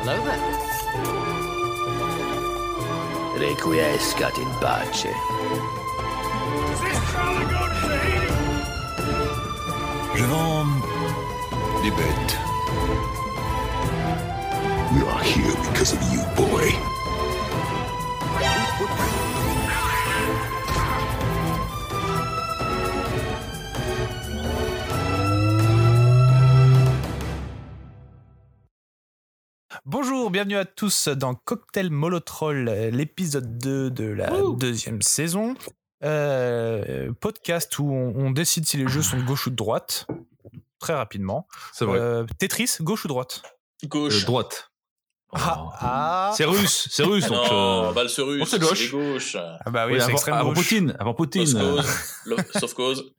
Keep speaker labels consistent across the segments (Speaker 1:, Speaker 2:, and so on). Speaker 1: over.
Speaker 2: Requiescat in pace.
Speaker 3: Je vends des bêtes.
Speaker 4: We are here because of you, boy.
Speaker 5: Bonjour, bienvenue à tous dans Cocktail Molotroll, euh, l'épisode 2 de la deuxième saison. Euh, podcast où on, on décide si les jeux sont de gauche ou de droite, très rapidement.
Speaker 3: C'est vrai.
Speaker 5: Euh, Tetris, gauche ou droite
Speaker 3: Euh,
Speaker 6: Gauche.
Speaker 3: droite.
Speaker 5: Ah, ah.
Speaker 3: C'est russe, c'est russe. donc,
Speaker 6: non,
Speaker 3: euh,
Speaker 6: bah, le Cerus,
Speaker 3: on se
Speaker 6: c'est
Speaker 3: gauche.
Speaker 6: les gauches.
Speaker 5: Ah bah oui,
Speaker 3: oui,
Speaker 5: c'est
Speaker 3: avant,
Speaker 5: extrême
Speaker 3: avant
Speaker 5: gauche.
Speaker 3: Poutine, avant Poutine.
Speaker 6: Sauf
Speaker 3: euh,
Speaker 6: cause. Le- Sauf cause.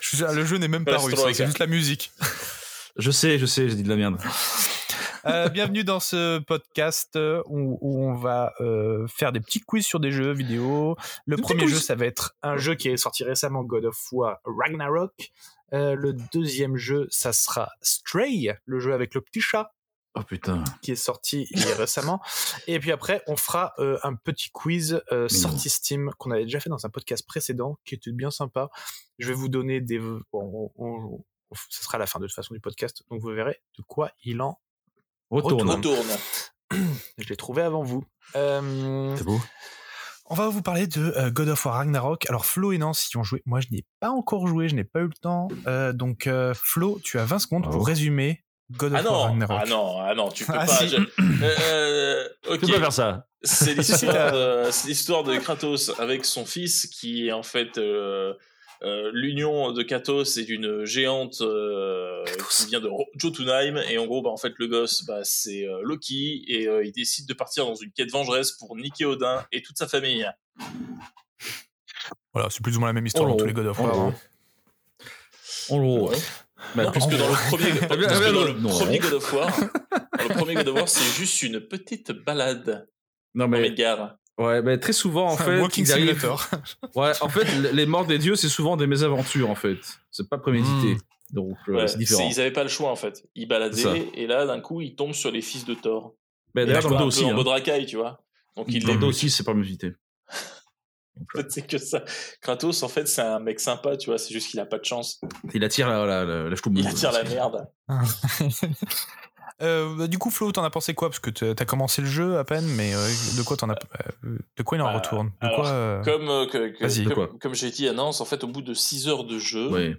Speaker 5: Je suis- le jeu n'est même pas russe,
Speaker 6: Perestroïka.
Speaker 5: c'est juste la musique.
Speaker 3: je sais, je sais, j'ai dit de la merde.
Speaker 5: Euh, bienvenue dans ce podcast euh, où, où on va euh, faire des petits quiz sur des jeux vidéo. Le
Speaker 3: Des
Speaker 5: premier
Speaker 3: petits
Speaker 5: jeu,
Speaker 3: quiz.
Speaker 5: ça va être un jeu qui est sorti récemment, God of War Ragnarok. Euh, le deuxième jeu, ça sera Stray, le jeu avec le petit chat
Speaker 3: Oh putain.
Speaker 5: qui est sorti il y a récemment. Et puis après, on fera euh, un petit quiz
Speaker 3: Mm.
Speaker 5: euh, sorti Steam qu'on avait déjà fait dans un podcast précédent qui était bien sympa. Je vais vous donner des. Bon, on- on- on- ce sera à la fin de toute façon du podcast, donc vous verrez de quoi il en
Speaker 3: Retourne.
Speaker 6: Retourne.
Speaker 5: je l'ai trouvé avant vous. Euh,
Speaker 3: C'est beau.
Speaker 5: on va vous parler de euh, God of War Ragnarok. Alors Flo et Nance y ont joué. Moi, je n'y ai pas encore joué, je n'ai pas eu le temps. Euh, donc euh, Flo, tu as 20 secondes
Speaker 3: Bravo.
Speaker 5: pour résumer God of
Speaker 6: Ah
Speaker 5: War
Speaker 6: non,
Speaker 5: Ragnarok.
Speaker 6: ah non, ah non, tu peux
Speaker 5: Ah
Speaker 6: pas.
Speaker 5: si.
Speaker 6: je- Euh,
Speaker 3: Tu peux pas
Speaker 6: ok,
Speaker 3: faire ça.
Speaker 6: c'est
Speaker 5: Si, t'as-
Speaker 6: l'histoire de, c'est l'histoire de Kratos avec son fils qui est en fait euh, euh, l'union de Kratos et d'une géante euh, qui vient de Ro- Jotunheim et en gros bah en fait le gosse bah c'est euh, Loki et euh, il décide de partir dans une quête vengeresse pour niquer Odin et toute sa famille.
Speaker 5: Voilà, c'est plus ou moins la même histoire
Speaker 3: Oh,
Speaker 5: dans tous les God of
Speaker 3: en
Speaker 5: War.
Speaker 3: gros.
Speaker 5: hein.
Speaker 3: En gros, ouais. Bah,
Speaker 6: Non, parce
Speaker 3: en
Speaker 6: que dans le premier, parce
Speaker 3: Ah, bien,
Speaker 6: que
Speaker 3: bien,
Speaker 6: dans
Speaker 3: non,
Speaker 6: le
Speaker 3: non,
Speaker 6: premier
Speaker 3: non.
Speaker 6: God of War, dans le premier God of War, c'est juste une petite balade
Speaker 3: Non,
Speaker 6: en
Speaker 3: mais,
Speaker 6: Midgard.
Speaker 3: ouais, mais très souvent, en
Speaker 5: Un
Speaker 3: fait.
Speaker 5: Walking
Speaker 3: ils arrivent-
Speaker 5: Simulator.
Speaker 3: Ouais, en fait, l- les morts des dieux, c'est souvent des mésaventures, en fait. C'est pas prémédité.
Speaker 5: Mm.
Speaker 3: Donc, euh,
Speaker 6: Hmm. Ouais,
Speaker 3: c'est
Speaker 6: c'est-
Speaker 3: différent.
Speaker 6: ils avaient pas le choix en fait. Ils
Speaker 3: C'est ça.
Speaker 6: baladaient et là d'un coup ils tombent sur les fils de Thor.
Speaker 3: Mais
Speaker 6: Et là,
Speaker 3: d'ailleurs, dans le
Speaker 6: un
Speaker 3: dos
Speaker 6: peu
Speaker 3: aussi.
Speaker 6: en
Speaker 3: hein.
Speaker 6: mode racaille, tu vois. Donc il
Speaker 3: Dans
Speaker 6: les
Speaker 3: le dos aussi, c'est pas prémédité. Donc, euh,
Speaker 6: c'est que ça. Kratos en fait c'est un mec sympa, tu vois. C'est juste qu'il a pas de chance.
Speaker 3: Il attire la, la, la, la Stoumoune.
Speaker 6: Il attire la merde.
Speaker 5: Euh, bah, du coup, Flo, t'en as pensé quoi Parce que t'as t'as commencé le jeu à peine, mais euh, de quoi t'en as euh, De quoi il en
Speaker 6: Euh,
Speaker 5: retourne De
Speaker 6: alors,
Speaker 5: quoi euh,
Speaker 6: Comme euh, que, que-
Speaker 5: Vas-y,
Speaker 3: quoi.
Speaker 6: comme, comme j'ai dit à Nance, en fait au bout de 6 heures de jeu,
Speaker 3: Ouais.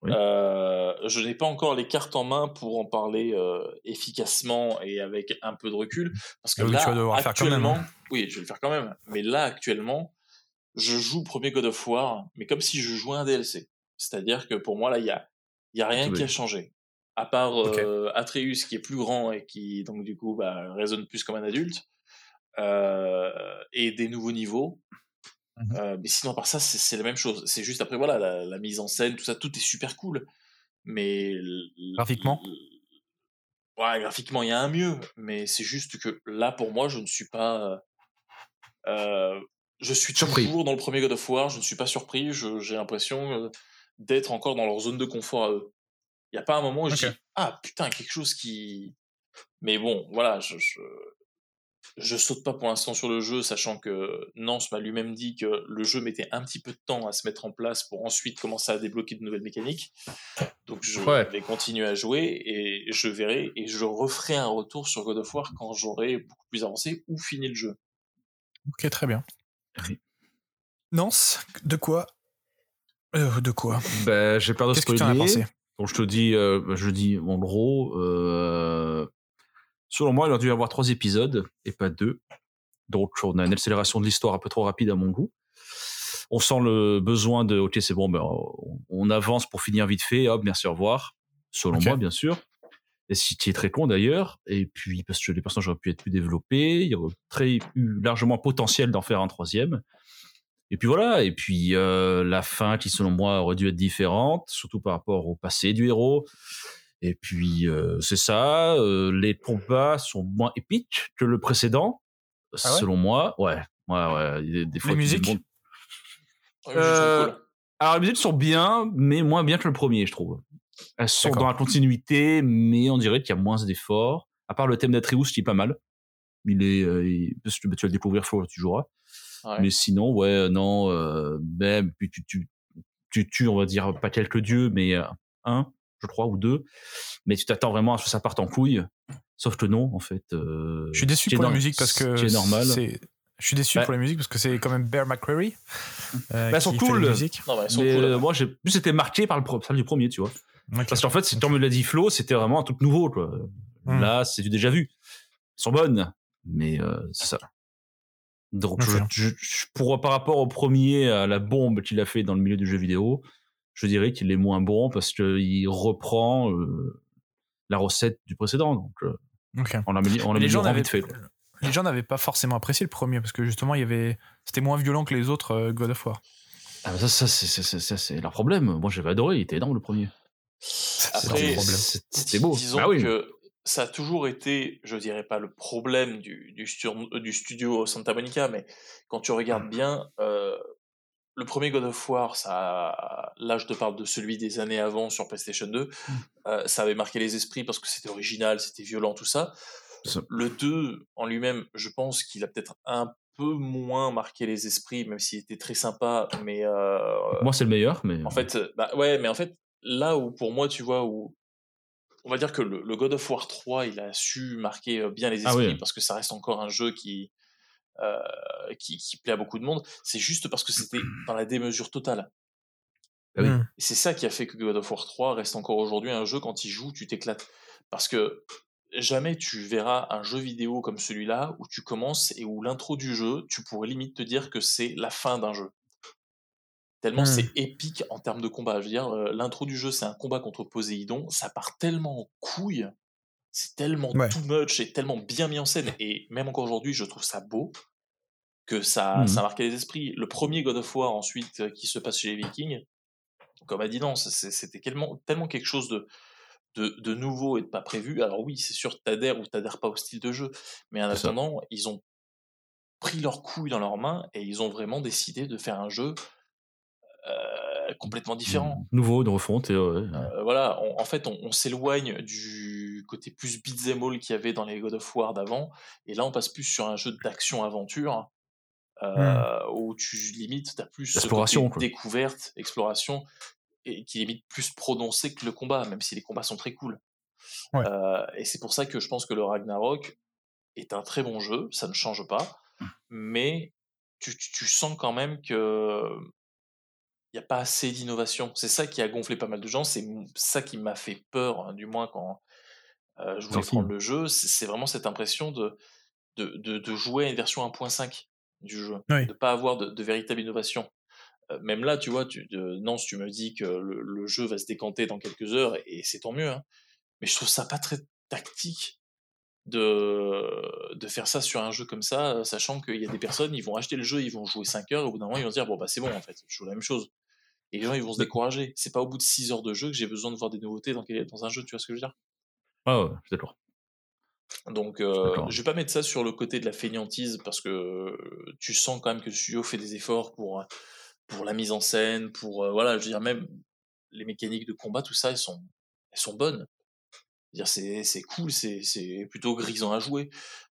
Speaker 3: Oui.
Speaker 6: Euh, je n'ai pas encore les cartes en main pour en parler euh, efficacement et avec un peu de recul. Parce que
Speaker 5: Ah oui,
Speaker 6: là,
Speaker 5: tu vas devoir le faire quand même, hein.
Speaker 6: actuellement, oui, je vais le faire quand même. Mais là, actuellement, je joue premier God of War, mais comme si je jouais un DLC. C'est-à-dire que pour moi, là, il y a, il y a rien
Speaker 3: Oui.
Speaker 6: qui a changé. À part
Speaker 5: Ok.
Speaker 6: euh, Atreus qui est plus grand et qui, donc, du coup, bah, raisonne plus comme un adulte, euh, et des nouveaux niveaux.
Speaker 5: Mhm.
Speaker 6: Euh, mais sinon, par ça, c'est c'est la même chose. C'est juste après, voilà, la, la mise en scène, tout ça, tout est super cool. Mais. l-
Speaker 5: Graphiquement
Speaker 6: l- Ouais, graphiquement, il y a un mieux. Mais c'est juste que là, pour moi, je ne suis pas. euh, euh, je suis
Speaker 3: Surpris.
Speaker 6: toujours dans le premier God of War, je ne suis pas surpris, je- j'ai l'impression euh, d'être encore dans leur zone de confort à eux. Il n'y a pas un moment où je
Speaker 5: Ok.
Speaker 6: dis Ah putain, quelque chose qui. Mais bon, voilà, je, je, je saute pas pour l'instant sur le jeu, sachant que Nance m'a lui-même dit que le jeu mettait un petit peu de temps à se mettre en place pour ensuite commencer à débloquer de nouvelles mécaniques. Donc je
Speaker 3: Ouais.
Speaker 6: vais continuer à jouer et je verrai et je referai un retour sur God of War quand j'aurai beaucoup plus avancé ou fini le jeu.
Speaker 5: Ok, très bien.
Speaker 3: Oui.
Speaker 5: Nance, de quoi Euh, De quoi
Speaker 3: Ben, j'ai peur de
Speaker 5: Qu'est-ce que tu en as
Speaker 3: spoiler.
Speaker 5: pensé
Speaker 3: Donc je te dis, euh, je dis en gros, euh, selon moi, il aurait dû y avoir trois épisodes et pas deux. Donc on a une accélération de l'histoire un peu trop rapide à mon goût. On sent le besoin de, ok, c'est bon, ben, on, on avance pour finir vite fait, hop, merci, au revoir. Selon
Speaker 5: Ok.
Speaker 3: moi, bien sûr. Et si tu es très con d'ailleurs, et puis parce que les personnages auraient pu être plus développés, il y aurait très, eu largement un potentiel d'en faire un troisième. Et puis voilà, et puis euh, la fin qui selon moi aurait dû être différente, surtout par rapport au passé du héros. Et puis euh, c'est ça, euh, les combats sont moins épiques que le précédent,
Speaker 5: Ah ouais
Speaker 3: selon moi. Ouais, ouais, ouais. il y a Des fois, tu te
Speaker 5: musiques
Speaker 3: demandes-
Speaker 6: Ouais, je trouve
Speaker 3: Euh,
Speaker 6: cool.
Speaker 3: Alors les musiques sont bien, mais moins bien que le premier, je trouve. Elles sont
Speaker 5: D'accord.
Speaker 3: dans la continuité, mais on dirait qu'il y a moins d'efforts. À part le thème d'Atreus qui est pas mal. Il est, euh, il- parce que, bah, tu vas le découvrir faut tu joueras.
Speaker 6: Ouais.
Speaker 3: Mais sinon, ouais, euh, non, euh, même, puis tu, tu, tu tues, on va dire, pas quelques dieux, mais euh, un, je crois, ou deux. Mais tu t'attends vraiment à ce que ça parte en couille. Sauf que non, en fait. euh,
Speaker 1: Je suis déçu
Speaker 3: ce qui est
Speaker 1: pour la
Speaker 3: norm-
Speaker 1: musique parce que
Speaker 3: Ce qui est normal.
Speaker 1: c'est- Je suis déçu
Speaker 3: Bah.
Speaker 1: pour la musique parce que c'est quand même Bear McCreary. euh,
Speaker 3: Bah, elles sont
Speaker 1: qui fait
Speaker 3: cool.
Speaker 1: la musique.
Speaker 6: Non, bah, ils sont
Speaker 3: Mais
Speaker 6: cool.
Speaker 1: hein.
Speaker 3: euh, moi, j'ai plus été marqué par le pro- celle du premier, tu vois.
Speaker 1: Ok.
Speaker 3: Parce qu'en fait, c'est comme l'a dit Flo, c'était vraiment un truc nouveau, quoi.
Speaker 1: Hmm.
Speaker 3: Là, c'est du déjà vu. Elles sont bonnes, mais euh, c'est ça. Donc, je-
Speaker 1: Ok.
Speaker 3: je, je- pour, par rapport au premier, à la bombe qu'il a fait dans le milieu du jeu vidéo, je dirais qu'il est moins bon parce qu'il reprend euh, la recette du précédent. Donc, euh,
Speaker 1: Ok.
Speaker 3: on l'a mis- on l'a
Speaker 1: les gens
Speaker 3: améliorant
Speaker 1: n'avaient
Speaker 3: vite fait. quoi.
Speaker 1: les gens n'avaient pas forcément apprécié le premier parce que justement il y avait c'était moins violent que les autres euh, God of War.
Speaker 3: Ah, mais ça, ça, c'est- c'est- c'est- c'est c'est leur problème. Moi, j'avais adoré, il était énorme le premier.
Speaker 1: leur
Speaker 6: Après,
Speaker 1: problème.
Speaker 3: c'est- c'était beau.
Speaker 6: Disons
Speaker 3: Bah oui.
Speaker 6: que ça a toujours été, je dirais pas le problème du, du, stur- euh, du studio Santa Monica, mais quand tu
Speaker 3: Mmh.
Speaker 6: regardes bien, euh, le premier God of War, ça, a- là je te parle de celui des années avant sur PlayStation 2,
Speaker 3: Mmh.
Speaker 6: euh, ça avait marqué les esprits parce que c'était original, c'était violent, tout ça.
Speaker 3: Ça-
Speaker 6: Le 2 en lui-même, je pense qu'il a peut-être un peu moins marqué les esprits, même s'il était très sympa, mais euh,
Speaker 3: Moi, c'est le meilleur, mais.
Speaker 6: en fait, euh, bah ouais, mais en fait, là où pour moi, tu vois, où on va dire que le, le God of War 3, il a su marquer euh, bien les
Speaker 3: Ah
Speaker 6: esprits
Speaker 3: oui.
Speaker 6: parce que ça reste encore un jeu qui, euh, qui, qui plaît à beaucoup de monde. C'est juste parce que c'était dans la démesure totale.
Speaker 3: Ah oui.
Speaker 1: Hmm.
Speaker 6: Et c'est ça qui a fait que God of War 3 reste encore aujourd'hui un jeu quand il joue, tu t'éclates. Parce que jamais tu verras un jeu vidéo comme celui-là où tu commences et où l'intro du jeu, tu pourrais limite te dire que c'est la fin d'un jeu. Tellement
Speaker 1: Hmm.
Speaker 6: c'est épique en termes de combat. Je veux dire, euh, l'intro du jeu, c'est un combat contre Poséidon. Ça part tellement en couille. C'est tellement
Speaker 1: Ouais.
Speaker 6: too much et tellement bien mis en scène. Et même encore aujourd'hui, je trouve ça beau que ça,
Speaker 3: Mhm.
Speaker 6: ça a marqué les esprits. Le premier God of War, ensuite, euh, qui se passe chez les Vikings, comme a dit Nance, c'est- c'était tellement, tellement quelque chose de, de, de nouveau et de pas prévu. Alors oui, c'est sûr, t'adhères ou t'adhères pas au style de jeu, mais en
Speaker 3: C'est ça.
Speaker 6: attendant, ils ont pris leur couille dans leurs mains et ils ont vraiment décidé de faire un jeu euh, complètement différent.
Speaker 3: Nouveau, de refonte. Et, ouais.
Speaker 6: Euh, voilà, on- en fait, on, on s'éloigne du côté plus beat'em all qu'il y avait dans les God of War d'avant, et là, on passe plus sur un jeu d'action-aventure euh, où tu limites, t'as plus ce
Speaker 3: Exploration,
Speaker 6: côté
Speaker 3: quoi.
Speaker 6: découverte, exploration, et qui est limite plus prononcé que le combat, même si les combats sont très cool.
Speaker 1: Ouais.
Speaker 6: Euh, et c'est pour ça que je pense que le Ragnarok est un très bon jeu, ça ne change pas, mais tu, tu- tu sens quand même que il n'y a pas assez d'innovation. C'est ça qui a gonflé pas mal de gens. C'est m- ça qui m'a fait peur, hein, du moins quand euh, je voulais
Speaker 3: Gentil.
Speaker 6: prendre le jeu. C'est c'est vraiment cette impression de, de, de- de jouer à une version 1.5 du jeu,
Speaker 1: Oui.
Speaker 6: de pas avoir de, de véritable innovation. Euh, même là, tu vois, tu, de- Nance, tu me dis que le, le jeu va se décanter dans quelques heures et c'est tant mieux. hein. Mais je trouve ça pas très tactique de, de faire ça sur un jeu comme ça, euh, sachant qu'il y a des personnes, ils vont acheter le jeu, ils vont jouer 5 heures, et au bout d'un moment, ils vont se dire, bon, bah, c'est bon, en fait, je joue la même chose. Et les gens, ils vont se décourager. C'est pas au bout de 6 heures de jeu que j'ai besoin de voir des nouveautés dans, quel- dans un jeu, tu vois ce que je veux dire
Speaker 3: Ah ouais, je suis d'accord.
Speaker 6: donc, euh,
Speaker 3: D'accord.
Speaker 6: je vais pas mettre ça sur le côté de la fainéantise parce que euh, tu sens quand même que le studio fait des efforts pour, euh, pour la mise en scène, pour euh, voilà, je veux dire même les mécaniques de combat, tout ça, elles sont, elles sont bonnes. Je veux dire, C'est c'est cool, c'est c'est plutôt grisant à jouer,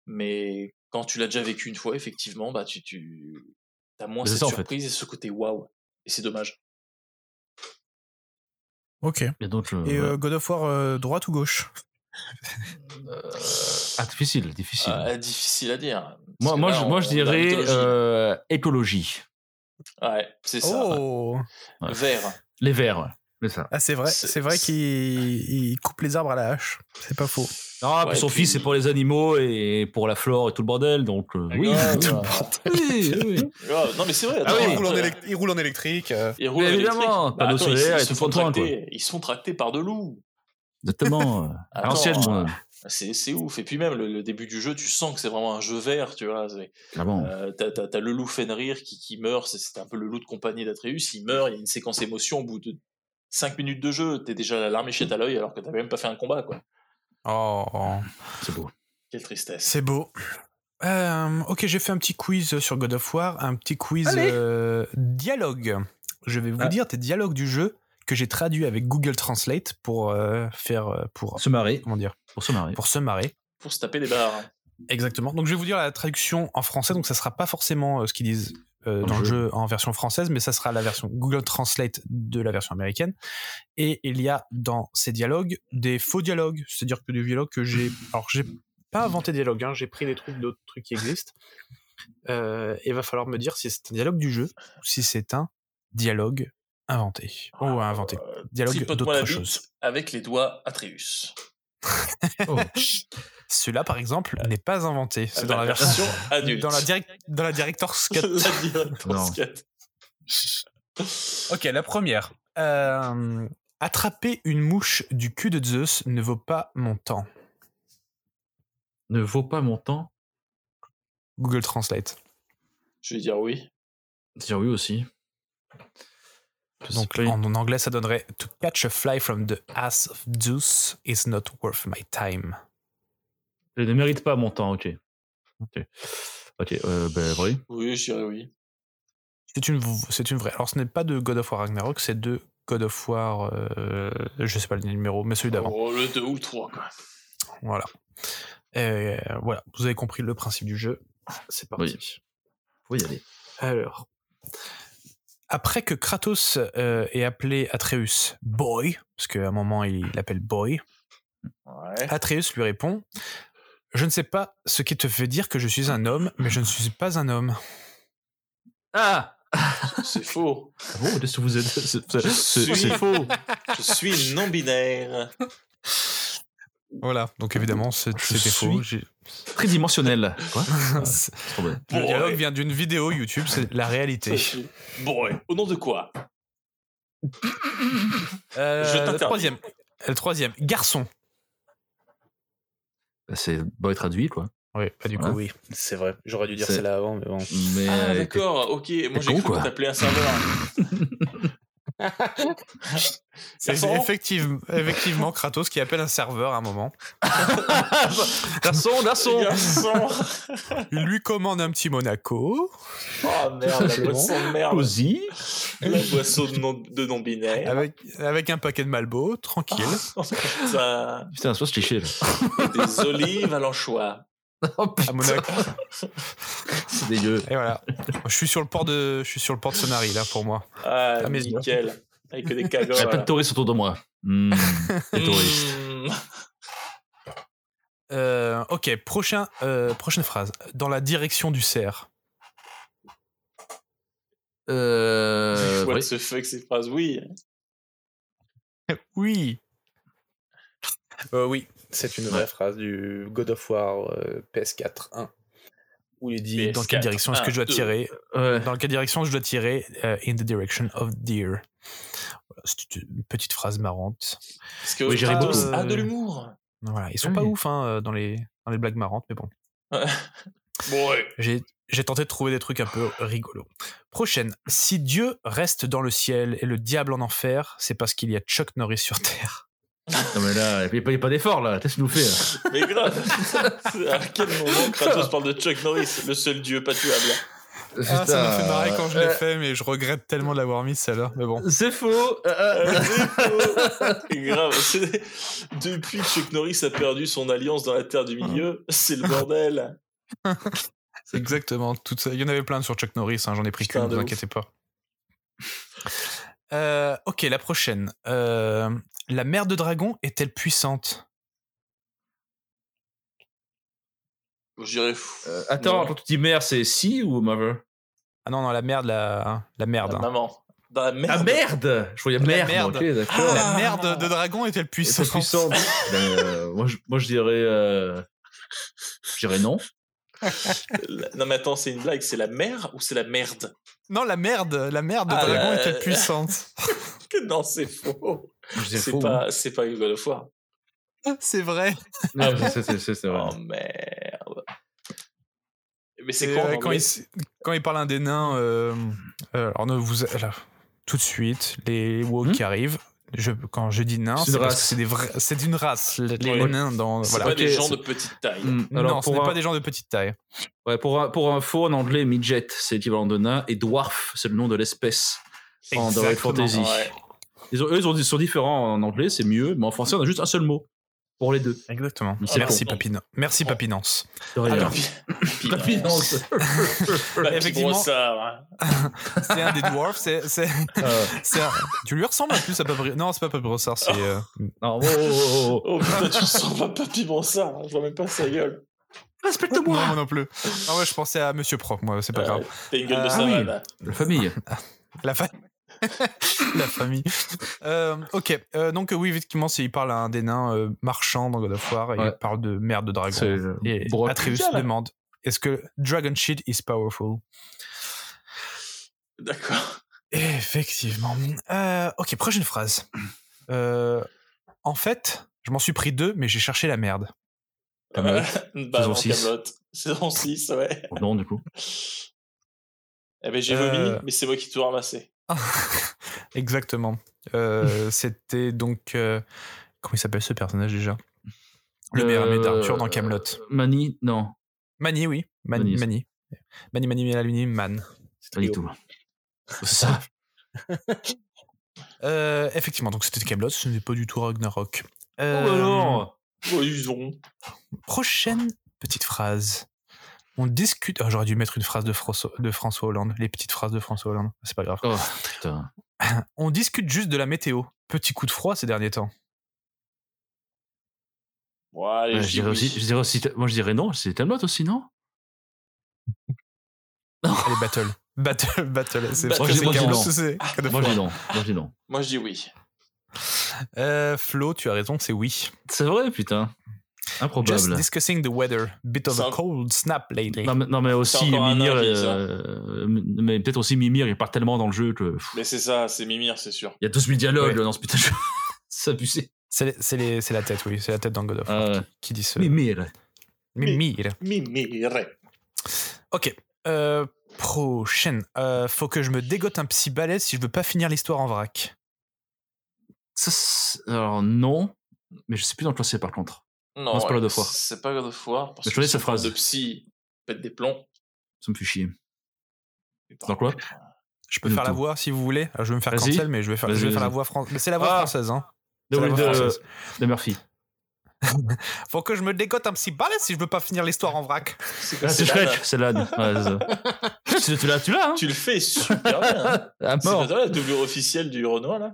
Speaker 6: mais quand tu l'as déjà vécu une fois, effectivement, bah tu, tu as moins
Speaker 3: Mais c'est
Speaker 6: cette
Speaker 3: ça, en fait.
Speaker 6: surprise et ce côté waouh. Et c'est dommage.
Speaker 1: Ok. Et
Speaker 3: Et donc, euh,
Speaker 1: euh,
Speaker 3: ouais.
Speaker 1: God of War euh, droite ou gauche
Speaker 3: Ah, difficile, difficile.
Speaker 6: Ah, difficile à dire. Parce
Speaker 3: moi,
Speaker 6: que
Speaker 3: moi,
Speaker 6: là,
Speaker 3: je, moi,
Speaker 6: on-
Speaker 3: je
Speaker 6: on est dans la
Speaker 3: dirais
Speaker 6: mythologie.
Speaker 3: euh, écologie.
Speaker 6: Ouais, c'est ça.
Speaker 1: Oh
Speaker 3: Ouais.
Speaker 6: Vert.
Speaker 3: Les verts, ouais. c'est ça.
Speaker 1: Ah c'est vrai,
Speaker 6: C'est-
Speaker 1: c'est vrai
Speaker 6: c'est-
Speaker 1: qu'il il coupe les arbres à la hache. C'est pas faux.
Speaker 3: Non,
Speaker 6: Ouais,
Speaker 3: puis son
Speaker 6: puis-
Speaker 3: fils, c'est pour les animaux et pour la flore et tout le bordel. Donc, euh, oui,
Speaker 6: Ah,
Speaker 3: oui,
Speaker 6: ouais.
Speaker 3: oui, oui.
Speaker 6: Ah, non mais c'est vrai.
Speaker 3: Ah
Speaker 6: attends,
Speaker 3: oui.
Speaker 6: attends,
Speaker 1: il, roule en
Speaker 6: là.
Speaker 1: élec- il roule en électrique. euh,
Speaker 6: Ils roulent
Speaker 3: Mais
Speaker 6: en électrique. Bah,
Speaker 3: évidemment, panneau
Speaker 6: attends, ils-
Speaker 3: solaire
Speaker 6: ils,
Speaker 3: et
Speaker 6: se
Speaker 3: tout
Speaker 6: font
Speaker 3: le point, quoi.
Speaker 6: tracter, ils se font tracter par de loups.
Speaker 3: Exactement. euh, à
Speaker 6: Attends,
Speaker 3: l'ancienne,
Speaker 6: euh,
Speaker 3: euh,
Speaker 6: C'est c'est ouf. Et puis même le, le début du jeu, tu sens que c'est vraiment un jeu vert, tu vois. c'est-
Speaker 3: clairement.
Speaker 6: euh, T'as t'as- t'as le loup Fenrir qui, qui meurt, c'est- c'est un peu le loup de compagnie d'Atreus, il meurt, il y a une séquence émotion au bout de 5 minutes de jeu, t'es déjà la larme chez à l'œil alors que t'as même pas fait un combat, quoi.
Speaker 1: Oh,
Speaker 3: C'est beau.
Speaker 6: Quelle tristesse.
Speaker 1: c'est beau. Euh, ok, j'ai fait un petit quiz sur God of War, un petit quiz
Speaker 3: Allez.
Speaker 1: euh, dialogue. Je vais vous
Speaker 3: Ah.
Speaker 1: dire tes dialogues du jeu que j'ai traduit avec Google Translate pour euh, faire euh, pour
Speaker 3: Se marrer,
Speaker 1: comment dire
Speaker 3: pour se marrer.
Speaker 1: pour se marrer.
Speaker 6: pour se taper des barres.
Speaker 5: Exactement. Donc je vais vous dire la traduction en français. Donc ça sera pas forcément euh, ce qu'ils disent euh, dans le jeu en version française, mais ça sera la version Google Translate de la version américaine. Et il y a dans ces dialogues des faux dialogues, c'est-à-dire que des dialogues que j'ai. Alors j'ai
Speaker 7: Pas inventé des dialogues, hein, j'ai pris des trucs d'autres trucs qui existent. Euh, et va falloir me dire si c'est un dialogue du jeu
Speaker 5: ou si c'est un dialogue inventé ou inventé.
Speaker 6: Euh,
Speaker 5: Dialogue
Speaker 6: tripote-moi la
Speaker 5: d'autre
Speaker 6: bite
Speaker 5: chose.
Speaker 6: Avec les doigts Atreus.
Speaker 3: Oh.
Speaker 5: Celui-là par exemple n'est pas inventé. C'est
Speaker 6: Ah,
Speaker 5: dans Euh, bah, la version
Speaker 6: adulte.
Speaker 5: dans la direct dans la director's cut.
Speaker 6: La director's cut.
Speaker 5: Ok, la première. Euh, attraper une mouche du cul de Zeus ne vaut pas mon temps.
Speaker 3: Ne vaut pas mon temps.
Speaker 5: Google Translate.
Speaker 6: Je vais dire oui.
Speaker 3: Dire oui aussi. Je sais
Speaker 5: Donc
Speaker 3: pas.
Speaker 5: en, en anglais, ça donnerait To catch a fly from the ass of Zeus is not worth my time.
Speaker 3: Elle ne mérite pas mon temps, ok. Ok, ok, euh, ben vrai.
Speaker 6: Oui, je dirais oui.
Speaker 5: C'est une, v- c'est une vraie. Alors ce n'est pas de God of War Ragnarok, c'est de God of War, euh, je sais pas le numéro, mais celui d'avant.
Speaker 6: Oh, le 2 ou le 3, quoi.
Speaker 5: Voilà. Euh, voilà, vous avez compris le principe du jeu.
Speaker 7: C'est parti.
Speaker 3: Faut y aller.
Speaker 7: Alors,
Speaker 5: Après que Kratos euh, ait appelé Atreus Boy, parce qu'à un moment il l'appelle Boy,
Speaker 6: Ouais.
Speaker 5: Atreus lui répond Je ne sais pas ce qui te fait dire que je suis un homme, mais je ne suis pas un homme.
Speaker 3: Ah
Speaker 6: C'est faux.
Speaker 3: Bon, qu'est-ce Oh, que vous êtes C'est c'est- c'est-
Speaker 6: suis
Speaker 3: c'est
Speaker 6: faux. Je suis non-binaire.
Speaker 5: Voilà, donc évidemment, c'est-
Speaker 3: Je
Speaker 5: c'était faux.
Speaker 3: tridimensionnel. Quoi
Speaker 5: C'est-
Speaker 3: Trop bien.
Speaker 5: Le
Speaker 6: Boy.
Speaker 5: dialogue vient d'une vidéo YouTube, c'est la
Speaker 6: Je
Speaker 5: réalité.
Speaker 6: suis Boy. Au nom de quoi
Speaker 5: Euh,
Speaker 6: Je
Speaker 5: le
Speaker 6: t'interdis.
Speaker 5: troisième. Le troisième, garçon.
Speaker 3: Bah, C'est boy traduit, quoi.
Speaker 5: Oui, pas du
Speaker 3: Voilà.
Speaker 5: coup, oui.
Speaker 7: c'est vrai, Euh, j'aurais Ah, dû dire
Speaker 3: C'est-
Speaker 7: celle-là avant, mais bon.
Speaker 3: Mais
Speaker 6: Ah, d'accord, ok. Moi, j'ai
Speaker 3: con,
Speaker 6: cru
Speaker 3: quoi.
Speaker 6: que t'appelais un serveur. Ça ressemble-
Speaker 5: Effectivement, effectivement, Kratos qui appelle un serveur à un moment.
Speaker 3: Garçon, garçon
Speaker 6: Garçon.
Speaker 5: Il lui commande un petit Monaco
Speaker 6: Oh merde, la boisson de merde.
Speaker 3: Cozy.
Speaker 6: La boisson de non- de non-binaire.
Speaker 5: avec, avec un paquet de Malbo, tranquille.
Speaker 6: Ça-
Speaker 3: Putain, soit ce cliché. là.
Speaker 6: Des olives à l'anchois. Ah.
Speaker 5: à Monaco.
Speaker 3: C'est dégueu.
Speaker 5: Et voilà. Je suis sur le port de, je suis sur le port de Sonari là pour moi.
Speaker 6: Ah,
Speaker 5: Ah, mais-
Speaker 6: nickel. Avec des
Speaker 3: Il n'y a pas
Speaker 6: cagoles.
Speaker 3: de touristes autour de moi. Hmm, les touristes.
Speaker 6: Mmh.
Speaker 5: Euh, ok, prochain, euh, prochaine phrase. Dans la direction du cerf.
Speaker 3: Euh,
Speaker 6: What
Speaker 3: vrai.
Speaker 6: the fuck, ces phrases Oui.
Speaker 5: Oui.
Speaker 7: Euh, oui, c'est une vraie phrase du God of War euh, PS4 1. Où il dit.
Speaker 6: PS4,
Speaker 5: Dans quelle direction est-ce que je dois
Speaker 6: un, deux.
Speaker 5: tirer
Speaker 3: Ouais.
Speaker 5: Dans quelle direction je dois tirer Euh, In the direction of deer. Voilà, C'est une petite phrase marrante.
Speaker 6: Parce que
Speaker 3: Oui, j'irai
Speaker 6: Kratos
Speaker 5: beaucoup.
Speaker 6: a de l'humour.
Speaker 5: Voilà, ils sont pas
Speaker 6: Mm.
Speaker 3: Oui.
Speaker 5: ouf hein, euh, dans les dans les blagues marrantes, mais bon.
Speaker 6: Boy.
Speaker 5: J'ai j'ai tenté de trouver des trucs un peu rigolos. Prochaine. Si Dieu reste dans le ciel et le diable en enfer, c'est parce qu'il y a Chuck Norris sur terre.
Speaker 3: Non, mais là, il n'y a pas d'effort, là. Qu'est-ce que tu nous fait là
Speaker 6: Mais grave. à quel moment Kratos parle de Chuck Norris, le seul dieu pas tuable hein.
Speaker 5: Ah, ça m'a fait
Speaker 3: Putain.
Speaker 5: marrer quand je l'ai
Speaker 3: Euh,
Speaker 5: fait, mais je regrette tellement de l'avoir mis celle-là. Mais bon.
Speaker 3: C'est faux. Euh, euh,
Speaker 6: C'est grave. c'est- Depuis que Chuck Norris a perdu son alliance dans la Terre du Milieu, c'est le bordel.
Speaker 5: Exactement. Tout ça. Il y en avait plein sur Chuck Norris, hein, j'en ai pris
Speaker 6: Putain,
Speaker 5: qu'une, ne
Speaker 6: de
Speaker 5: vous
Speaker 6: ouf.
Speaker 5: inquiétez pas. Euh, ok, la prochaine. Euh, la mère de dragon est-elle puissante
Speaker 6: Je dirais fou.
Speaker 3: euh, attends,
Speaker 6: Non.
Speaker 3: quand tu dis mère, c'est si ou mother
Speaker 5: Ah non, non, la merde, la, la
Speaker 6: La
Speaker 5: merde. hein.
Speaker 6: maman. Dans la merde.
Speaker 3: Ah merde Je voyais merde.
Speaker 5: merde.
Speaker 3: Ok, d'accord.
Speaker 6: Ah,
Speaker 5: La merde de dragon est-elle
Speaker 3: Et c'est
Speaker 5: puissante
Speaker 3: puissant. Ben, euh, moi, je, moi, je dirais. euh, Je dirais non.
Speaker 6: La- Non mais attends, c'est une blague. C'est la mère ou c'est la merde
Speaker 5: Non, la merde, la merde de
Speaker 6: Ah,
Speaker 5: dragon
Speaker 6: euh,
Speaker 5: est-elle puissante
Speaker 6: Non, c'est faux.
Speaker 3: Je dirais
Speaker 6: C'est
Speaker 3: faux. hein.
Speaker 6: pas, c'est pas une God of War.
Speaker 5: C'est vrai.
Speaker 3: Non, Ah, c'est- c'est- c'est c'est vrai.
Speaker 6: Oh merde. Mais c'est
Speaker 5: Et,
Speaker 6: quoi en
Speaker 5: euh, quand,
Speaker 6: anglais
Speaker 5: il, s- quand il parle à un des nains, euh, euh, alors ne vous là, tout de suite les woke
Speaker 3: Hmm
Speaker 5: qui arrivent. Je, quand je dis nains,
Speaker 3: C'est une
Speaker 5: c'est parce
Speaker 3: race.
Speaker 5: que c'est des vrais, c'est une race. Les, les
Speaker 6: Ouais.
Speaker 5: nains dans
Speaker 6: C'est
Speaker 5: voilà.
Speaker 6: pas
Speaker 3: ok,
Speaker 6: des gens
Speaker 3: c'est-
Speaker 6: de petite taille.
Speaker 3: Hmm,
Speaker 5: non,
Speaker 3: alors,
Speaker 5: ce
Speaker 3: pour
Speaker 5: n'est
Speaker 3: un-
Speaker 5: pas des gens de petite taille.
Speaker 3: Ouais, pour, un, pour info, en anglais, midget, c'est l'équivalent de nain, et dwarf, c'est le nom de l'espèce en Direct
Speaker 5: Exactement.
Speaker 3: Fantasy.
Speaker 6: Ouais.
Speaker 3: Ils ont, eux, ils ont- ils sont différents en anglais, c'est mieux, mais en français, on a juste un seul mot. pour les deux.
Speaker 5: Exactement.
Speaker 3: Mais c'est
Speaker 5: Merci
Speaker 6: bon.
Speaker 5: Papine.
Speaker 3: Oh.
Speaker 5: Merci Papinance.
Speaker 3: De rien.
Speaker 6: Alors, Ah, Puis, bah,
Speaker 3: Finance.
Speaker 6: bah, puis
Speaker 5: Effectivement.
Speaker 6: Brossard, hein.
Speaker 5: C'est un des dwarfs. C'est, c'est,
Speaker 3: Euh,
Speaker 5: c'est un- Tu lui ressembles en plus à Papy. Non, c'est pas Papy Brossard. C'est. euh,
Speaker 3: non, oh, oh, oh, oh.
Speaker 6: Oh putain, tu sens pas Papy Brossard, hein, je vois même pas sa gueule.
Speaker 5: Non, moi non plus. Non, ouais, je pensais à Monsieur Proc. Moi, c'est pas
Speaker 6: Euh,
Speaker 5: grave.
Speaker 6: T'as une gueule de
Speaker 5: Ah
Speaker 6: savane.
Speaker 3: oui.
Speaker 6: hein.
Speaker 3: La famille.
Speaker 5: La famille. la famille. Euh, ok, Euh, donc euh, oui, effectivement, c'est- il parle à un des nains euh, marchands dans God of War et
Speaker 3: Ouais.
Speaker 5: il parle de merde de
Speaker 3: C'est,
Speaker 5: dragon.
Speaker 3: euh,
Speaker 5: Et
Speaker 3: Brock.
Speaker 5: Atreus
Speaker 6: Putain, là.
Speaker 5: demande est-ce que Dragon Shit is powerful
Speaker 6: D'accord.
Speaker 5: Effectivement. Euh, ok, prochaine phrase. Euh, en fait, je m'en suis pris deux, mais j'ai cherché la merde.
Speaker 3: Camelot.
Speaker 6: bah,
Speaker 3: Saison
Speaker 6: non,
Speaker 3: six.
Speaker 6: Camelot. Saison 6, ouais.
Speaker 3: Oh non, du coup.
Speaker 6: Eh ben, j'ai
Speaker 5: Euh.
Speaker 6: vomi, mais c'est moi qui tout ramassé.
Speaker 5: Exactement. Euh, C'était donc. euh, comment il s'appelle ce personnage déjà Le meilleur ami d'Arthur
Speaker 3: Euh,
Speaker 5: dans Camelot.
Speaker 3: Mani, non,
Speaker 5: Mani, oui. Mani,
Speaker 3: Mani, ça.
Speaker 5: Mani. Mani, Mani, Mani, Mani, Man.
Speaker 3: c'est pas du tout.
Speaker 5: Oh,
Speaker 3: C'est ça.
Speaker 5: Euh, effectivement, donc c'était Camelot, ce n'est pas du tout Ragnarok. Euh,
Speaker 3: bah
Speaker 6: Oh, ils ont.
Speaker 5: Prochaine petite phrase. On discute. ah, J'aurais dû mettre une phrase de François, de François Hollande, les petites phrases de François Hollande. C'est pas grave.
Speaker 3: Oh, putain.
Speaker 5: On discute juste de la météo. Petit coup de froid ces derniers temps.
Speaker 6: Bon, allez,
Speaker 3: Ouais,
Speaker 6: je
Speaker 3: je,
Speaker 6: dis
Speaker 3: dirais
Speaker 6: oui.
Speaker 3: aussi, je dirais aussi- moi je dirais non, c'est Talmot aussi, non
Speaker 5: Allez, battle. Battle, battle. C'est
Speaker 6: Battle,
Speaker 5: parce que c'est
Speaker 3: moi, j'ai
Speaker 5: Camelot,
Speaker 3: non.
Speaker 5: c'est- c'est God of
Speaker 3: Moi je
Speaker 5: War.
Speaker 3: dis non, moi je dis non.
Speaker 6: Moi, je dis oui.
Speaker 5: Euh, Flo, tu as raison, c'est oui.
Speaker 3: C'est vrai, putain.
Speaker 5: Just
Speaker 3: Improbable.
Speaker 5: discussing the weather. Bit of
Speaker 6: Ça-
Speaker 5: a cold snap lately.
Speaker 3: Non mais, non, mais aussi
Speaker 6: encore un
Speaker 3: Mimir,
Speaker 6: indice,
Speaker 3: euh, mais peut-être aussi Mimir, il part tellement dans le jeu que pff,
Speaker 6: Mais c'est ça, c'est Mimir, c'est sûr.
Speaker 3: il y a 12 000 dialogues
Speaker 5: Ouais.
Speaker 3: dans ce putain de jeu. C'est abusé.
Speaker 5: C'est c'est les- c'est la tête, oui. C'est la tête dans God of War
Speaker 3: Euh,
Speaker 5: qui dit ce.
Speaker 3: Mimir.
Speaker 5: Mimir.
Speaker 6: Mimir.
Speaker 5: Ok. Euh, prochaine. Euh, faut que je me dégote un psy balèze si je veux pas finir l'histoire en vrac.
Speaker 3: Ça, c'est- alors non, mais je sais plus dans quoi c'est par contre.
Speaker 6: Non,
Speaker 3: Non, c'est pas God of War.
Speaker 6: C'est pas God of War. Parce
Speaker 3: Mais je connais
Speaker 6: que
Speaker 3: sa
Speaker 6: ce genre
Speaker 3: phrase.
Speaker 6: De psy, pète des plombs.
Speaker 3: Ça me fait chier. Dans quoi
Speaker 5: Je peux
Speaker 3: Du
Speaker 5: faire la
Speaker 3: tout.
Speaker 5: voix si vous voulez. Alors, je vais me faire
Speaker 3: Vas-y.
Speaker 5: cancel, mais je vais faire, je
Speaker 3: Vas-y,
Speaker 5: vais faire la
Speaker 3: vas-y.
Speaker 5: voix française. Mais c'est la voix
Speaker 3: Ah.
Speaker 5: française, hein.
Speaker 3: De,
Speaker 5: C'est la voix
Speaker 3: de,
Speaker 5: française.
Speaker 3: euh, de Murphy.
Speaker 5: Faut que je me dégote un psy balèze si je veux pas finir l'histoire en vrac.
Speaker 6: C'est
Speaker 3: Ah,
Speaker 6: quoi
Speaker 3: c'est
Speaker 6: c'est là, là.
Speaker 3: Shrek, c'est l'âne. Ouais, c'est ça. tu tu l'as, tu l'as, hein
Speaker 6: Tu le fais super bien. hein.
Speaker 3: À
Speaker 6: C'est pas
Speaker 3: mort.
Speaker 6: toi la doublure officielle du Renoir, là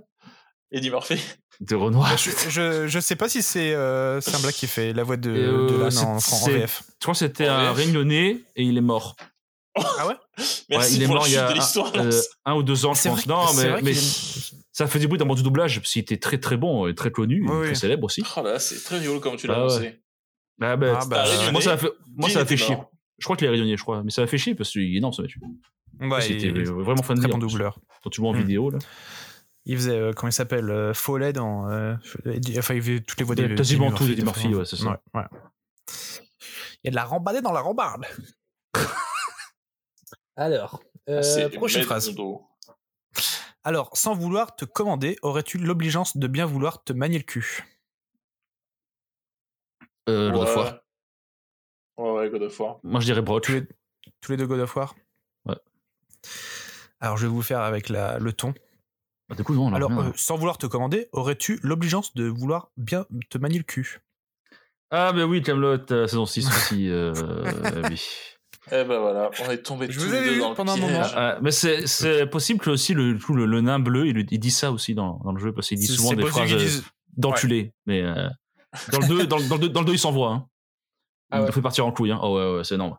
Speaker 6: Eddie Murphy
Speaker 3: De Renoir.
Speaker 5: Je, je, je sais pas si c'est euh, c'est un black qui fait la voix de,
Speaker 3: Euh,
Speaker 5: de l'âne
Speaker 3: c'est-
Speaker 5: en, en
Speaker 3: c'est-
Speaker 5: VF.
Speaker 3: Je crois que c'était
Speaker 6: En
Speaker 3: un
Speaker 6: VF.
Speaker 3: réunionnais et il est mort.
Speaker 6: Merci
Speaker 3: Ouais, il est
Speaker 6: pour
Speaker 3: mort
Speaker 6: la
Speaker 3: il y
Speaker 6: chute
Speaker 3: a
Speaker 6: de l'histoire.
Speaker 3: un, euh,
Speaker 6: Lance.
Speaker 3: un ou deux ans, je
Speaker 5: C'est
Speaker 3: pense.
Speaker 5: vrai-
Speaker 3: non,
Speaker 5: c'est
Speaker 3: mais,
Speaker 5: vrai
Speaker 3: mais
Speaker 5: qu'il
Speaker 3: ça fait du bruit d'un moment du doublage, parce qu'il était très très bon et très connu,
Speaker 5: Oui,
Speaker 3: et très
Speaker 5: oui.
Speaker 3: célèbre aussi.
Speaker 6: Oh là, c'est très rigolo comme tu l'as
Speaker 3: Ah ouais.
Speaker 6: annoncé.
Speaker 3: Ah, bah,
Speaker 5: Ah, bah,
Speaker 6: un réunionnais.
Speaker 3: moi, ça a fait, moi,
Speaker 6: Dean
Speaker 3: ça a
Speaker 6: était
Speaker 3: fait chier.
Speaker 6: mort.
Speaker 3: Je crois qu'il est réunionnais, je crois. Mais ça a fait chier parce qu'il est énorme ce mec.
Speaker 5: Ouais,
Speaker 3: C'était
Speaker 5: il-
Speaker 3: vraiment fan euh, de
Speaker 5: très
Speaker 3: lui,
Speaker 5: bon
Speaker 3: en plus.
Speaker 5: doubleur.
Speaker 3: Quand tu vois en
Speaker 5: Hmm.
Speaker 3: vidéo, là.
Speaker 5: Il faisait, euh, comment il s'appelle, euh, Follet dans. euh, Eddie- enfin, il faisait toutes les voix
Speaker 3: Il y a
Speaker 5: d'Eddie
Speaker 3: quasiment
Speaker 5: Murphy,
Speaker 3: tout d'Eddie Murphy,
Speaker 5: façon.
Speaker 3: ouais, c'est ça.
Speaker 5: ouais. Il y a de la rambadée dans la rambarde. Alors,
Speaker 6: Ah, C'est
Speaker 5: Euh, prochaine
Speaker 6: Mel
Speaker 5: phrase.
Speaker 6: Rondo.
Speaker 5: Alors, sans vouloir te commander, aurais-tu l'obligeance de bien vouloir te manier le cul
Speaker 3: Euh, God
Speaker 6: Ouais.
Speaker 3: of War.
Speaker 6: Ouais, ouais, God of War.
Speaker 3: Moi, je dirais Brock.
Speaker 5: Tous les, tous les deux God of War
Speaker 3: Ouais.
Speaker 5: Alors, je vais vous faire avec la- le ton.
Speaker 3: Ah, du coup, non, là,
Speaker 5: Alors,
Speaker 3: rien.
Speaker 5: euh, sans vouloir te commander, aurais-tu l'obligeance de vouloir bien te manier le cul
Speaker 3: Ah, mais oui, Camelot, saison 6 aussi. euh, euh, oui.
Speaker 6: Eh ben voilà, on est tombés
Speaker 5: Je
Speaker 6: tous
Speaker 5: vous
Speaker 6: les
Speaker 5: avais
Speaker 6: deux
Speaker 5: eu
Speaker 6: dans le
Speaker 5: pendant un
Speaker 6: piège.
Speaker 5: moment.
Speaker 3: Ah, mais c'est- c'est possible que aussi le, tout le, le nain bleu, il, il dit ça aussi dans, dans le jeu, parce qu'il dit
Speaker 5: C'est-
Speaker 3: souvent
Speaker 5: c'est
Speaker 3: des
Speaker 5: possible
Speaker 3: phrases
Speaker 5: qu'ils
Speaker 3: euh,
Speaker 5: disent-
Speaker 3: d'enculé. Mais euh, dans, le 2, dans, le- dans, le deux- dans le 2, il s'envoie. Hein.
Speaker 8: Ah
Speaker 3: il
Speaker 8: ouais.
Speaker 3: le fait partir en couille. Hein. Oh ouais, ouais, c'est énorme.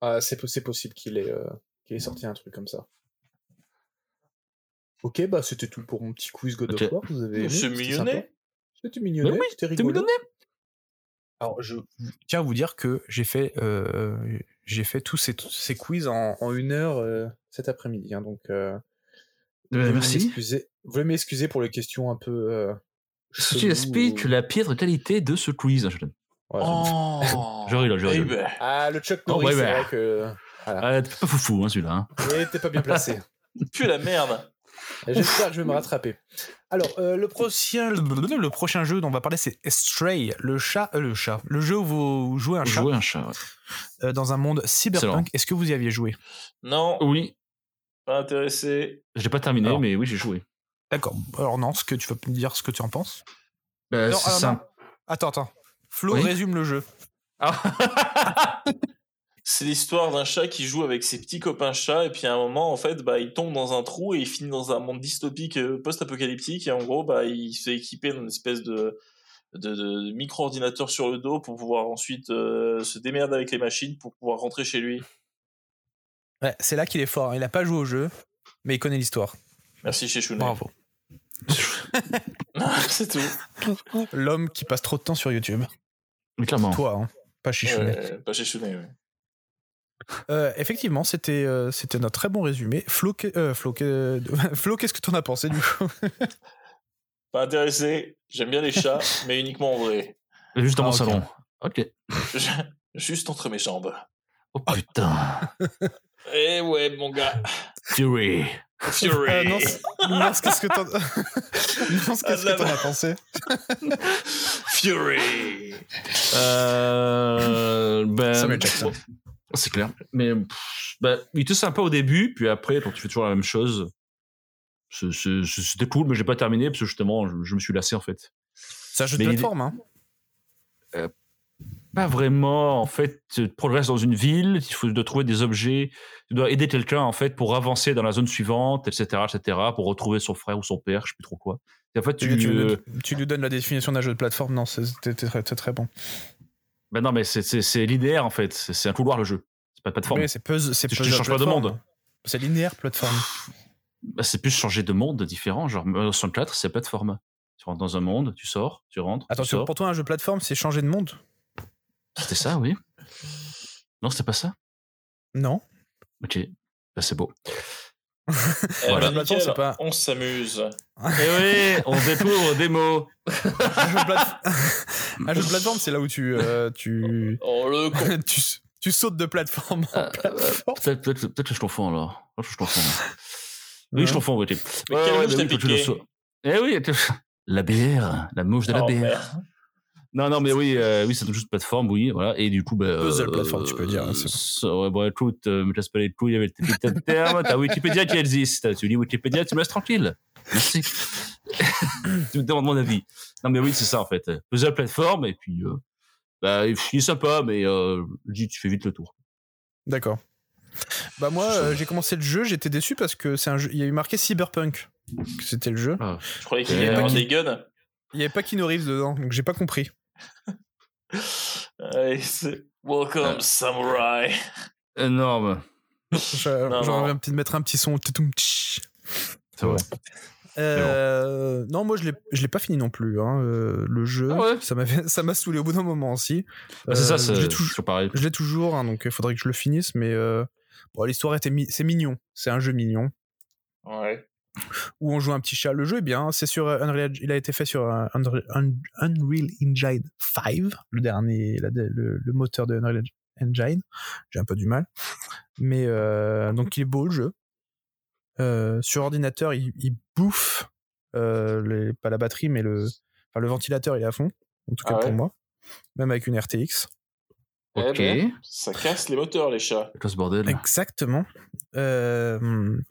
Speaker 8: Ah, c'est po- c'est possible qu'il ait, euh, qu'il ait sorti un truc comme ça. Ok, bah c'était tout pour mon petit quiz God
Speaker 3: Ok.
Speaker 8: of War. Vous avez aimé,
Speaker 6: Monsieur
Speaker 8: c'était
Speaker 6: Millionnet.
Speaker 8: sympa. C'était mignonnet,
Speaker 3: Mais oui,
Speaker 8: c'était
Speaker 3: T'es
Speaker 8: rigolo.
Speaker 3: donné
Speaker 5: Alors, je tiens à vous dire que j'ai fait, euh, j'ai fait tous ces, tous ces quiz en.
Speaker 8: En une heure euh, cet après-midi, hein, donc... euh, vous
Speaker 3: Eh Euh, ben, Merci.
Speaker 8: m'excusez- Vous voulez m'excuser pour les questions un peu... euh,
Speaker 3: Ceci explique
Speaker 8: cheloues.
Speaker 3: la pire qualité de ce quiz. Je,
Speaker 8: Ouais.
Speaker 6: Oh
Speaker 3: je rigole, ah. je
Speaker 6: Eh
Speaker 3: rigole.
Speaker 6: ben,
Speaker 8: Ah, le Chuck
Speaker 3: Oh,
Speaker 8: Norris,
Speaker 3: ouais,
Speaker 8: c'est
Speaker 3: ouais.
Speaker 8: vrai que...
Speaker 3: Ah, t'es pas foufou, hein, celui-là. hein.
Speaker 8: Mais t'es pas bien placé.
Speaker 6: pue la merde.
Speaker 8: J'espère que je vais me rattraper. Alors, euh, le pro...
Speaker 5: Prochain, le prochain jeu dont on va parler, c'est Stray, le chat, euh, le chat, le jeu où vous jouez un chat
Speaker 3: Jouer un chat. ouais.
Speaker 5: euh, dans un monde
Speaker 3: Excellent.
Speaker 5: cyberpunk. Est-ce que vous y aviez joué
Speaker 6: Non,
Speaker 3: Oui,
Speaker 6: pas intéressé.
Speaker 3: je l'ai pas terminé,
Speaker 5: Alors.
Speaker 3: mais oui, j'ai joué.
Speaker 5: D'accord. Alors non, ce que tu vas me dire, ce que tu en penses.
Speaker 3: Bah,
Speaker 5: Non,
Speaker 3: c'est
Speaker 5: ah, non.
Speaker 3: sympa.
Speaker 5: Attends, attends. Flo
Speaker 3: Oui.
Speaker 5: résume le jeu.
Speaker 6: C'est l'histoire d'un chat qui joue avec ses petits copains chats et puis à un moment en fait bah il tombe dans un trou et il finit dans un monde dystopique euh, post-apocalyptique et en gros bah il se fait équiper d'une espèce de de, de micro-ordinateur sur le dos pour pouvoir ensuite euh, se démerder avec les machines pour pouvoir rentrer chez lui.
Speaker 5: Ouais, c'est là qu'il est fort. hein. Il n'a pas joué au jeu, mais il connaît l'histoire.
Speaker 6: Merci chez Shunai.
Speaker 5: Bravo.
Speaker 6: C'est tout.
Speaker 5: L'homme qui passe trop de temps sur YouTube.
Speaker 3: Mais clairement.
Speaker 5: Toi, hein, pas chichonné.
Speaker 6: Ouais, pas chez Shunai, ouais.
Speaker 5: Euh, effectivement, c'était euh, c'était notre très bon résumé. Flo, que- euh, Flo, que- Flo, qu'est-ce que t'en as pensé du coup
Speaker 6: Pas intéressé. J'aime bien les chats, mais uniquement en vrai.
Speaker 3: Juste dans
Speaker 5: Ah,
Speaker 3: mon
Speaker 5: ok.
Speaker 3: salon. Ok.
Speaker 6: Je- Juste entre mes jambes.
Speaker 3: Oh putain.
Speaker 6: Eh ouais, mon gars.
Speaker 3: Fury.
Speaker 6: Fury.
Speaker 5: Euh, Non, c'est- non, c'est- qu'est-ce que t'en Non, c'est- qu'est-ce que t'en as pensé
Speaker 6: Fury.
Speaker 3: Euh, ben,
Speaker 5: Samuel Jackson.
Speaker 3: C'est clair. Mais pff, bah, il était sympa au début, puis après, quand tu fais toujours la même chose, c'est- c'est- c'est- c'était cool, mais j'ai pas terminé parce que justement, je, je me suis lassé en fait.
Speaker 5: C'est un jeu de
Speaker 3: Mais il-
Speaker 5: plateforme, hein.
Speaker 3: Pas vraiment, en fait, tu progresses dans une ville, il faut de trouver des objets, tu dois aider quelqu'un en fait pour avancer dans la zone suivante, etc., etc., pour retrouver son frère ou son père, je sais plus trop quoi. Et en fait, tu,
Speaker 5: Tu, tu-
Speaker 3: euh,
Speaker 5: tu lui donnes la définition d'un jeu de plateforme, non, c'est- c'était très, c'était très bon.
Speaker 3: bah non, mais c'est- c'est c'est linéaire en fait, c'est c'est un couloir le jeu, c'est pas de plateforme.
Speaker 5: Oui, c'est puzzle. C'est
Speaker 3: Tu- tu
Speaker 5: puzzle
Speaker 3: changes pas de
Speaker 5: plateforme.
Speaker 3: monde.
Speaker 5: C'est linéaire, plateforme.
Speaker 3: Bah, c'est plus changer de monde différent. Genre, Mario 64, c'est plateforme. Tu rentres dans un monde, tu sors, tu rentres. tu
Speaker 5: Attention,
Speaker 3: sors.
Speaker 5: pour toi, un jeu de plateforme, c'est changer de monde
Speaker 3: C'était ça, oui. Non, c'était pas ça.
Speaker 5: Non.
Speaker 3: Ok. Bah, c'est beau.
Speaker 6: Eh
Speaker 3: Voilà.
Speaker 6: ben,
Speaker 5: Maintenant,
Speaker 6: nickel,
Speaker 5: c'est pas-
Speaker 6: On s'amuse.
Speaker 3: Eh oui, on découvre des mots.
Speaker 5: Un jeu de, plate- un jeu de plateforme, c'est là où tu, euh, tu,
Speaker 6: On Oh, le con-
Speaker 5: tu, tu sautes de plateforme en
Speaker 3: Euh,
Speaker 5: plateforme.
Speaker 3: Peut-être peut que je confonds alors. Peut-être que je confonds.
Speaker 5: Ouais.
Speaker 3: Oui,
Speaker 5: Hein.
Speaker 3: je confonds, ok.
Speaker 6: Mais quelle mouche
Speaker 3: bah
Speaker 6: t'a
Speaker 3: quand tu le
Speaker 6: piqué
Speaker 3: sors. Eh oui, la bière, la mouche de la
Speaker 6: Oh,
Speaker 3: bière.
Speaker 6: merde.
Speaker 3: Non, non, mais oui, euh, oui c'est une juste plateforme, oui, voilà. Et du coup, bah,
Speaker 5: Puzzle plateforme, tu peux dire, hein, c'est bon.
Speaker 3: ça- ouais, bon, écoute, euh, me casse pas les couilles avec tes putains de termes. T'as Wikipédia qui existe. Tu lis Wikipédia, tu me laisses tranquille. Merci. tu me demandes mon avis. Non, mais oui, c'est ça, en fait. Puzzle plateforme, et puis, euh, bah, il est sympa, mais, euh, je dis, tu fais vite le tour.
Speaker 5: D'accord. Bah moi, euh, j'ai commencé le jeu, j'étais déçu parce que c'est un jeu. Il y a eu marqué Cyberpunk. que C'était le jeu.
Speaker 6: Je croyais qu'il
Speaker 3: Euh,
Speaker 6: y avait
Speaker 5: Bucky.
Speaker 6: des guns.
Speaker 5: Il n'y avait pas Kino Reeves dedans, donc j'ai pas compris.
Speaker 6: Allez, c'est- Welcome,
Speaker 5: Ah.
Speaker 3: Euh.
Speaker 6: Samurai.
Speaker 3: Énorme.
Speaker 5: J'a-
Speaker 6: Non,
Speaker 5: J'aurais
Speaker 6: non.
Speaker 5: envie de mettre un petit son. toutoum, tch.
Speaker 3: C'est vrai.
Speaker 5: Euh, non, moi je l'ai, je l'ai pas fini non plus. hein, euh, le jeu,
Speaker 3: Ah ouais
Speaker 5: ça m'avait, ça m'a saoulé au bout d'un moment aussi.
Speaker 3: Bah, c'est
Speaker 5: Euh,
Speaker 3: ça,
Speaker 5: je l'ai
Speaker 3: c'est
Speaker 5: tou-
Speaker 3: toujours pareil.
Speaker 5: je l'ai toujours, hein, donc il faudrait que je le finisse. Mais euh, bon, l'histoire était, mi- c'est mignon. C'est un jeu mignon
Speaker 6: Ouais.
Speaker 5: où on joue un petit chat. Le jeu est bien. hein, C'est sur euh, Unreal, il a été fait sur euh, Unreal, Un- Unreal Engine 5, le dernier, la- le, le moteur de Unreal Engine. J'ai un peu du mal, mais euh, donc il est beau le jeu. Euh, sur ordinateur, il, il bouffe euh, les- pas la batterie, mais le, enfin, le ventilateur, il est à fond. En tout cas
Speaker 6: Ah ouais
Speaker 5: pour moi, même avec une RTX.
Speaker 6: Eh
Speaker 3: Ok.
Speaker 6: ben. Ça casse les moteurs, les chats.
Speaker 3: Quoi, ce bordel?
Speaker 5: Exactement. Euh, hmm.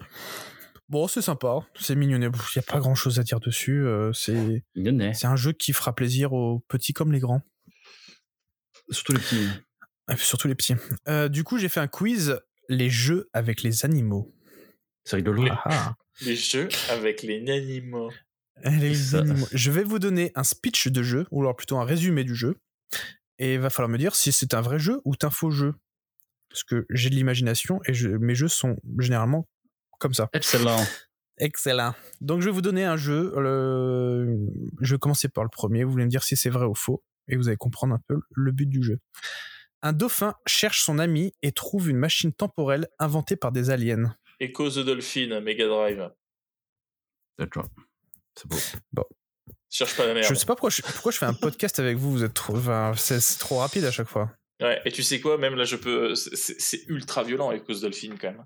Speaker 5: bon, c'est sympa, c'est mignonné. Il n'y a pas grand chose à dire dessus. euh, c'est
Speaker 3: Lyonnais.
Speaker 5: c'est un jeu qui fera plaisir aux petits comme les grands,
Speaker 3: Surtout les petits.
Speaker 5: Euh, surtout les petits. Euh, du coup, j'ai fait un quiz les jeux avec les animaux.
Speaker 3: C'est rigolo.
Speaker 5: Ah,
Speaker 6: Les jeux avec les animaux.
Speaker 5: Eh, les
Speaker 3: ça.
Speaker 5: animaux. Je vais vous donner un speech de jeu, ou alors plutôt un résumé du jeu, et il va falloir me dire si c'est un vrai jeu ou un faux jeu. Parce que j'ai de l'imagination et je- mes jeux sont généralement comme ça.
Speaker 3: Excellent.
Speaker 5: Excellent. Donc je vais vous donner un jeu. Le... Je vais commencer par le premier. Vous voulez me dire si c'est vrai ou faux. Et vous allez comprendre un peu le but du jeu. Un dauphin cherche son ami et trouve une machine temporelle inventée par des aliens.
Speaker 6: Echo the Dolphin, Mega Drive.
Speaker 3: D'accord. C'est beau.
Speaker 6: Cherche pas la merde.
Speaker 5: Je sais pas pourquoi je, pourquoi je fais un podcast avec vous. Vous êtes trop, enfin, c'est c'est trop rapide à chaque fois.
Speaker 6: Ouais, et tu sais quoi, même là, je peux. c'est- C'est c'est ultra violent, Echo the Dolphin, quand même.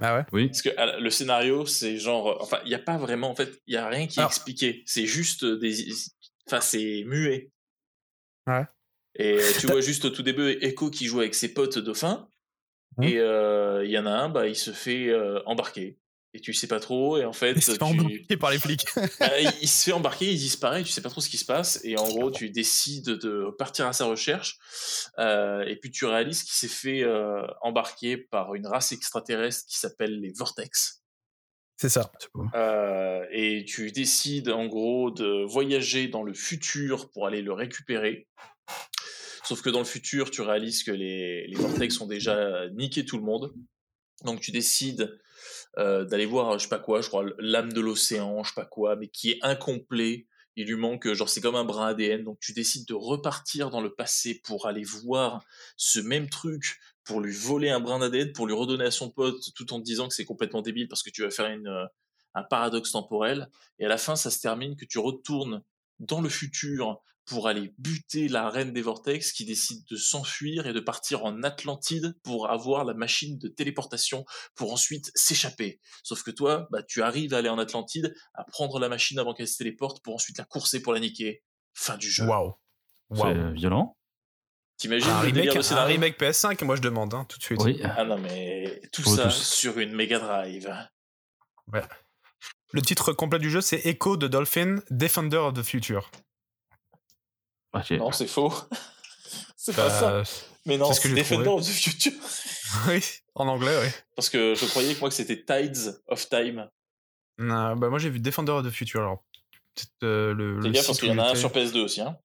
Speaker 5: Ah ouais.
Speaker 3: Oui.
Speaker 6: Parce que à la- le scénario, c'est genre. euh, Enfin, il n'y a pas vraiment. En fait, il n'y a rien qui est
Speaker 5: Alors-
Speaker 6: expliqué. C'est juste des. Enfin, c'est muet.
Speaker 5: Ouais.
Speaker 6: Et euh, tu vois juste au tout début Echo qui joue avec ses potes dauphins.
Speaker 5: Mhm.
Speaker 6: Et euh, il y en a un, bah, il se fait euh, embarquer. et tu sais pas trop et en fait
Speaker 5: Il se fait
Speaker 6: tu-
Speaker 5: embrouiller par les flics.
Speaker 6: bah, il- il se fait embarquer, il disparaît, tu sais pas trop ce qui se passe, et en gros, tu décides de partir à sa recherche, euh, et puis tu réalises qu'il s'est fait euh, embarquer par une race extraterrestre qui s'appelle les Vortex.
Speaker 5: C'est ça.
Speaker 6: Euh, et tu décides, en gros, de voyager dans le futur pour aller le récupérer. Sauf que dans le futur, tu réalises que les, les Vortex ont déjà niqué tout le monde. Donc tu décides euh, d'aller voir, je sais pas quoi, je crois, l'âme de l'océan, je sais pas quoi, mais qui est incomplet. Il lui manque, genre, c'est comme un brin ADN. Donc tu décides de repartir dans le passé pour aller voir ce même truc, pour lui voler un brin d'ADN, pour lui redonner à son pote, tout en te disant que c'est complètement débile parce que tu vas faire une, euh, un paradoxe temporel. Et à la fin, ça se termine que tu retournes dans le futur pour aller buter la reine des vortex qui décide de s'enfuir et de partir en Atlantide pour avoir la machine de téléportation pour ensuite s'échapper. Sauf que toi, bah, tu arrives à aller en Atlantide, à prendre la machine avant qu'elle se téléporte pour ensuite la courser pour la niquer. Fin du jeu.
Speaker 5: Waouh.
Speaker 3: C'est violent.
Speaker 6: T'imagines
Speaker 5: Un
Speaker 6: le délire
Speaker 5: remake,
Speaker 6: de
Speaker 5: un
Speaker 6: scénario
Speaker 5: remake PS5, moi je demande hein, tout de suite.
Speaker 3: Oui.
Speaker 6: Ah non, mais tout
Speaker 3: Faut
Speaker 6: ça
Speaker 3: tous.
Speaker 6: sur une Mega Drive.
Speaker 5: Le titre complet du jeu, c'est Echo de Dolphin, Defender of the Future.
Speaker 3: Ok.
Speaker 5: Oh.
Speaker 6: Non, c'est faux. c'est pas ça.
Speaker 5: Euh,
Speaker 6: Mais non,
Speaker 5: c'est ce que
Speaker 6: c'est
Speaker 5: j'ai
Speaker 6: Defender of the Future.
Speaker 5: oui, en anglais, oui.
Speaker 6: Parce que je croyais que moi que c'était Tides of Time.
Speaker 5: Non, bah moi j'ai vu Defender of the Future, alors peut-être euh, le.
Speaker 6: Fais
Speaker 5: le
Speaker 6: gaffe
Speaker 5: site
Speaker 6: parce qu'il
Speaker 5: où
Speaker 6: y en a un
Speaker 5: j'étais.
Speaker 6: sur PS2 aussi. Hein.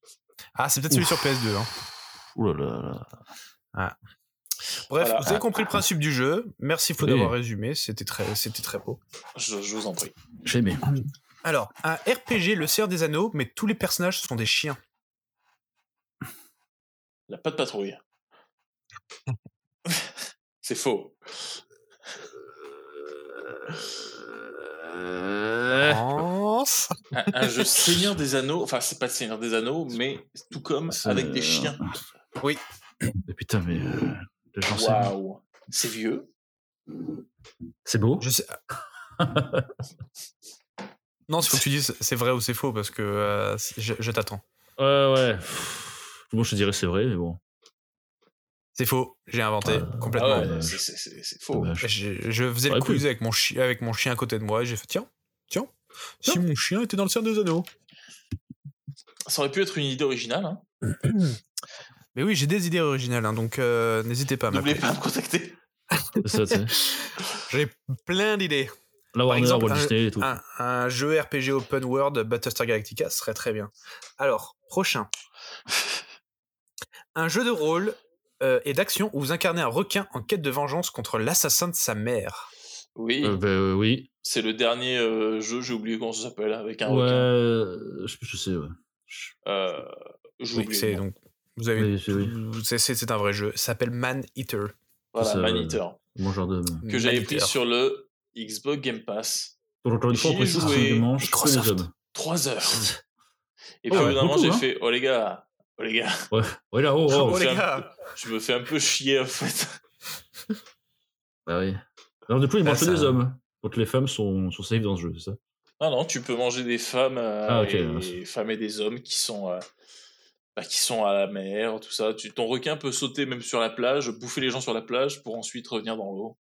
Speaker 5: Ah, c'est peut-être celui
Speaker 3: Ouf.
Speaker 5: sur PS2. hein.
Speaker 3: Ouh là là là.
Speaker 5: Bref,
Speaker 6: Voilà.
Speaker 5: vous avez compris le principe du jeu. Merci Flo
Speaker 3: Oui.
Speaker 5: d'avoir résumé, c'était très, c'était très beau.
Speaker 6: Je, je vous en prie.
Speaker 3: J'ai aimé.
Speaker 5: Alors, un RPG, le Seigneur des Anneaux, mais tous les personnages sont des chiens.
Speaker 6: La pas de patrouille. c'est faux.
Speaker 5: France.
Speaker 6: Un, un jeu Seigneur des Anneaux. Enfin, c'est pas le Seigneur des Anneaux, mais tout comme
Speaker 3: C'est-
Speaker 6: avec des chiens.
Speaker 3: Mais putain, mais euh, les gens s'aiment.
Speaker 6: Waouh. C'est vieux.
Speaker 3: C'est beau.
Speaker 5: Je sais. non, il faut que tu dises c'est vrai ou c'est faux parce que euh, c'est- je, je t'attends.
Speaker 3: Ouais, ouais. Pff, Bon, je te dirais c'est vrai, mais bon.
Speaker 5: C'est faux, j'ai inventé complètement. euh,
Speaker 6: Ah ouais,
Speaker 3: dommage.
Speaker 6: c'est- c'est c'est- c'est faux.
Speaker 3: Dommage.
Speaker 5: Je, je faisais le
Speaker 3: Ouais,
Speaker 5: quiz
Speaker 3: cool.
Speaker 5: avec, mon chi- avec mon chien à côté de moi et j'ai fait tiens, tiens, si
Speaker 3: Tiens.
Speaker 5: mon chien était dans le Seigneur des Anneaux.
Speaker 6: Ça aurait pu être une idée originale. hein.
Speaker 5: Mais oui, j'ai des idées originales, hein, donc euh, n'hésitez pas. à
Speaker 6: N'oubliez
Speaker 5: m'appeler.
Speaker 6: pas de me contacter.
Speaker 3: C'est ça, tu sais.
Speaker 5: J'ai plein d'idées.
Speaker 3: Là, Warner,
Speaker 5: exemple,
Speaker 3: Walt
Speaker 5: un-
Speaker 3: Disney et tout. Euh,
Speaker 5: Un, un jeu RPG open world Battlestar Galactica serait très bien. Alors, prochain. Un jeu de rôle euh, et d'action où vous incarnez un requin en quête de vengeance contre l'assassin de sa mère.
Speaker 6: Oui,
Speaker 3: Euh, bah, euh, oui.
Speaker 6: c'est le dernier euh, jeu, j'ai oublié comment ça s'appelle, avec un
Speaker 3: ouais,
Speaker 6: requin.
Speaker 3: euh, je, je sais, ouais. Je-
Speaker 6: Euh, j'ai
Speaker 5: Oui,
Speaker 6: oublié
Speaker 5: c'est
Speaker 6: le nom.
Speaker 5: donc. Vous avez.
Speaker 3: Oui, c'est- oui.
Speaker 5: c'est- C'est c'est un vrai jeu. Ça s'appelle Man Eater.
Speaker 6: Voilà,
Speaker 3: ça, euh,
Speaker 6: Maniteur.
Speaker 3: Mon genre de. euh,
Speaker 6: que j'avais
Speaker 5: Man
Speaker 6: pris
Speaker 5: Eater.
Speaker 6: sur le Xbox Game Pass.
Speaker 3: Pour encore une fois,
Speaker 6: J'y
Speaker 3: on
Speaker 6: ai
Speaker 3: précise que
Speaker 6: joué.
Speaker 3: c'est dimanche, que les
Speaker 5: Microsoft.
Speaker 3: hommes.
Speaker 6: 3 heures. Et puis
Speaker 3: Oh,
Speaker 6: au bout
Speaker 3: ouais,
Speaker 6: d'un moment,
Speaker 3: beaucoup,
Speaker 6: j'ai
Speaker 3: hein.
Speaker 6: fait Oh les gars, oh les gars,
Speaker 3: Ouais, là, oh, oh.
Speaker 5: Oh, les
Speaker 6: c'est un-
Speaker 5: gars
Speaker 6: je me fais un peu chier en fait.
Speaker 3: Bah oui. Alors, du coup, il
Speaker 5: Ah,
Speaker 3: mange que
Speaker 5: ça-
Speaker 3: des hommes. Donc, les femmes sont, sont safe dans ce jeu, c'est ça
Speaker 6: Non, Ah non, tu peux manger des femmes, euh,
Speaker 3: Ah, ok.
Speaker 6: et, des femmes et des hommes qui sont, euh, bah, qui sont à la mer, tout ça. Tu, ton requin peut sauter même sur la plage, bouffer les gens sur la plage pour ensuite revenir dans l'eau.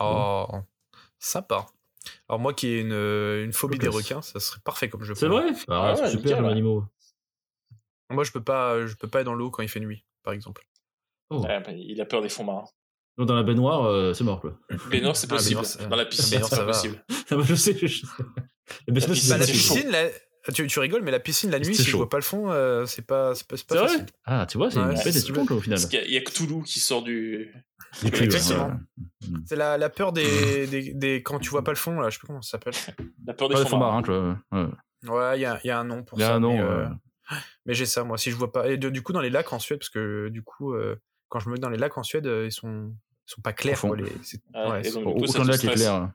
Speaker 5: Oh, sympa. Alors, moi qui ai une, une phobie
Speaker 3: Ok.
Speaker 5: des requins, ça serait parfait comme jeu.
Speaker 3: C'est
Speaker 5: pour moi.
Speaker 3: vrai Ah,
Speaker 6: Ah ouais,
Speaker 3: c'est super,
Speaker 6: nickel,
Speaker 3: les
Speaker 6: ouais.
Speaker 3: animaux.
Speaker 5: Moi, je peux pas, je peux pas être dans l'eau quand il fait nuit, par exemple.
Speaker 3: Oh.
Speaker 6: Ouais, bah, il a peur des fonds marins.
Speaker 3: Non, dans la baignoire, euh, c'est mort, quoi.
Speaker 6: Baignoire, c'est
Speaker 5: Ah,
Speaker 6: possible.
Speaker 5: baignoire, ça-
Speaker 6: dans la
Speaker 5: ah,
Speaker 6: piscine,
Speaker 5: baignoire,
Speaker 6: c'est
Speaker 5: ça
Speaker 6: pas
Speaker 5: va.
Speaker 6: possible.
Speaker 3: Ah, bah, je sais, je sais. La baignoire,
Speaker 6: piscine,
Speaker 3: c'est
Speaker 5: Bah, la
Speaker 6: chaud.
Speaker 5: piscine, la- tu, tu rigoles, mais la piscine la nuit,
Speaker 3: C'est
Speaker 5: si je
Speaker 3: chaud.
Speaker 5: vois pas le fond, euh, c'est pas, c'est pas, c'est pas
Speaker 3: C'est
Speaker 5: facile.
Speaker 3: vrai Ah, tu vois, c'est
Speaker 5: Ouais,
Speaker 3: une bête
Speaker 5: c'est-
Speaker 3: et au final.
Speaker 6: Parce qu'il y a- il y a Cthulhu qui sort du.
Speaker 3: Des clous, ouais,
Speaker 5: Exactement.
Speaker 3: ouais.
Speaker 5: C'est la, la peur des, des, des- quand tu vois pas le fond là, je sais plus comment ça s'appelle.
Speaker 6: La peur des
Speaker 3: Pas des
Speaker 6: fonds
Speaker 3: fonds
Speaker 6: marins.
Speaker 3: marins, quoi. ouais.
Speaker 5: Ouais, il y a, y a un nom pour
Speaker 3: Il y a
Speaker 5: ça.
Speaker 3: un nom,
Speaker 5: mais, euh,
Speaker 3: ouais.
Speaker 5: mais j'ai ça moi, si je vois pas. Et de- du coup dans les lacs en Suède, parce que du coup euh, quand je me mets dans les lacs en Suède, euh, ils sont ils sont pas clairs.
Speaker 3: Profond.
Speaker 5: Quoi, les, c'est-
Speaker 6: Ah,
Speaker 5: ouais,
Speaker 6: et
Speaker 5: c'est-
Speaker 6: donc, du coup, ça
Speaker 3: Aucun
Speaker 6: te
Speaker 3: lac est
Speaker 6: stresse.
Speaker 3: clair.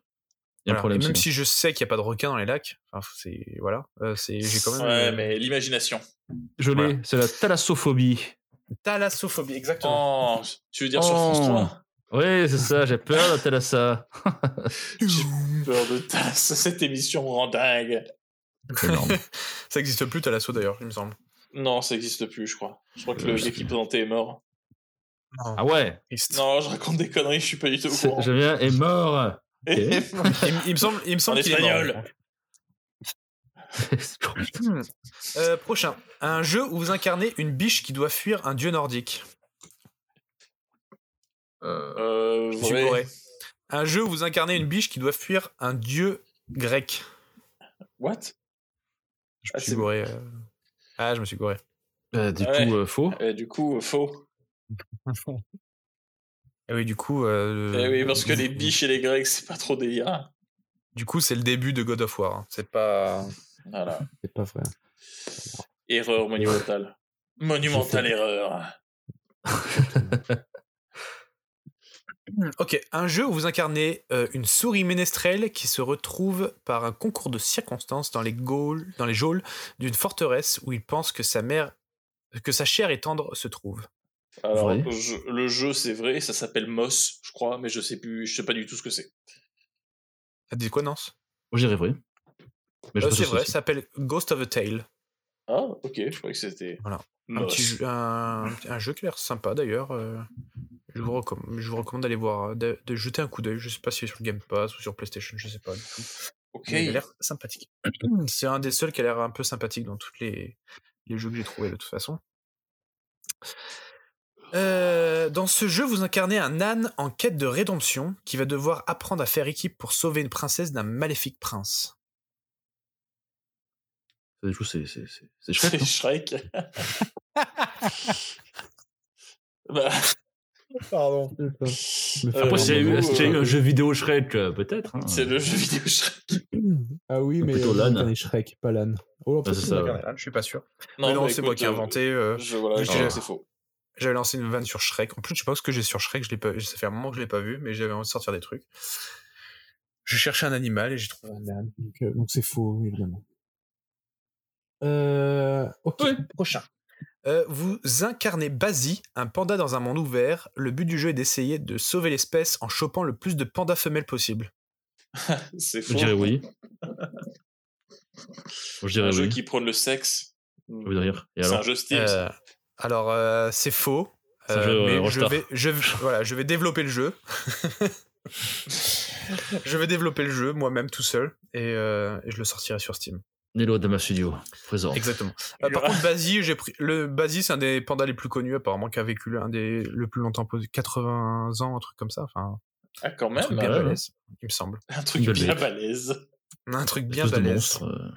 Speaker 3: Il y a
Speaker 5: voilà. Et
Speaker 3: un problème.
Speaker 5: même
Speaker 3: sinon.
Speaker 5: si je sais qu'il y a pas de requins dans les lacs, enfin, c'est voilà, euh, c'est j'ai quand même.
Speaker 6: Ouais,
Speaker 5: euh,
Speaker 6: mais l'imagination.
Speaker 3: Je l'ai,
Speaker 5: Voilà.
Speaker 3: c'est la thalassophobie.
Speaker 5: Thalassophobie, exactement.
Speaker 6: Oh, tu veux dire sur
Speaker 3: Oh.
Speaker 6: France 3
Speaker 3: Ouais, c'est ça, j'ai peur de la thalassa.
Speaker 6: J'ai peur de tasse, cette émission me rend dingue.
Speaker 3: C'est énorme.
Speaker 5: Ça existe plus Thalasso d'ailleurs, il me semble.
Speaker 6: Non, ça n'existe plus, je crois. Je crois que
Speaker 3: Euh,
Speaker 6: le
Speaker 3: je sais
Speaker 6: gars qui présentait est mort.
Speaker 3: Ah ouais,
Speaker 5: Triste.
Speaker 6: Non, je raconte des conneries, je suis pas du tout au
Speaker 3: c'est-
Speaker 6: courant.
Speaker 3: Julien est mort.
Speaker 1: Il, il me semble, il me semble qu'il est mort.
Speaker 6: espagnol.
Speaker 5: Euh, prochain. Un jeu où vous incarnez une biche qui doit fuir un dieu nordique.
Speaker 6: Euh,
Speaker 5: Je suis
Speaker 6: vrai.
Speaker 5: bourré. Un jeu où vous incarnez une biche qui doit fuir un dieu grec.
Speaker 6: What
Speaker 5: Je
Speaker 6: Ah,
Speaker 5: me suis
Speaker 6: c'est-
Speaker 5: gouré. euh. Ah, je me suis gouré.
Speaker 3: Euh, du
Speaker 6: Ouais.
Speaker 3: coup, euh, faux.
Speaker 6: Eh, Du coup, faux.
Speaker 5: Et oui, du coup. euh,
Speaker 6: Eh oui, parce que les biches et les grecs, c'est pas trop délire.
Speaker 5: Du coup, c'est le début de God of War. hein. C'est pas.
Speaker 6: Voilà.
Speaker 9: C'est pas vrai.
Speaker 6: Erreur monumentale. Monumentale erreur.
Speaker 5: Ok, un jeu où vous incarnez euh, une souris ménestrelle qui se retrouve par un concours de circonstances dans les, gaules- dans les geôles d'une forteresse où il pense que sa mère, que sa chair est tendre se trouve.
Speaker 6: Alors,
Speaker 3: Vrai.
Speaker 6: je- le jeu, c'est vrai, ça s'appelle Moss, je crois, mais je sais plus, je sais pas du tout ce que c'est.
Speaker 5: Ça dit quoi, Nance
Speaker 3: Moi, Oh, j'y rêverais. Mais je
Speaker 5: Euh,
Speaker 3: pense
Speaker 5: C'est
Speaker 3: que
Speaker 5: vrai,
Speaker 3: c'est-
Speaker 5: ça s'appelle Ghost of a Tale.
Speaker 6: Ah, ok, je croyais que c'était.
Speaker 5: Voilà. Un,
Speaker 6: Moss.
Speaker 5: petit jeu, un, un jeu qui a l'air sympa d'ailleurs. euh, je vous recommande, je vous recommande d'aller voir, euh, de, de jeter un coup d'œil. Je sais pas si sur Game Pass ou sur PlayStation, je sais pas du tout.
Speaker 6: Ok.
Speaker 5: Mais Il a l'air sympathique. C'est un des seuls qui a l'air un peu sympathique dans tous les, les jeux que j'ai trouvés de toute façon. Euh, dans ce jeu, vous incarnez un âne en quête de rédemption qui va devoir apprendre à faire équipe pour sauver une princesse d'un maléfique prince.
Speaker 3: Du coup, c'est c'est- c'est- c'est chouette.
Speaker 6: C'est Shrek. Euh, bah,
Speaker 5: Pardon.
Speaker 6: euh,
Speaker 3: Après,
Speaker 6: bon,
Speaker 3: s'il y a eu-
Speaker 6: du coup,
Speaker 3: s'il y a eu
Speaker 6: euh,
Speaker 3: un jeu vidéo Shrek, euh, peut-être. hein.
Speaker 6: C'est le jeu vidéo Shrek.
Speaker 9: Ah oui,
Speaker 3: Ou
Speaker 9: mais
Speaker 3: plutôt
Speaker 9: euh,
Speaker 3: l'âne.
Speaker 9: putain, les Shrek, pas l'âne. Oh,
Speaker 3: Ah, c'est ça. ouais.
Speaker 5: Je suis pas sûr.
Speaker 6: Non,
Speaker 5: Mais non,
Speaker 6: bah,
Speaker 5: c'est
Speaker 6: écoute,
Speaker 5: moi qui ai
Speaker 6: euh,
Speaker 5: inventé. euh,
Speaker 6: Je, voilà,
Speaker 5: Mais
Speaker 6: je
Speaker 5: je-
Speaker 6: dirais que c'est faux.
Speaker 5: J'avais lancé une vanne sur Shrek. En plus, je sais pas ce que j'ai sur Shrek. Je l'ai pas, ça fait un moment que je l'ai pas vu, mais j'avais envie de sortir des trucs. Je cherchais un animal et j'ai trouvé.
Speaker 9: Un âne. Donc euh, donc c'est faux, oui, évidemment. Euh, ok, prochain.
Speaker 5: Euh, vous incarnez Basie, un panda dans un monde ouvert. Le but du jeu est d'essayer de sauver l'espèce en chopant le plus de pandas femelles possible.
Speaker 6: C'est faux.
Speaker 3: Je dirais oui. Je
Speaker 6: Un
Speaker 3: dirais
Speaker 6: jeu
Speaker 3: oui.
Speaker 6: qui prône le sexe. Hmm.
Speaker 3: Je veux dire. Et
Speaker 6: C'est un
Speaker 3: alors
Speaker 6: jeu Steam.
Speaker 5: Euh, alors, euh, c'est faux.
Speaker 3: C'est un
Speaker 5: Euh,
Speaker 3: jeu, euh,
Speaker 5: mais je
Speaker 3: Rockstar.
Speaker 5: vais, je, voilà, je vais développer le jeu. je vais développer le jeu moi-même tout seul et, euh, et je le sortirai sur Steam.
Speaker 3: Nelo Dama Studio, présent.
Speaker 5: Exactement. Euh, par contre, Basie, j'ai pris le Basie, c'est un des pandas les plus connus apparemment qui a vécu le- un des le plus longtemps, posé- 80 ans, un truc comme ça. Enfin,
Speaker 6: ah, quand
Speaker 5: un truc
Speaker 6: même.
Speaker 5: bien
Speaker 3: bah ouais, ouais.
Speaker 5: balèze, il me semble.
Speaker 6: Un truc
Speaker 3: Une belle
Speaker 6: bien
Speaker 3: bête.
Speaker 6: balèze.
Speaker 5: Un truc bien
Speaker 3: Espèce de
Speaker 5: balèze.
Speaker 3: monstre. euh,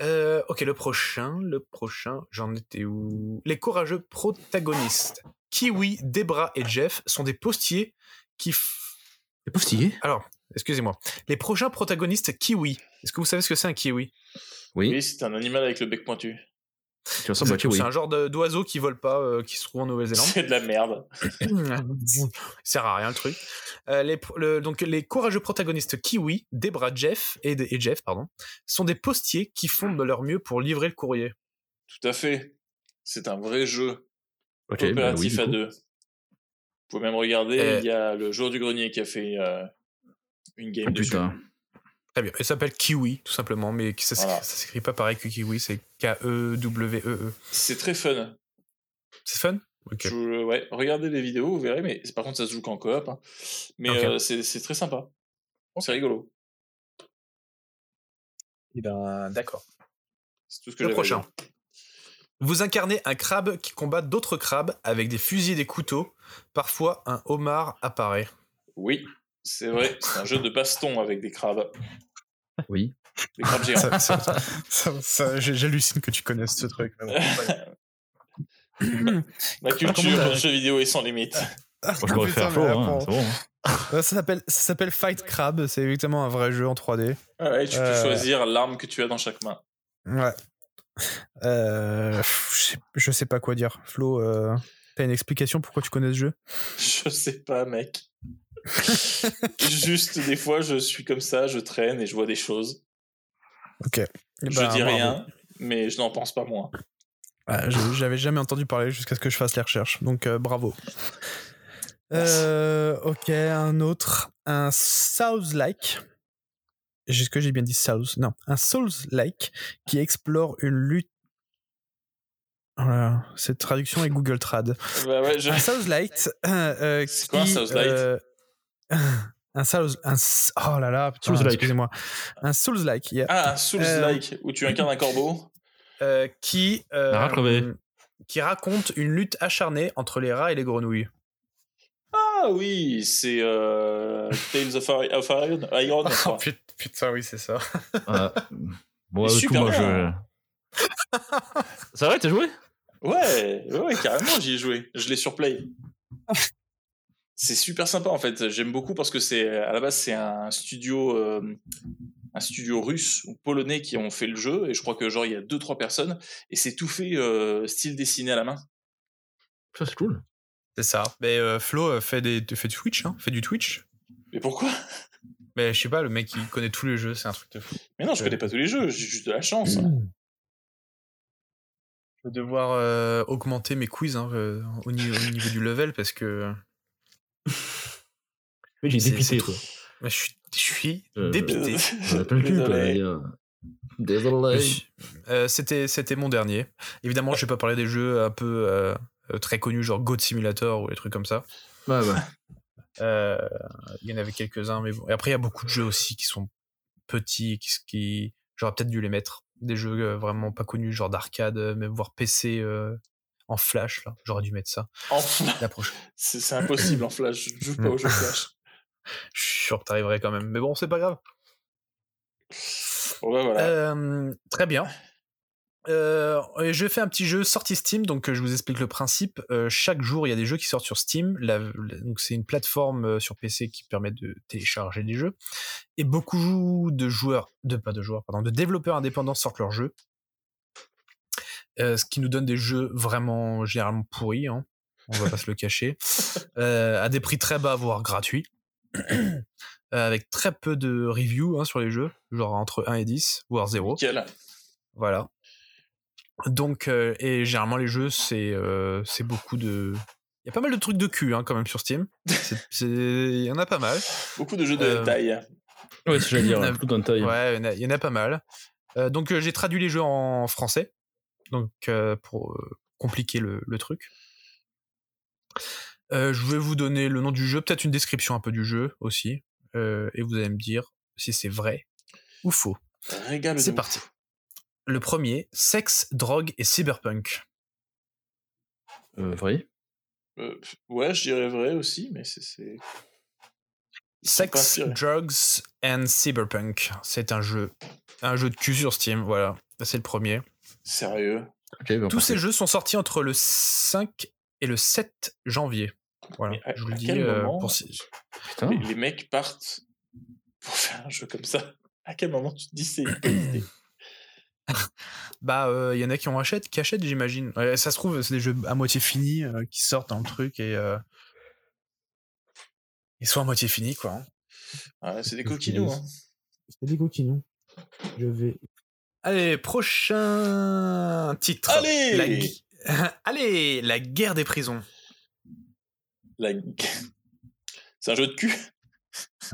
Speaker 5: Euh, ok, le prochain, le prochain, j'en étais où Les courageux protagonistes. Kiwi, Debra et Jeff sont des postiers qui... f-
Speaker 9: Les postillés
Speaker 5: Alors, excusez-moi. Les prochains protagonistes kiwi. Est-ce que vous savez ce que c'est un kiwi
Speaker 3: Oui.
Speaker 6: Oui, c'est un animal avec le bec pointu.
Speaker 3: Tu ressembles à
Speaker 5: C'est
Speaker 3: Kiwi.
Speaker 5: un genre de- d'oiseau qui vole pas, euh, qui se trouve en Nouvelle-Zélande.
Speaker 6: C'est de la merde.
Speaker 5: Il sert à rien le truc. Euh, les, pro- le- donc les courageux protagonistes Kiwi, Debra, Jeff et, et Jeff pardon, sont des postiers qui font de leur mieux pour livrer le courrier.
Speaker 6: Tout à fait. C'est un vrai jeu.
Speaker 3: Ok, bah oui,
Speaker 6: coopératif
Speaker 3: du
Speaker 6: à
Speaker 3: coup.
Speaker 6: deux. Vous pouvez même regarder,
Speaker 5: Euh.
Speaker 6: il y a le joueur du grenier qui a fait euh, une game
Speaker 3: Oh,
Speaker 6: dessus.
Speaker 3: putain.
Speaker 5: Très bien. Il s'appelle Kiwi tout simplement, mais ça s'écrit-
Speaker 6: Voilà.
Speaker 5: ça s'écrit pas pareil que Kiwi, c'est E K-E-W-E-E.
Speaker 6: C'est très fun.
Speaker 5: C'est fun Ok.
Speaker 6: Je vous- ouais, regardez les vidéos, vous verrez, mais par contre ça se joue qu'en coop. hein. Mais
Speaker 5: Ok.
Speaker 6: euh, c'est c'est très sympa. C'est rigolo.
Speaker 5: Eh ben, d'accord.
Speaker 6: C'est tout ce que
Speaker 5: Le
Speaker 6: j'avais
Speaker 5: prochain.
Speaker 6: dit.
Speaker 5: Vous incarnez un crabe qui combat d'autres crabes avec des fusils et des couteaux. Parfois, un homard apparaît.
Speaker 6: Oui, c'est vrai. C'est un jeu de baston avec des crabes.
Speaker 3: Oui.
Speaker 6: Des crabes géants.
Speaker 5: J'hallucine que tu connaisses ce truc.
Speaker 6: La culture
Speaker 1: Comment
Speaker 6: dans le jeu vidéo est sans limite.
Speaker 3: Moi, je pourrais faire faux, hein, c'est bon. hein.
Speaker 1: Ça s'appelle ça s'appelle Fight Crab, c'est effectivement un vrai jeu en 3D.
Speaker 6: Ah ouais, tu peux
Speaker 1: Euh.
Speaker 6: choisir l'arme que tu as dans chaque main.
Speaker 1: Ouais. Euh, pff, je, sais, je sais pas quoi dire. Flo, euh, t'as une explication pourquoi tu connais ce jeu
Speaker 6: Je sais pas, mec. Juste des fois, je suis comme ça, je traîne et je vois des choses.
Speaker 5: Bah,
Speaker 6: je dis rien, mais je n'en pense pas moins.
Speaker 1: Ouais, Ah, je- J'avais jamais entendu parler jusqu'à ce que je fasse les recherches, donc euh, bravo.
Speaker 6: Merci.
Speaker 1: Euh, ok, un autre, un Souls-like. Est-ce que j'ai bien dit Souls Non, un Souls-like qui explore une lutte. Voilà, cette traduction est Google Trad.
Speaker 6: Bah ouais, je-
Speaker 1: Un Souls-like euh, euh,
Speaker 6: C'est
Speaker 1: qui.
Speaker 6: quoi un Souls-lite
Speaker 1: euh, Un Souls, un S- oh là là, putain,
Speaker 3: Souls-like.
Speaker 1: excusez-moi. Un Souls-like, yeah.
Speaker 6: Ah, Souls-like, où tu incarnes un corbeau.
Speaker 5: euh, qui, euh,
Speaker 3: La rat crevée.
Speaker 5: qui raconte une lutte acharnée entre les rats et les grenouilles.
Speaker 6: Ah oui, c'est euh, Tales of, Ar- of Iron. Iron je crois.
Speaker 5: Oh, putain, oui, c'est ça.
Speaker 3: Ah. Bon,
Speaker 6: Il est
Speaker 3: du coup,
Speaker 6: super
Speaker 3: moi, je.
Speaker 6: bien.
Speaker 3: C'est vrai, t'as joué
Speaker 6: Ouais, ouais, ouais, carrément, j'y ai joué. Je l'ai sur Play. C'est super sympa en fait. J'aime beaucoup parce que c'est à la base c'est un studio, euh, un studio russe ou polonais qui ont fait le jeu et je crois que genre il y a deux trois personnes et c'est tout fait euh, style dessiné à la main.
Speaker 3: Ça, c'est cool.
Speaker 5: C'est ça. Mais euh, Flo euh, fait, des, fait du Twitch, hein, fait du Twitch.
Speaker 6: Mais pourquoi
Speaker 5: Mais je sais pas, le mec il connaît tous les jeux, c'est un truc de fou.
Speaker 6: Mais non, je
Speaker 5: Ouais.
Speaker 6: connais pas tous les jeux. J'ai juste de la chance.
Speaker 5: Je vais devoir euh, augmenter mes quiz hein, euh, au, ni- au niveau du level parce que euh,
Speaker 3: Mais j'ai
Speaker 5: C'est-
Speaker 3: dépité,
Speaker 5: c'est
Speaker 3: quoi.
Speaker 5: je suis, je suis
Speaker 3: Euh,
Speaker 5: dépité.
Speaker 3: J'en ai plein le cul, quoi.
Speaker 6: Désolé.
Speaker 3: Et, euh, Désolé.
Speaker 5: Je suis- Euh, C'était c'était mon dernier. Évidemment, je vais pas parler des jeux un peu euh, euh, très connus, genre Goat Simulator ou des trucs comme ça.
Speaker 3: Ouais, ouais.
Speaker 5: Euh, Il y en avait quelques-uns, mais bon. Et après, il y a beaucoup de jeux aussi qui sont petits, et qui, qui- j'aurais peut-être dû les mettre. Des jeux euh, vraiment pas connus, genre d'arcade, euh, même voire PC euh, en flash. là. J'aurais dû mettre ça.
Speaker 6: En flash,
Speaker 5: La prochaine.
Speaker 6: c'est c'est impossible en flash. Je joue pas au
Speaker 5: Hmm.
Speaker 6: jeu flash.
Speaker 5: Je suis sûr que t'arriverais quand même. Mais bon, c'est pas grave.
Speaker 6: Bon, bah, voilà.
Speaker 5: Euh, très bien. Euh, et je fais un petit jeu sorti Steam, donc euh, je vous explique le principe. Euh, chaque jour, il y a des jeux qui sortent sur Steam. La- la- donc c'est une plateforme euh, sur PC qui permet de télécharger des jeux. Et beaucoup de joueurs, de pas de joueurs, pardon, de développeurs indépendants sortent leurs jeux. Euh, ce qui nous donne des jeux vraiment généralement pourris, hein. on va pas se le cacher, Euh, à des prix très bas, voire gratuits, Euh, avec très peu de reviews hein, sur les jeux, genre entre 1 et 10, voire 0.
Speaker 6: Nickel.
Speaker 5: Voilà. Donc, euh, et généralement, les jeux, c'est euh, c'est beaucoup de. Il y a pas mal de trucs de cul hein, quand même sur Steam. C'est- c'est- Il y en a pas mal.
Speaker 6: Beaucoup de jeux de
Speaker 5: Euh,
Speaker 6: taille.
Speaker 3: Ouais, c'est j'allais dire,
Speaker 5: Euh,
Speaker 3: tout dans le taille.
Speaker 5: Ouais, il y en a- il y, en a pas mal. Euh, donc, euh, j'ai traduit les jeux en français. Donc, euh, pour euh, compliquer le, le truc. Euh, je vais vous donner le nom du jeu, peut-être une description un peu du jeu aussi. euh, et vous allez me dire si c'est vrai ou faux.
Speaker 6: Régale.
Speaker 5: C'est parti. Le premier, sexe, drogue et cyberpunk.
Speaker 3: Euh, vrai
Speaker 6: ouais, je dirais vrai aussi, mais c'est- c'est. Ils sont pas
Speaker 5: Sex,
Speaker 6: inspirés.
Speaker 5: Drugs and Cyberpunk. C'est un jeu, un jeu de cul sur Steam, voilà. C'est le premier.
Speaker 6: Sérieux.
Speaker 3: Ok, bah, bon,
Speaker 5: Tous
Speaker 3: parfait.
Speaker 5: ces jeux sont sortis entre le 5 et le 7 janvier. Voilà,
Speaker 6: Mais à-
Speaker 5: je vous
Speaker 6: à
Speaker 5: le dis.
Speaker 6: quel
Speaker 5: euh,
Speaker 6: moment-
Speaker 5: pour si-
Speaker 3: Putain.
Speaker 5: Ah.
Speaker 6: Les, les mecs partent pour faire un jeu comme ça. À quel moment tu te dis c'est une bonne idée
Speaker 5: Bah, il y en a qui en achètent, qui achètent, j'imagine. Ouais, ça se trouve, c'est des jeux à moitié finis euh, qui sortent dans le truc et euh, ils sont à moitié finis, quoi. hein.
Speaker 6: Ouais, C'est des coquinots. hein.
Speaker 9: C'est des coquinons. Je vais.
Speaker 5: Allez, prochain titre.
Speaker 6: Allez
Speaker 5: La gui- Allez, la guerre des prisons.
Speaker 6: La- C'est un jeu de cul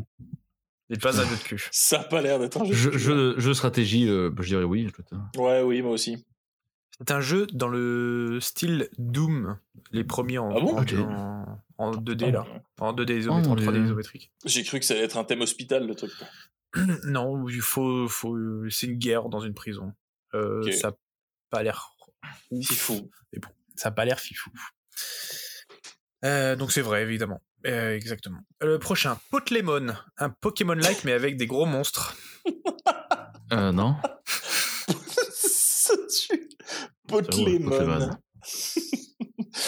Speaker 5: C'est pas un jeu de cul.
Speaker 6: Ça a pas l'air d'être un jeu de
Speaker 3: Jeu,
Speaker 6: cul.
Speaker 3: jeu, jeu stratégie, euh, bah, je dirais oui. putain.
Speaker 6: Ouais, oui, moi aussi.
Speaker 5: C'est un jeu dans le style Doom, les premiers en,
Speaker 6: Ah bon Ah
Speaker 5: en,
Speaker 3: Ok.
Speaker 5: en- en 2D là, en 2D
Speaker 3: Oh
Speaker 5: isométrique,
Speaker 3: mon
Speaker 5: en 3D
Speaker 3: Dieu.
Speaker 5: isométrique.
Speaker 6: J'ai cru que ça allait être un thème hospital, le truc.
Speaker 5: non, il faut, faut c'est une guerre dans une prison. Euh,
Speaker 6: Ok.
Speaker 5: Ça a pas l'air,
Speaker 6: C'est fou.
Speaker 5: ça a pas l'air fifou. Euh, donc c'est vrai évidemment, Euh, exactement. Le prochain, Potlemon, un Pokémon-like mais avec des gros monstres.
Speaker 3: Euh, non.
Speaker 6: Potlémon.
Speaker 3: Pokémon.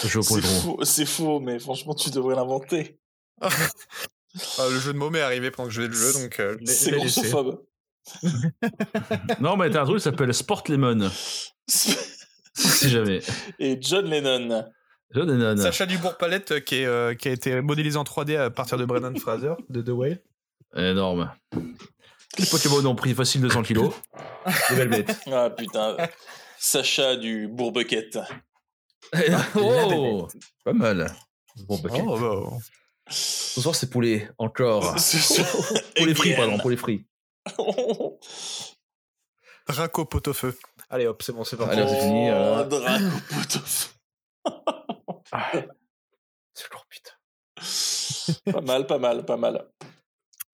Speaker 3: Jeu au
Speaker 6: C'est
Speaker 3: point de
Speaker 6: faux, c'est faux, mais franchement, tu devrais l'inventer.
Speaker 5: Ah, le jeu de mots m'est arrivé pendant que je faisais le jeu, donc euh, je l'ai- je
Speaker 6: C'est
Speaker 5: l'ai laissé.
Speaker 6: grossophobe.
Speaker 3: Non, mais t'as un truc qui s'appelle Sport Lemon. si jamais.
Speaker 6: Et John Lennon.
Speaker 3: Jeu des nanas.
Speaker 5: Sacha Dubourg-Palette euh, qui, est, euh, qui a été modélisé en 3D à partir de Brendan Fraser de The Whale.
Speaker 3: Énorme. Les Pokémon ont pris facile 200 kilos. Des belles bêtes.
Speaker 6: Ah putain. Sacha du Bourbequette.
Speaker 3: oh Pas mal. Bon, bah, ok. Ce soir, c'est pour les. Encore.
Speaker 6: Ce soir,
Speaker 3: pour les frits,
Speaker 6: again.
Speaker 3: pardon, pour les frits. Ah,
Speaker 5: Draco pot-au-feu. Allez hop, c'est bon, c'est parti.
Speaker 3: Allez, c'est fini,
Speaker 6: Oh,
Speaker 3: euh.
Speaker 6: Draco Potov.
Speaker 3: C'est lourd, putain.
Speaker 6: pas mal, pas mal, pas mal.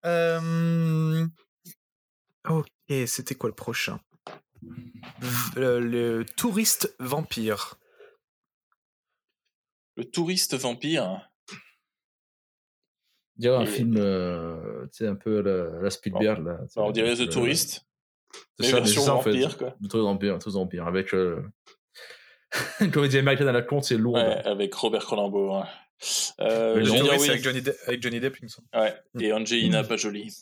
Speaker 5: Euh, Ok, c'était quoi le prochain V- euh, le, touriste vampire.
Speaker 6: Le touriste vampire.
Speaker 3: On dirait un
Speaker 6: Et-
Speaker 3: film, euh, tu sais, un peu à la, à la Spielberg. là, tu sais,
Speaker 6: Enfin, on dirait
Speaker 3: avec,
Speaker 6: The
Speaker 3: euh,
Speaker 6: Tourist,
Speaker 3: C'est
Speaker 6: mais
Speaker 3: ça, mais
Speaker 6: version
Speaker 3: c'est ça, en fait.
Speaker 6: vampire, quoi.
Speaker 3: Le tour d'Empire, le tour d'Empire, avec euh, une comédie américaine à la con, c'est lourd.
Speaker 6: Ouais, avec Robert Colombo. hein. Euh, je
Speaker 3: Mais le
Speaker 6: veux dire,
Speaker 5: Touriste
Speaker 6: oui,
Speaker 5: avec, Johnny Depp- avec Johnny Depp, il me semble.
Speaker 6: ouais, Et Angelina, Oh, pas jolie.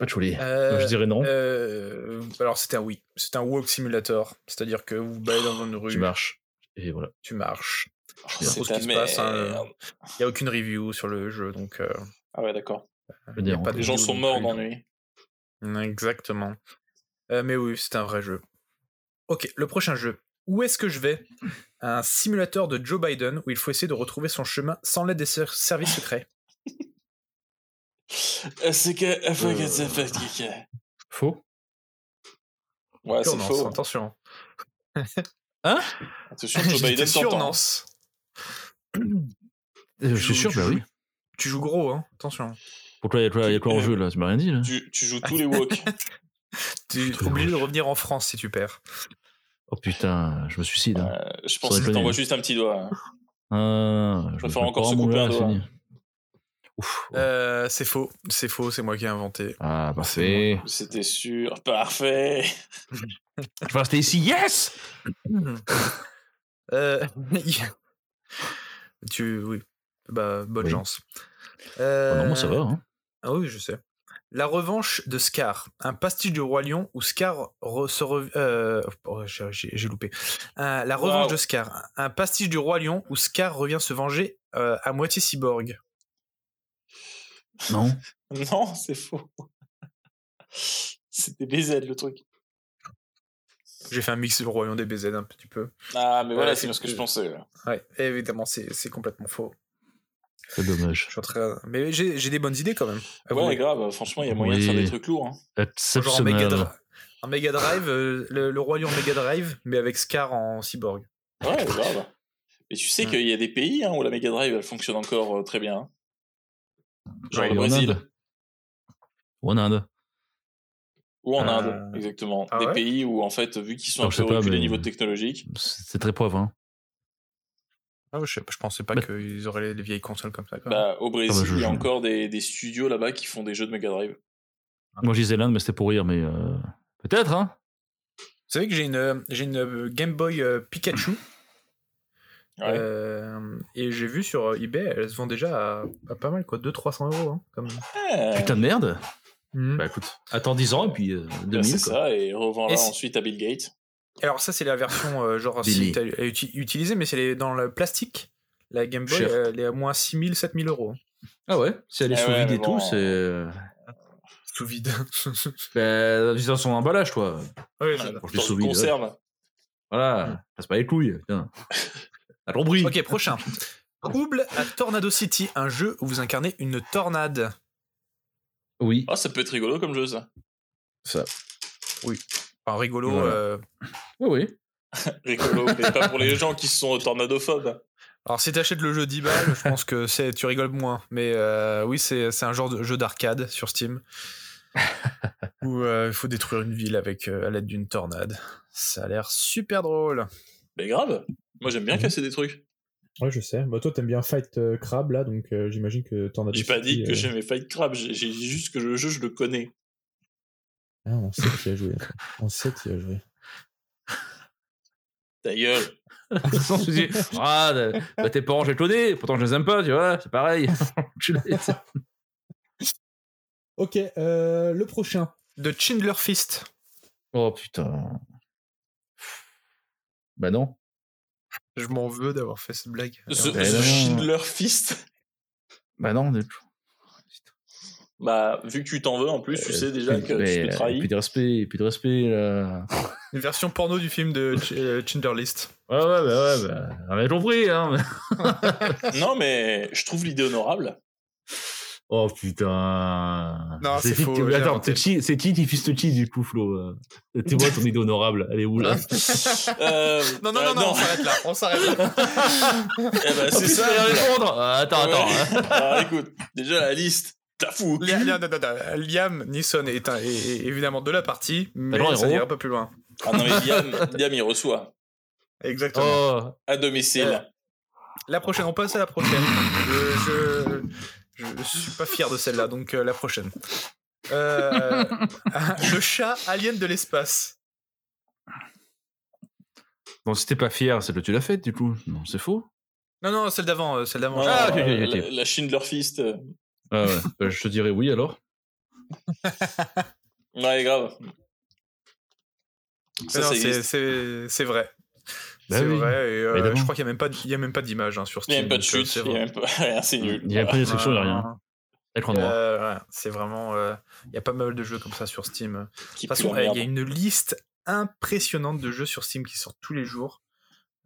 Speaker 3: Pas de folie.
Speaker 5: Euh,
Speaker 3: je dirais non.
Speaker 5: euh, alors c'était un oui, c'était un walk simulator, c'est-à-dire que vous vous baladez dans une rue,
Speaker 3: Tu marches. Et voilà.
Speaker 5: tu marches.
Speaker 6: Oh,
Speaker 5: trop ce
Speaker 6: c'est ta
Speaker 5: qui se passe, hein.
Speaker 6: merde.
Speaker 5: Il y a aucune review sur le jeu, donc euh,
Speaker 6: Ah ouais, d'accord.
Speaker 3: Je veux
Speaker 5: il y a
Speaker 3: dire,
Speaker 5: pas de
Speaker 6: Les gens
Speaker 5: review
Speaker 6: sont
Speaker 5: non
Speaker 6: morts
Speaker 5: plus.
Speaker 6: d'ennui.
Speaker 5: Exactement. Euh, mais oui, c'est un vrai jeu. Ok, le prochain jeu. Où est-ce que je vais Un simulateur de Joe Biden où il faut essayer de retrouver son chemin sans l'aide des ser- services secrets.
Speaker 6: Euh, C'est que...
Speaker 3: Faux.
Speaker 6: Ouais, c'est
Speaker 5: Turnance,
Speaker 6: faux.
Speaker 5: Attention.
Speaker 6: Attention, Joe
Speaker 5: J'étais
Speaker 6: Biden
Speaker 5: sûr,
Speaker 6: t'entend.
Speaker 5: Nance.
Speaker 3: Je
Speaker 5: Tu
Speaker 3: suis sûr,
Speaker 5: joues-
Speaker 3: bah
Speaker 5: tu
Speaker 3: oui.
Speaker 5: joues- Tu joues gros, hein Attention.
Speaker 3: Pourquoi il y a quoi, y a quoi en
Speaker 6: Euh,
Speaker 3: jeu là Tu m'as rien dit là
Speaker 6: Tu, tu joues tous les walks.
Speaker 5: Tu
Speaker 3: Putain,
Speaker 5: es obligé
Speaker 3: wesh.
Speaker 5: de revenir en France si tu perds.
Speaker 3: Oh putain, je me suicide. hein.
Speaker 6: Euh, je pense
Speaker 3: aurait
Speaker 6: que
Speaker 3: pas
Speaker 6: t'envoies
Speaker 3: dû.
Speaker 6: juste un petit doigt. hein.
Speaker 3: Ah, je me
Speaker 6: préfère
Speaker 3: mets
Speaker 6: encore
Speaker 3: pas
Speaker 6: se
Speaker 3: en
Speaker 6: couper
Speaker 3: moulin,
Speaker 6: un
Speaker 3: c'est
Speaker 6: doigt.
Speaker 3: fini. Ouf.
Speaker 5: Euh, c'est faux. C'est faux, c'est moi qui ai inventé.
Speaker 3: Ah, parfait.
Speaker 6: C'était sûr. Parfait.
Speaker 3: Je vais rester ici. Yes
Speaker 5: Euh, tu... Oui. Bah, bonne
Speaker 3: Oui.
Speaker 5: chance.
Speaker 3: Oh non, moi ça
Speaker 5: Euh,
Speaker 3: va. Hein.
Speaker 5: Ah oui, je sais. La revanche de Scar, un pastiche du roi lion où Scar re- se re- euh, oh, j'ai- j'ai j'ai loupé. Un- la revanche
Speaker 6: Waouh.
Speaker 5: de Scar, un pastiche du roi lion où Scar revient se venger euh, à moitié cyborg.
Speaker 3: Non.
Speaker 6: Non, c'est faux. C'était BZ le truc.
Speaker 5: J'ai fait un mix roi lion des BZ un petit peu.
Speaker 6: Ah, mais
Speaker 5: Ouais,
Speaker 6: voilà,
Speaker 5: euh, ah
Speaker 6: c'est
Speaker 5: c'est
Speaker 6: bien ce que
Speaker 5: que-
Speaker 6: je pensais. ouais.
Speaker 5: Ouais, évidemment, c'est c'est complètement faux.
Speaker 3: C'est dommage.
Speaker 5: Je suis en train- Mais j'ai j'ai des bonnes idées quand même.
Speaker 6: Ouais,
Speaker 5: Avouez.
Speaker 6: grave, franchement, il y a moyen de faire
Speaker 3: Oui.
Speaker 6: des trucs lourds. hein.
Speaker 5: Genre en Mega
Speaker 3: Exceptionnel.
Speaker 5: Drive, en Mega Drive euh, le, le roi lion en Mega Drive, mais avec Scar en cyborg.
Speaker 6: Ouais, grave. Mais tu sais
Speaker 5: Ouais.
Speaker 6: qu'il y a des pays hein, où la Mega Drive elle fonctionne encore euh, très bien. hein. Genre
Speaker 3: Ouais,
Speaker 6: le
Speaker 3: et en
Speaker 6: Brésil
Speaker 3: Inde. Ou en Inde.
Speaker 6: ou en
Speaker 5: Euh,
Speaker 6: Inde, exactement.
Speaker 5: ah
Speaker 6: des
Speaker 5: ouais
Speaker 6: pays où, en fait, vu qu'ils sont
Speaker 3: Non,
Speaker 6: un
Speaker 3: je
Speaker 6: peu
Speaker 3: sais pas,
Speaker 6: reculés au
Speaker 3: mais-
Speaker 6: niveau technologique,
Speaker 3: C'est c'est très pauvre. Hein.
Speaker 5: Ah, ouais, je, sais pas, je pensais pas
Speaker 3: Mais-
Speaker 5: qu'ils auraient les, les vieilles consoles comme ça. quand même.
Speaker 6: bah, au Brésil,
Speaker 3: Ah bah, je-
Speaker 6: il y a
Speaker 3: je-
Speaker 6: encore des, des studios là-bas qui font des jeux de Mega Drive.
Speaker 3: Moi je disais l'Inde, mais c'était pour rire. Mais euh, peut-être. Hein.
Speaker 5: Vous savez que j'ai une, euh, j'ai une euh, Game Boy euh, Pikachu
Speaker 6: Ouais.
Speaker 5: euh, et j'ai vu sur eBay, elle se vend déjà à, à pas mal, quoi, 200-300 euros. hein, comme...
Speaker 3: Bah,
Speaker 6: Ouais.
Speaker 3: Putain de merde.
Speaker 5: Mhm.
Speaker 3: Bah écoute, attends 10 ans et puis euh,
Speaker 6: Bah,
Speaker 3: 2000
Speaker 6: c'est
Speaker 3: quoi.
Speaker 6: ça, et revends-la
Speaker 5: Et c'est-
Speaker 6: ensuite à Bill Gates.
Speaker 5: Alors, ça, c'est la version euh, genre si
Speaker 3: Billy.
Speaker 5: t'as- à uti- utiliser, mais c'est les- dans le plastique. La Game Boy,
Speaker 3: Cher.
Speaker 5: euh, elle est à moins 6000, 7000 euros. hein.
Speaker 3: Ah ouais, si elle est
Speaker 6: Ah
Speaker 3: sous
Speaker 6: ouais,
Speaker 3: vide
Speaker 6: mais
Speaker 3: et
Speaker 6: bon.
Speaker 3: tout, c'est. euh,
Speaker 5: Sous vide.
Speaker 3: Bah, disons son emballage, toi.
Speaker 5: Ouais,
Speaker 6: Dans
Speaker 5: c'est
Speaker 3: Pour
Speaker 6: une
Speaker 3: les sous-vides, ouais.
Speaker 6: conserve.
Speaker 3: Voilà, passe pas les couilles, putain. T'as compris.
Speaker 5: ça. Ok, prochain. Trouble à Tornado City, un jeu où vous incarnez une tornade.
Speaker 3: Oui.
Speaker 6: Ah, ça peut être rigolo comme jeu, ça.
Speaker 5: Enfin, rigolo.
Speaker 3: Voilà.
Speaker 5: euh,
Speaker 3: Oui, oui.
Speaker 6: Rigolo, mais pas pour les gens qui sont tornadophobes.
Speaker 5: Alors, si t'achètes le jeu 10 balles, je pense que c'est tu rigoles moins. Mais euh, oui, c'est c'est un genre de jeu d'arcade sur Steam où euh, il faut détruire une ville avec euh, à l'aide d'une tornade. Ça a l'air super drôle.
Speaker 6: Mais grave, moi j'aime bien
Speaker 9: Mhm.
Speaker 6: casser des trucs.
Speaker 9: Ouais, je sais. Bah, toi, t'aimes bien Fight euh, Crab, là, donc euh, j'imagine que t'en as
Speaker 6: J'ai
Speaker 9: des
Speaker 6: pas dit
Speaker 9: sorties,
Speaker 6: que
Speaker 9: euh,
Speaker 6: j'aimais Fight Crab, j'ai j'ai dit juste que le jeu je le connais.
Speaker 9: Ah, on sait qui a joué. On sait qui a joué.
Speaker 6: D'ailleurs,
Speaker 3: De toute façon, je dis, ah, bah, tes parents, j'ai cloné, pourtant je les aime pas, tu vois, c'est pareil. Tu les-
Speaker 9: Ok, euh, le prochain.
Speaker 5: De Schindler Fist.
Speaker 3: oh putain. Bah non.
Speaker 5: Je m'en veux d'avoir fait cette blague.
Speaker 6: The,
Speaker 3: Ben
Speaker 6: The
Speaker 3: non.
Speaker 6: Schindler Fist,
Speaker 3: Bah non, du tout.
Speaker 6: bah vu que tu t'en veux en plus, tu
Speaker 3: Euh,
Speaker 6: sais déjà que
Speaker 3: mais,
Speaker 6: tu te
Speaker 3: euh,
Speaker 6: trahis.
Speaker 3: Plus de respect, plus de respect, là.
Speaker 5: Une version porno du film de Ch- euh, Schindler List.
Speaker 3: Ouais, ouais, bah ouais, bah, on avait compris, hein. mais-
Speaker 6: Non mais je trouve l'idée honorable.
Speaker 3: Oh putain.
Speaker 5: Non, c'est
Speaker 3: qui-
Speaker 5: faux,
Speaker 3: tu-
Speaker 5: j'ai
Speaker 3: Attends,
Speaker 5: inventé.
Speaker 3: t'es qui- c'est qui qui fiste qui du coup, Flo euh Tu vois ton idée honorable, elle est où là
Speaker 6: Euh,
Speaker 5: Non, non, non,
Speaker 6: euh,
Speaker 5: non, on s'arrête là. On s'arrête là.
Speaker 6: Eh ben,
Speaker 3: Oh,
Speaker 6: c'est
Speaker 3: putain,
Speaker 6: ça.
Speaker 5: euh,
Speaker 3: il va répondre Ah, Attends,
Speaker 6: Ouais.
Speaker 3: attends. hein.
Speaker 6: Alors, écoute, déjà la liste, t'as fou. au cul.
Speaker 5: Li- non, non, non, non. Liam Neeson est, un- est- est évidemment de la partie, mais
Speaker 3: non,
Speaker 5: ça
Speaker 3: héros.
Speaker 5: ira pas plus loin.
Speaker 6: Ah non, mais Liam, Liam, il reçoit.
Speaker 5: Exactement.
Speaker 3: Oh,
Speaker 6: À domicile.
Speaker 5: La prochaine, on passe à la prochaine. Je, je, je suis pas fier de celle-là, donc euh, la prochaine. Euh, le chat alien de l'espace.
Speaker 3: Bon, si t'es pas fier, c'est que tu l'as fait, du coup. Non, c'est faux.
Speaker 5: Non, non, celle d'avant, euh, celle d'avant.
Speaker 6: Non,
Speaker 3: Ah, ok, ok,
Speaker 6: euh,
Speaker 3: ok.
Speaker 6: La, la Schindler Fist. euh,
Speaker 3: Ah ouais. Euh, je te dirais oui, alors.
Speaker 6: Ouais, grave. Ça,
Speaker 5: Non, c'est-
Speaker 6: ça existe.
Speaker 5: c'est c'est vrai.
Speaker 3: Bah
Speaker 5: c'est
Speaker 3: oui.
Speaker 5: vrai. et, euh,
Speaker 3: Évidemment.
Speaker 5: je crois qu'il n'y a même pas, d- il y a même pas d'image hein, sur
Speaker 6: Il n'y
Speaker 5: Steam.
Speaker 6: a même pas de
Speaker 5: donc, euh,
Speaker 6: chute,
Speaker 5: c'est
Speaker 6: il n'y
Speaker 5: vrai.
Speaker 6: a même pas rien, c'est nul.
Speaker 3: Il y a Ah. pas de description, il y a rien. Écran noir.
Speaker 5: Euh, ouais, c'est vraiment. euh, Il y a pas mal de jeux comme ça sur Steam. De
Speaker 6: Qui
Speaker 5: toute
Speaker 6: pue
Speaker 5: façon,
Speaker 6: la
Speaker 5: eh, il
Speaker 6: merde.
Speaker 5: y a une liste impressionnante de jeux sur Steam qui sortent tous les jours.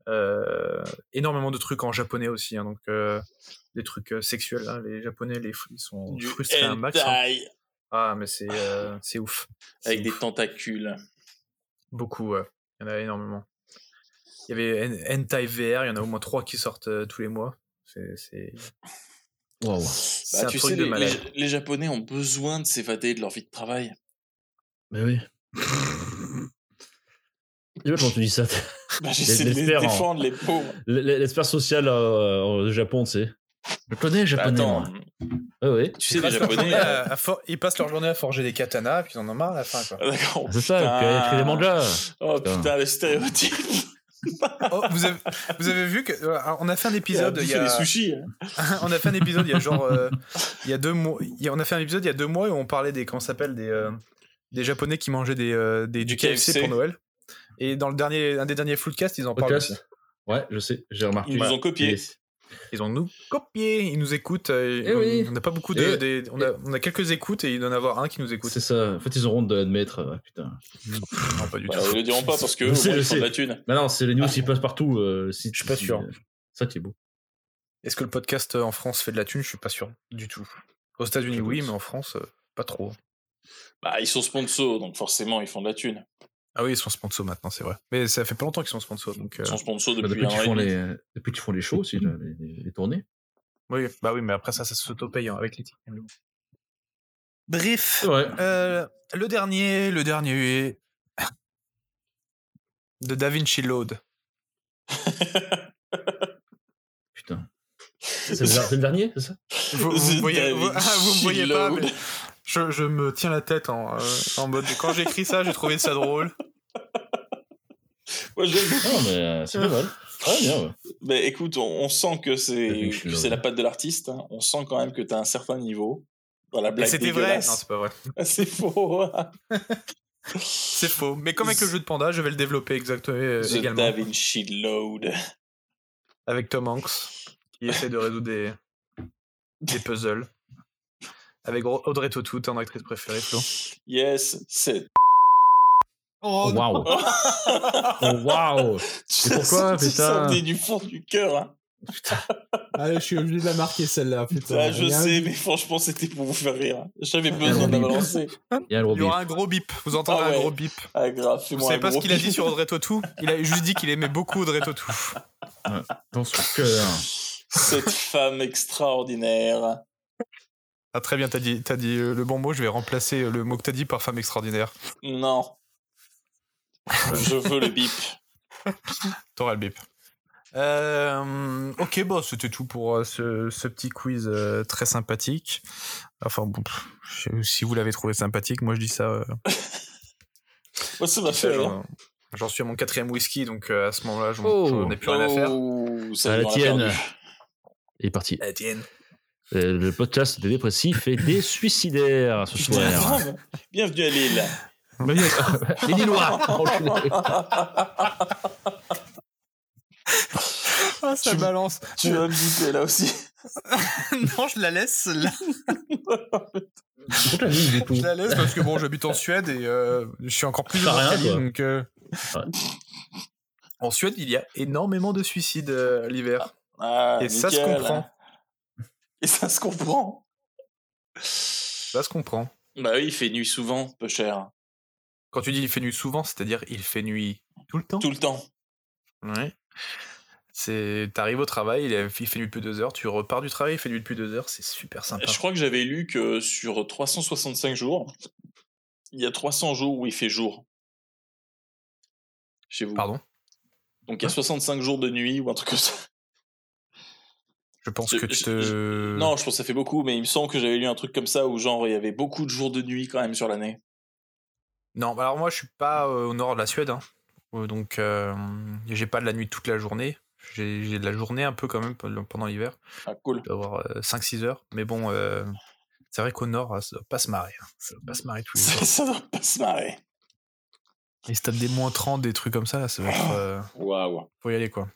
Speaker 5: Euh, énormément de trucs en japonais aussi. hein, donc, euh, des trucs euh, sexuels. hein, les japonais, les, fou- ils sont
Speaker 6: Du
Speaker 5: frustrés à un max. hein.
Speaker 6: hentai
Speaker 5: Ah, mais c'est euh, c'est ouf. C'est
Speaker 6: avec des
Speaker 5: ouf.
Speaker 6: tentacules.
Speaker 5: Beaucoup, ouais. Il y en a énormément. Il y avait Hen- Hentai VR, il y en a au moins trois qui sortent euh, tous les mois. C'est c'est-
Speaker 3: Waouh.
Speaker 5: c'est
Speaker 6: Bah,
Speaker 5: un
Speaker 6: tu
Speaker 5: truc
Speaker 6: sais,
Speaker 5: de
Speaker 6: les,
Speaker 5: malade.
Speaker 6: les- les Japonais ont besoin de s'évader de leur vie de travail.
Speaker 3: Mais oui. Tu vois, quand tu dis ça, t'as-
Speaker 6: Bah, J'essaie de
Speaker 3: Les-
Speaker 6: les
Speaker 3: l'espère, hein.
Speaker 6: défendre, les pauvres.
Speaker 3: l- l- l'espace social euh, au Japon, tu sais. Je connais les
Speaker 6: Bah,
Speaker 3: japonais.
Speaker 6: attends,
Speaker 3: moi. Ah ouais.
Speaker 6: tu sais, les Japonais. euh,
Speaker 5: à for- ils passent leur journée à forger des katanas, puis ils en ont marre à la fin. Quoi.
Speaker 6: ah, D'accord.
Speaker 3: C'est ça,
Speaker 6: putain.
Speaker 3: puis elle écrit des mangas.
Speaker 6: Oh
Speaker 3: Putain.
Speaker 6: putain, le stéréotype.
Speaker 5: Oh, vous, avez, vous avez vu que euh, on a fait un épisode. Il y a,
Speaker 6: des sushis. hein.
Speaker 5: on a fait un épisode il y a genre euh, il y a deux mois. il y a- on a fait un épisode il y a deux mois où on parlait des comment ça s'appelle des euh, des japonais qui mangeaient des, euh, des du
Speaker 6: Du
Speaker 5: KFC,
Speaker 6: KFC.
Speaker 5: pour Noël. Et dans le dernier un des derniers Floodcast, ils en parlent. aussi.
Speaker 3: Podcast. Ouais, je sais, j'ai remarqué.
Speaker 6: Ils nous ont copié.
Speaker 5: Ils ont nous copié, ils nous écoutent. euh,
Speaker 3: Eh
Speaker 5: on-
Speaker 3: oui.
Speaker 5: On n'a pas beaucoup de.
Speaker 3: Eh-
Speaker 5: des- on, a, on a quelques écoutes et il doit en avoir un qui nous écoute.
Speaker 3: C'est ça. En fait, ils ont honte de l'admettre. Ouais, putain.
Speaker 5: Non, pas du
Speaker 6: Bah,
Speaker 5: tout.
Speaker 6: ils le diront pas parce que au
Speaker 3: Je
Speaker 6: moins,
Speaker 3: sais, je
Speaker 6: ils font de
Speaker 3: sais.
Speaker 6: la thune.
Speaker 3: Mais non, c'est les news qui passent partout. euh, si,
Speaker 5: Je suis pas
Speaker 3: si-
Speaker 5: sûr.
Speaker 3: Ça qui est beau.
Speaker 5: Est-ce que le podcast euh, en France fait de la thune Je suis pas sûr du tout. Aux États-Unis,
Speaker 3: Je
Speaker 5: oui,
Speaker 3: doute.
Speaker 5: mais en France, euh, pas trop.
Speaker 6: Bah, ils sont sponsors, donc forcément, ils font de la thune.
Speaker 5: Ah oui, ils sont sponsors maintenant, c'est vrai. Mais ça fait pas longtemps qu'ils sont sponsors. Donc, euh,
Speaker 6: Ils sont sponsors
Speaker 3: Bah,
Speaker 6: depuis,
Speaker 3: depuis
Speaker 6: un
Speaker 3: qu'ils
Speaker 6: an et
Speaker 3: font,
Speaker 6: demi.
Speaker 3: les... depuis qu'ils font les shows aussi, là, les- les- les tournées.
Speaker 5: oui, bah oui, mais après ça, ça s'auto-paye hein, avec les titres. Bref,
Speaker 3: C'est vrai.
Speaker 5: euh, le dernier, le dernier est de Da Vinci Load.
Speaker 3: Putain. C'est le, c'est le dernier, c'est ça
Speaker 5: Vous,
Speaker 6: The
Speaker 5: vous, me voyez,
Speaker 6: Da
Speaker 5: vous- ah, vous me
Speaker 6: Vinci
Speaker 5: voyez pas,
Speaker 6: Load.
Speaker 5: mais je, je me tiens la tête en, euh, en mode. Quand j'écris ça, j'ai trouvé ça drôle.
Speaker 6: Moi, j'aime beaucoup.
Speaker 3: Non, mais euh, c'est pas mal. Ouais, bien, ouais.
Speaker 6: Mais Bah, écoute, on, on sent que c'est
Speaker 3: Depuis que je suis
Speaker 6: que
Speaker 3: là,
Speaker 6: c'est
Speaker 3: ouais.
Speaker 6: la patte de l'artiste. hein. On sent quand même que t'as un certain niveau. Dans la
Speaker 5: Et
Speaker 6: blague
Speaker 5: C'était vrai. Non,
Speaker 6: dégueulasse.
Speaker 5: c'est pas vrai.
Speaker 6: C'est faux. hein.
Speaker 5: C'est faux. Mais comme avec le jeu de panda, je vais le développer exactement euh,
Speaker 6: The
Speaker 5: également
Speaker 6: Da Vinci Load.
Speaker 5: avec Tom Hanks qui essaie de résoudre des, des puzzles. Avec Ro- Audrey Tautou, ton actrice préférée, Flo.
Speaker 6: Yes, c'est.
Speaker 3: Oh, waouh. Oh, waouh.
Speaker 6: Tu
Speaker 3: Mais pourquoi,
Speaker 6: tu
Speaker 3: putain
Speaker 6: sortais du fond du cœur. hein.
Speaker 9: Ah, je suis obligé de la marquer celle-là, putain.
Speaker 6: Ah, je
Speaker 9: Il y a un-
Speaker 6: sais, mais franchement, c'était pour vous faire rire. hein. J'avais besoin de la balancer.
Speaker 3: Il y a un gros
Speaker 5: Il y
Speaker 3: bif.
Speaker 5: aura un gros bip. Vous entendrez
Speaker 6: Ah ouais.
Speaker 5: un gros bip.
Speaker 6: Ah, grave,
Speaker 5: Vous
Speaker 6: fais-moi un
Speaker 5: savez pas ce
Speaker 6: gros
Speaker 5: qu'il a
Speaker 6: bip.
Speaker 5: dit sur Audrey Tautou Il a juste dit qu'il aimait beaucoup Audrey Tautou.
Speaker 3: Dans son cœur.
Speaker 6: Cette femme extraordinaire.
Speaker 5: Ah, très bien, t'as dit, t'as dit euh, le bon mot. Je vais remplacer euh, le mot que t'as dit par femme extraordinaire.
Speaker 6: Non. Je veux le bip.
Speaker 5: T'auras le bip. Euh, ok, bon, c'était tout pour euh, ce, ce petit quiz euh, très sympathique. Enfin, bon, pff, je- si vous l'avez trouvé sympathique, moi je dis ça. euh,
Speaker 6: Moi, ça
Speaker 5: je
Speaker 6: m'a
Speaker 5: dis ça, hein.
Speaker 6: fait rire.
Speaker 5: j'en- J'en suis à mon quatrième whisky, donc euh, à ce moment-là, j'en
Speaker 3: Oh.
Speaker 5: j'en ai plus rien à faire.
Speaker 6: Oh, ça
Speaker 3: À
Speaker 6: y est,
Speaker 3: la
Speaker 6: on
Speaker 3: tienne.
Speaker 6: perdu.
Speaker 3: Il est parti.
Speaker 5: La tienne.
Speaker 3: Euh, le podcast des dépressifs et des suicidaires ce
Speaker 6: Putain,
Speaker 3: soir.
Speaker 6: grave. Bienvenue à Lille.
Speaker 3: Les Lillois. enculés.
Speaker 5: Ah, ça
Speaker 6: Tu-
Speaker 5: balance.
Speaker 6: Tu vas me goûter là aussi.
Speaker 5: non, je la laisse. là.
Speaker 3: Toute la ligne, du coup.
Speaker 5: Je la laisse parce que bon, j'habite en Suède et euh, je suis encore plus
Speaker 3: Ça
Speaker 5: heureux
Speaker 3: rien,
Speaker 5: qu'à Lille,
Speaker 3: quoi.
Speaker 5: donc. euh,
Speaker 3: Ouais.
Speaker 5: En Suède, il y a énormément de suicides euh, l'hiver.
Speaker 6: Ah,
Speaker 5: et ça se
Speaker 6: nickel.
Speaker 5: comprend.
Speaker 6: Et ça se comprend.
Speaker 5: Ça se comprend.
Speaker 6: Bah oui, il fait nuit souvent, peu cher.
Speaker 5: Quand tu dis il fait nuit souvent, c'est-à-dire il fait nuit tout le temps.
Speaker 6: Tout le temps.
Speaker 5: Ouais. C'est, t'arrives au travail, il, est- il fait nuit depuis deux heures, tu repars du travail, il fait nuit depuis deux heures, c'est super sympa.
Speaker 6: Je crois que j'avais lu que sur 365 jours, il y a 300 jours où il fait jour. Chez vous.
Speaker 5: Pardon
Speaker 6: Donc il y a 65 jours de nuit ou un truc comme ça.
Speaker 5: Je pense
Speaker 6: Je-
Speaker 5: que tu
Speaker 6: je-
Speaker 5: te.
Speaker 6: Non, je pense que ça fait beaucoup, mais il me semble que j'avais lu un truc comme ça où genre il y avait beaucoup de jours de nuit quand même sur l'année.
Speaker 5: Non, bah alors moi je suis pas euh, au nord de la Suède, hein. Euh, donc euh, j'ai pas de la nuit toute la journée. J'ai j'ai de la journée un peu quand même pendant pendant l'hiver,
Speaker 6: Ah cool.
Speaker 5: d'avoir 5-6 heures. Mais bon, euh, c'est vrai qu'au nord, ça doit pas se marrer. hein. Ça doit pas se marrer tous les jours.
Speaker 6: Ça, ça doit pas se marrer.
Speaker 5: Et se tape des moins 30, des trucs comme ça, là, ça va être. euh,
Speaker 6: Waouh.
Speaker 5: faut y aller quoi.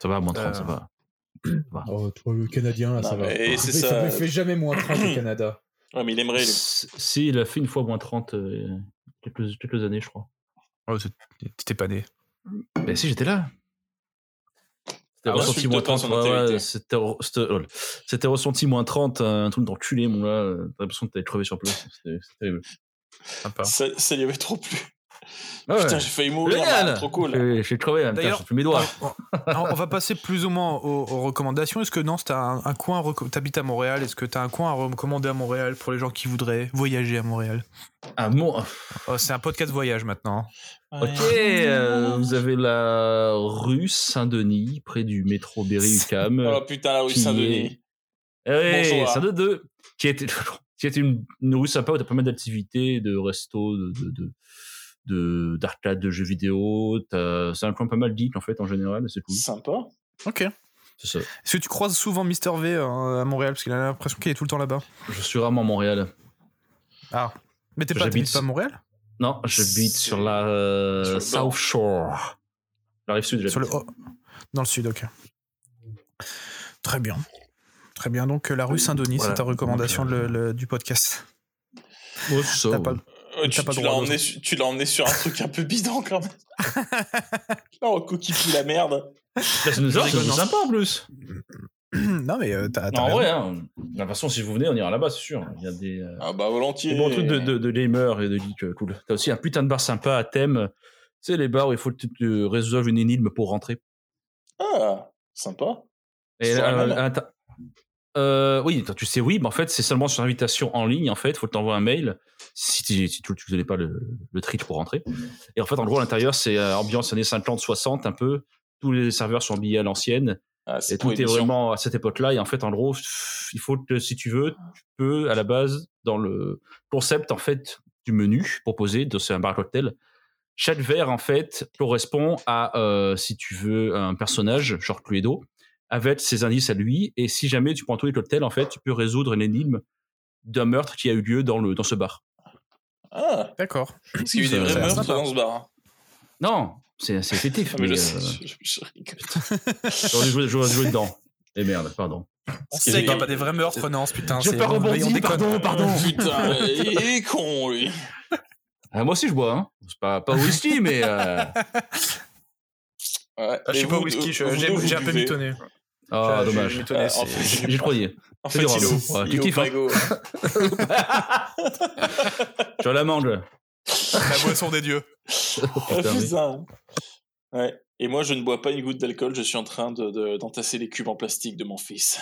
Speaker 3: Ça va, moins 30, ça
Speaker 5: Euh,
Speaker 3: va. Ça va.
Speaker 9: Oh, toi, le Canadien, là,
Speaker 6: Non,
Speaker 9: ça va.
Speaker 6: mais c'est
Speaker 9: Il fait-
Speaker 6: ça.
Speaker 9: il fait jamais moins 30 au Canada.
Speaker 6: Ouais, mais il aimerait lui.
Speaker 3: S- Si, il a fait une fois moins 30 euh, quelques, quelques années, je crois.
Speaker 5: Oh, t'es- t'es pas né.
Speaker 3: Ben si, j'étais là. C'était
Speaker 6: Ah,
Speaker 3: ressenti
Speaker 6: insulte
Speaker 3: moins
Speaker 6: pas
Speaker 3: 30.
Speaker 6: son
Speaker 3: ouais, ouais,
Speaker 6: intégrité.
Speaker 3: C'était re- c'était- oh là. C'était ressenti moins 30, un truc d'enculé, mon là. euh, T'as l'impression que t'avais crevé sur place. C'était c'était terrible.
Speaker 5: Sympa.
Speaker 6: Ça, ça lui avait trop plu.
Speaker 3: Ah ouais.
Speaker 6: Putain, j'ai failli mourir.
Speaker 3: Génial
Speaker 6: man, trop cool.
Speaker 3: J'ai- J'ai crevé, là, putain,
Speaker 5: D'ailleurs-
Speaker 3: j'ai plus mes doigts.
Speaker 5: On, on- on va passer plus ou moins aux, aux recommandations. Est-ce que Nance, t'as un, un coin, reco- t'habites à Montréal, est-ce que t'as un coin à recommander à Montréal pour les gens qui voudraient voyager à Montréal
Speaker 3: Ah, mon...
Speaker 5: Oh, C'est un podcast voyage maintenant.
Speaker 3: Ok, euh, vous avez la rue Saint-Denis, près du métro Berry-UQAM. Euh,
Speaker 6: Oh putain, la rue
Speaker 3: Qui est-
Speaker 6: Saint-Denis.
Speaker 3: Eh,
Speaker 6: Oh, Bonsoir.
Speaker 3: ça de deux. Qui était, qui était une, une rue sympa où t'as pas mal d'activités, de restos, de, de, de, de- d'arcades, de jeux vidéo. T'as, c'est un coin pas mal geek, en fait, en général. C'est cool.
Speaker 6: Sympa.
Speaker 5: Ok.
Speaker 3: C'est ça.
Speaker 5: Est-ce que tu croises souvent Mister V euh, à Montréal Parce qu'il a l'impression qu'il est tout le temps là-bas.
Speaker 3: Je suis rarement à Montréal.
Speaker 5: Ah. Mais t'es pas,
Speaker 3: J'habite-
Speaker 5: t'habites pas à Montréal
Speaker 3: Non, j'habite
Speaker 6: C'est-
Speaker 3: sur la euh,
Speaker 6: sur le
Speaker 3: South
Speaker 6: bord.
Speaker 3: Shore. La rive sud,
Speaker 5: Sur le... oh, Dans le sud, ok. Très bien. Très bien. Donc, euh, la rue Saint-Denis,
Speaker 3: Voilà.
Speaker 5: c'est ta recommandation
Speaker 3: Donc, euh,
Speaker 5: de le- le- du podcast.
Speaker 3: j'habite. Ouais, c'est ça,
Speaker 5: T'as
Speaker 3: ouais.
Speaker 5: pas-
Speaker 6: Euh,
Speaker 5: T'as
Speaker 6: tu
Speaker 5: pas
Speaker 6: tu
Speaker 5: le
Speaker 6: l'as
Speaker 5: droit de
Speaker 6: emmené, su- tu l'as emmené sur un truc un peu bidon quand même. non, coquille pue la merde.
Speaker 3: Bah, c'est,
Speaker 5: Je
Speaker 3: non,
Speaker 5: rigole,
Speaker 3: c'est
Speaker 5: non.
Speaker 3: sympa en plus.
Speaker 5: non, mais euh, t'as. t'as
Speaker 3: Non, en
Speaker 5: raison.
Speaker 3: vrai, hein, de toute façon, si vous venez, on ira là-bas, c'est sûr. Il y a des. euh,
Speaker 6: Ah bah volontiers.
Speaker 3: Des bons trucs de, de, de gamer et de geek, euh, cool. T'as aussi un putain de bar sympa à thème. Tu sais, les bars où il faut que tu te résolves une énigme pour rentrer.
Speaker 6: Ah, sympa.
Speaker 3: Et,
Speaker 6: C'est
Speaker 3: euh,
Speaker 6: vraiment-
Speaker 3: atta- euh, oui, toi, tu sais, oui, mais en fait, c'est seulement sur invitation en ligne, en fait. Faut que t'envoies un mail si tu si tu tu connais pas le, le trick pour rentrer. Et en fait, en gros, à l'intérieur, c'est euh, ambiance années 50, 60, un peu. Tous les serveurs sont habillés à l'ancienne.
Speaker 6: Ah, c'est
Speaker 3: Et tout
Speaker 6: pour
Speaker 3: est
Speaker 6: émission.
Speaker 3: vraiment à cette époque-là. Et en fait, en gros, pff, il faut que, si tu veux, tu peux, à la base, dans le concept, en fait, du menu proposé, de- c'est un bar à cocktail, chaque verre, en fait, correspond à, euh, si tu veux, un personnage, genre Cluedo, avec ses indices à lui. Et si jamais tu prends tous les cocktails, en fait, tu peux résoudre une énigme d'un meurtre qui a eu lieu dans, le, dans ce bar.
Speaker 6: Ah,
Speaker 5: D'accord.
Speaker 6: parce qu'il y a eu des
Speaker 5: Ça a
Speaker 6: vrais
Speaker 5: l'air
Speaker 6: meurtres
Speaker 5: sympa.
Speaker 6: dans ce bar. hein.
Speaker 3: Non, c'est c'est fictif.
Speaker 6: Ah, mais
Speaker 3: mais,
Speaker 6: je
Speaker 3: euh,
Speaker 6: sais, je, je rigole.
Speaker 3: j'aurais dû jouer- j'aurais dû jouer dedans. Et merde, pardon.
Speaker 5: C'est qu'il n'y a pas des vrais meurtres, Nance, putain.
Speaker 3: Je
Speaker 5: c'est-
Speaker 3: peux
Speaker 5: on- on
Speaker 3: rebondir,
Speaker 5: déconne.
Speaker 3: pardon, pardon.
Speaker 6: Putain, il est con lui.
Speaker 3: Ah, moi aussi, je bois. Hein. C'est pas, pas au whisky, mais. euh,
Speaker 5: Ah,
Speaker 6: Ouais,
Speaker 5: Je
Speaker 6: et
Speaker 5: suis pas
Speaker 6: vous,
Speaker 5: whisky,
Speaker 6: vous,
Speaker 5: je-
Speaker 6: vous,
Speaker 5: j'ai
Speaker 6: vous
Speaker 5: j'ai un peu
Speaker 6: buvez.
Speaker 5: mitonné.
Speaker 3: Ah,
Speaker 5: J'ai- j'ai
Speaker 3: dommage.
Speaker 5: mitonné,
Speaker 6: Ah,
Speaker 5: c'est-
Speaker 6: en fait,
Speaker 3: J'y croyais.
Speaker 6: En
Speaker 3: C'est
Speaker 6: fait,
Speaker 3: drôle.
Speaker 6: il est au-
Speaker 3: Ouais,
Speaker 6: il
Speaker 3: tu
Speaker 6: est au
Speaker 3: kiffes, hein.
Speaker 6: pago.
Speaker 3: Tu as la mangue.
Speaker 5: La boisson des dieux.
Speaker 6: Ah,
Speaker 3: Putain, oui.
Speaker 6: putain. Ouais. Et moi, je ne bois pas une goutte d'alcool, je suis en train de- de- d'entasser les cubes en plastique de mon fils.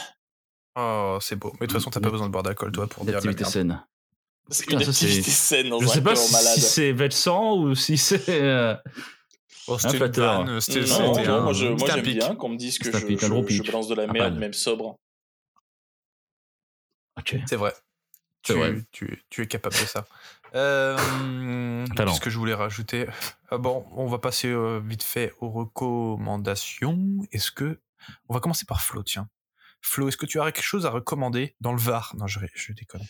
Speaker 5: Oh, c'est beau. Mais de toute façon, t'as
Speaker 6: Mm.
Speaker 5: pas besoin de boire d'alcool, toi, pour dire de la
Speaker 3: L'activité
Speaker 5: merde.
Speaker 3: saine.
Speaker 6: C'est
Speaker 3: Putain,
Speaker 6: une
Speaker 3: ça, c'est-
Speaker 6: activité saine dans
Speaker 3: Je
Speaker 6: un
Speaker 3: sais pas
Speaker 6: corps
Speaker 3: si,
Speaker 6: malade.
Speaker 3: si c'est vexant ou si c'est. euh,
Speaker 5: Oh,
Speaker 3: Un
Speaker 5: c'était une
Speaker 3: flatteur.
Speaker 5: vanne, c'était-
Speaker 6: Non,
Speaker 5: c'était
Speaker 6: Mm. Ah,
Speaker 3: hein.
Speaker 6: non,
Speaker 5: un-
Speaker 6: moi, je- moi,
Speaker 5: c'était un
Speaker 6: j'aime
Speaker 5: pic.
Speaker 6: bien qu'on me dise que
Speaker 3: C'est un
Speaker 6: je,
Speaker 3: pic, un
Speaker 6: je-
Speaker 3: gros
Speaker 6: je
Speaker 3: pic.
Speaker 6: balance de la
Speaker 3: Un
Speaker 6: merde,
Speaker 3: pan.
Speaker 6: même sobre.
Speaker 3: Ok.
Speaker 5: C'est vrai.
Speaker 3: C'est
Speaker 5: Tu,
Speaker 3: vrai.
Speaker 5: tu- tu es capable de ça. Euh,
Speaker 3: Talent.
Speaker 5: Qu'est-ce que je voulais rajouter Ah Bon, on va passer euh, vite fait aux recommandations. Est-ce que. On va commencer par Flo, tiens. Flo, est-ce que tu as quelque chose à recommander dans le Var Non, je, je déconne.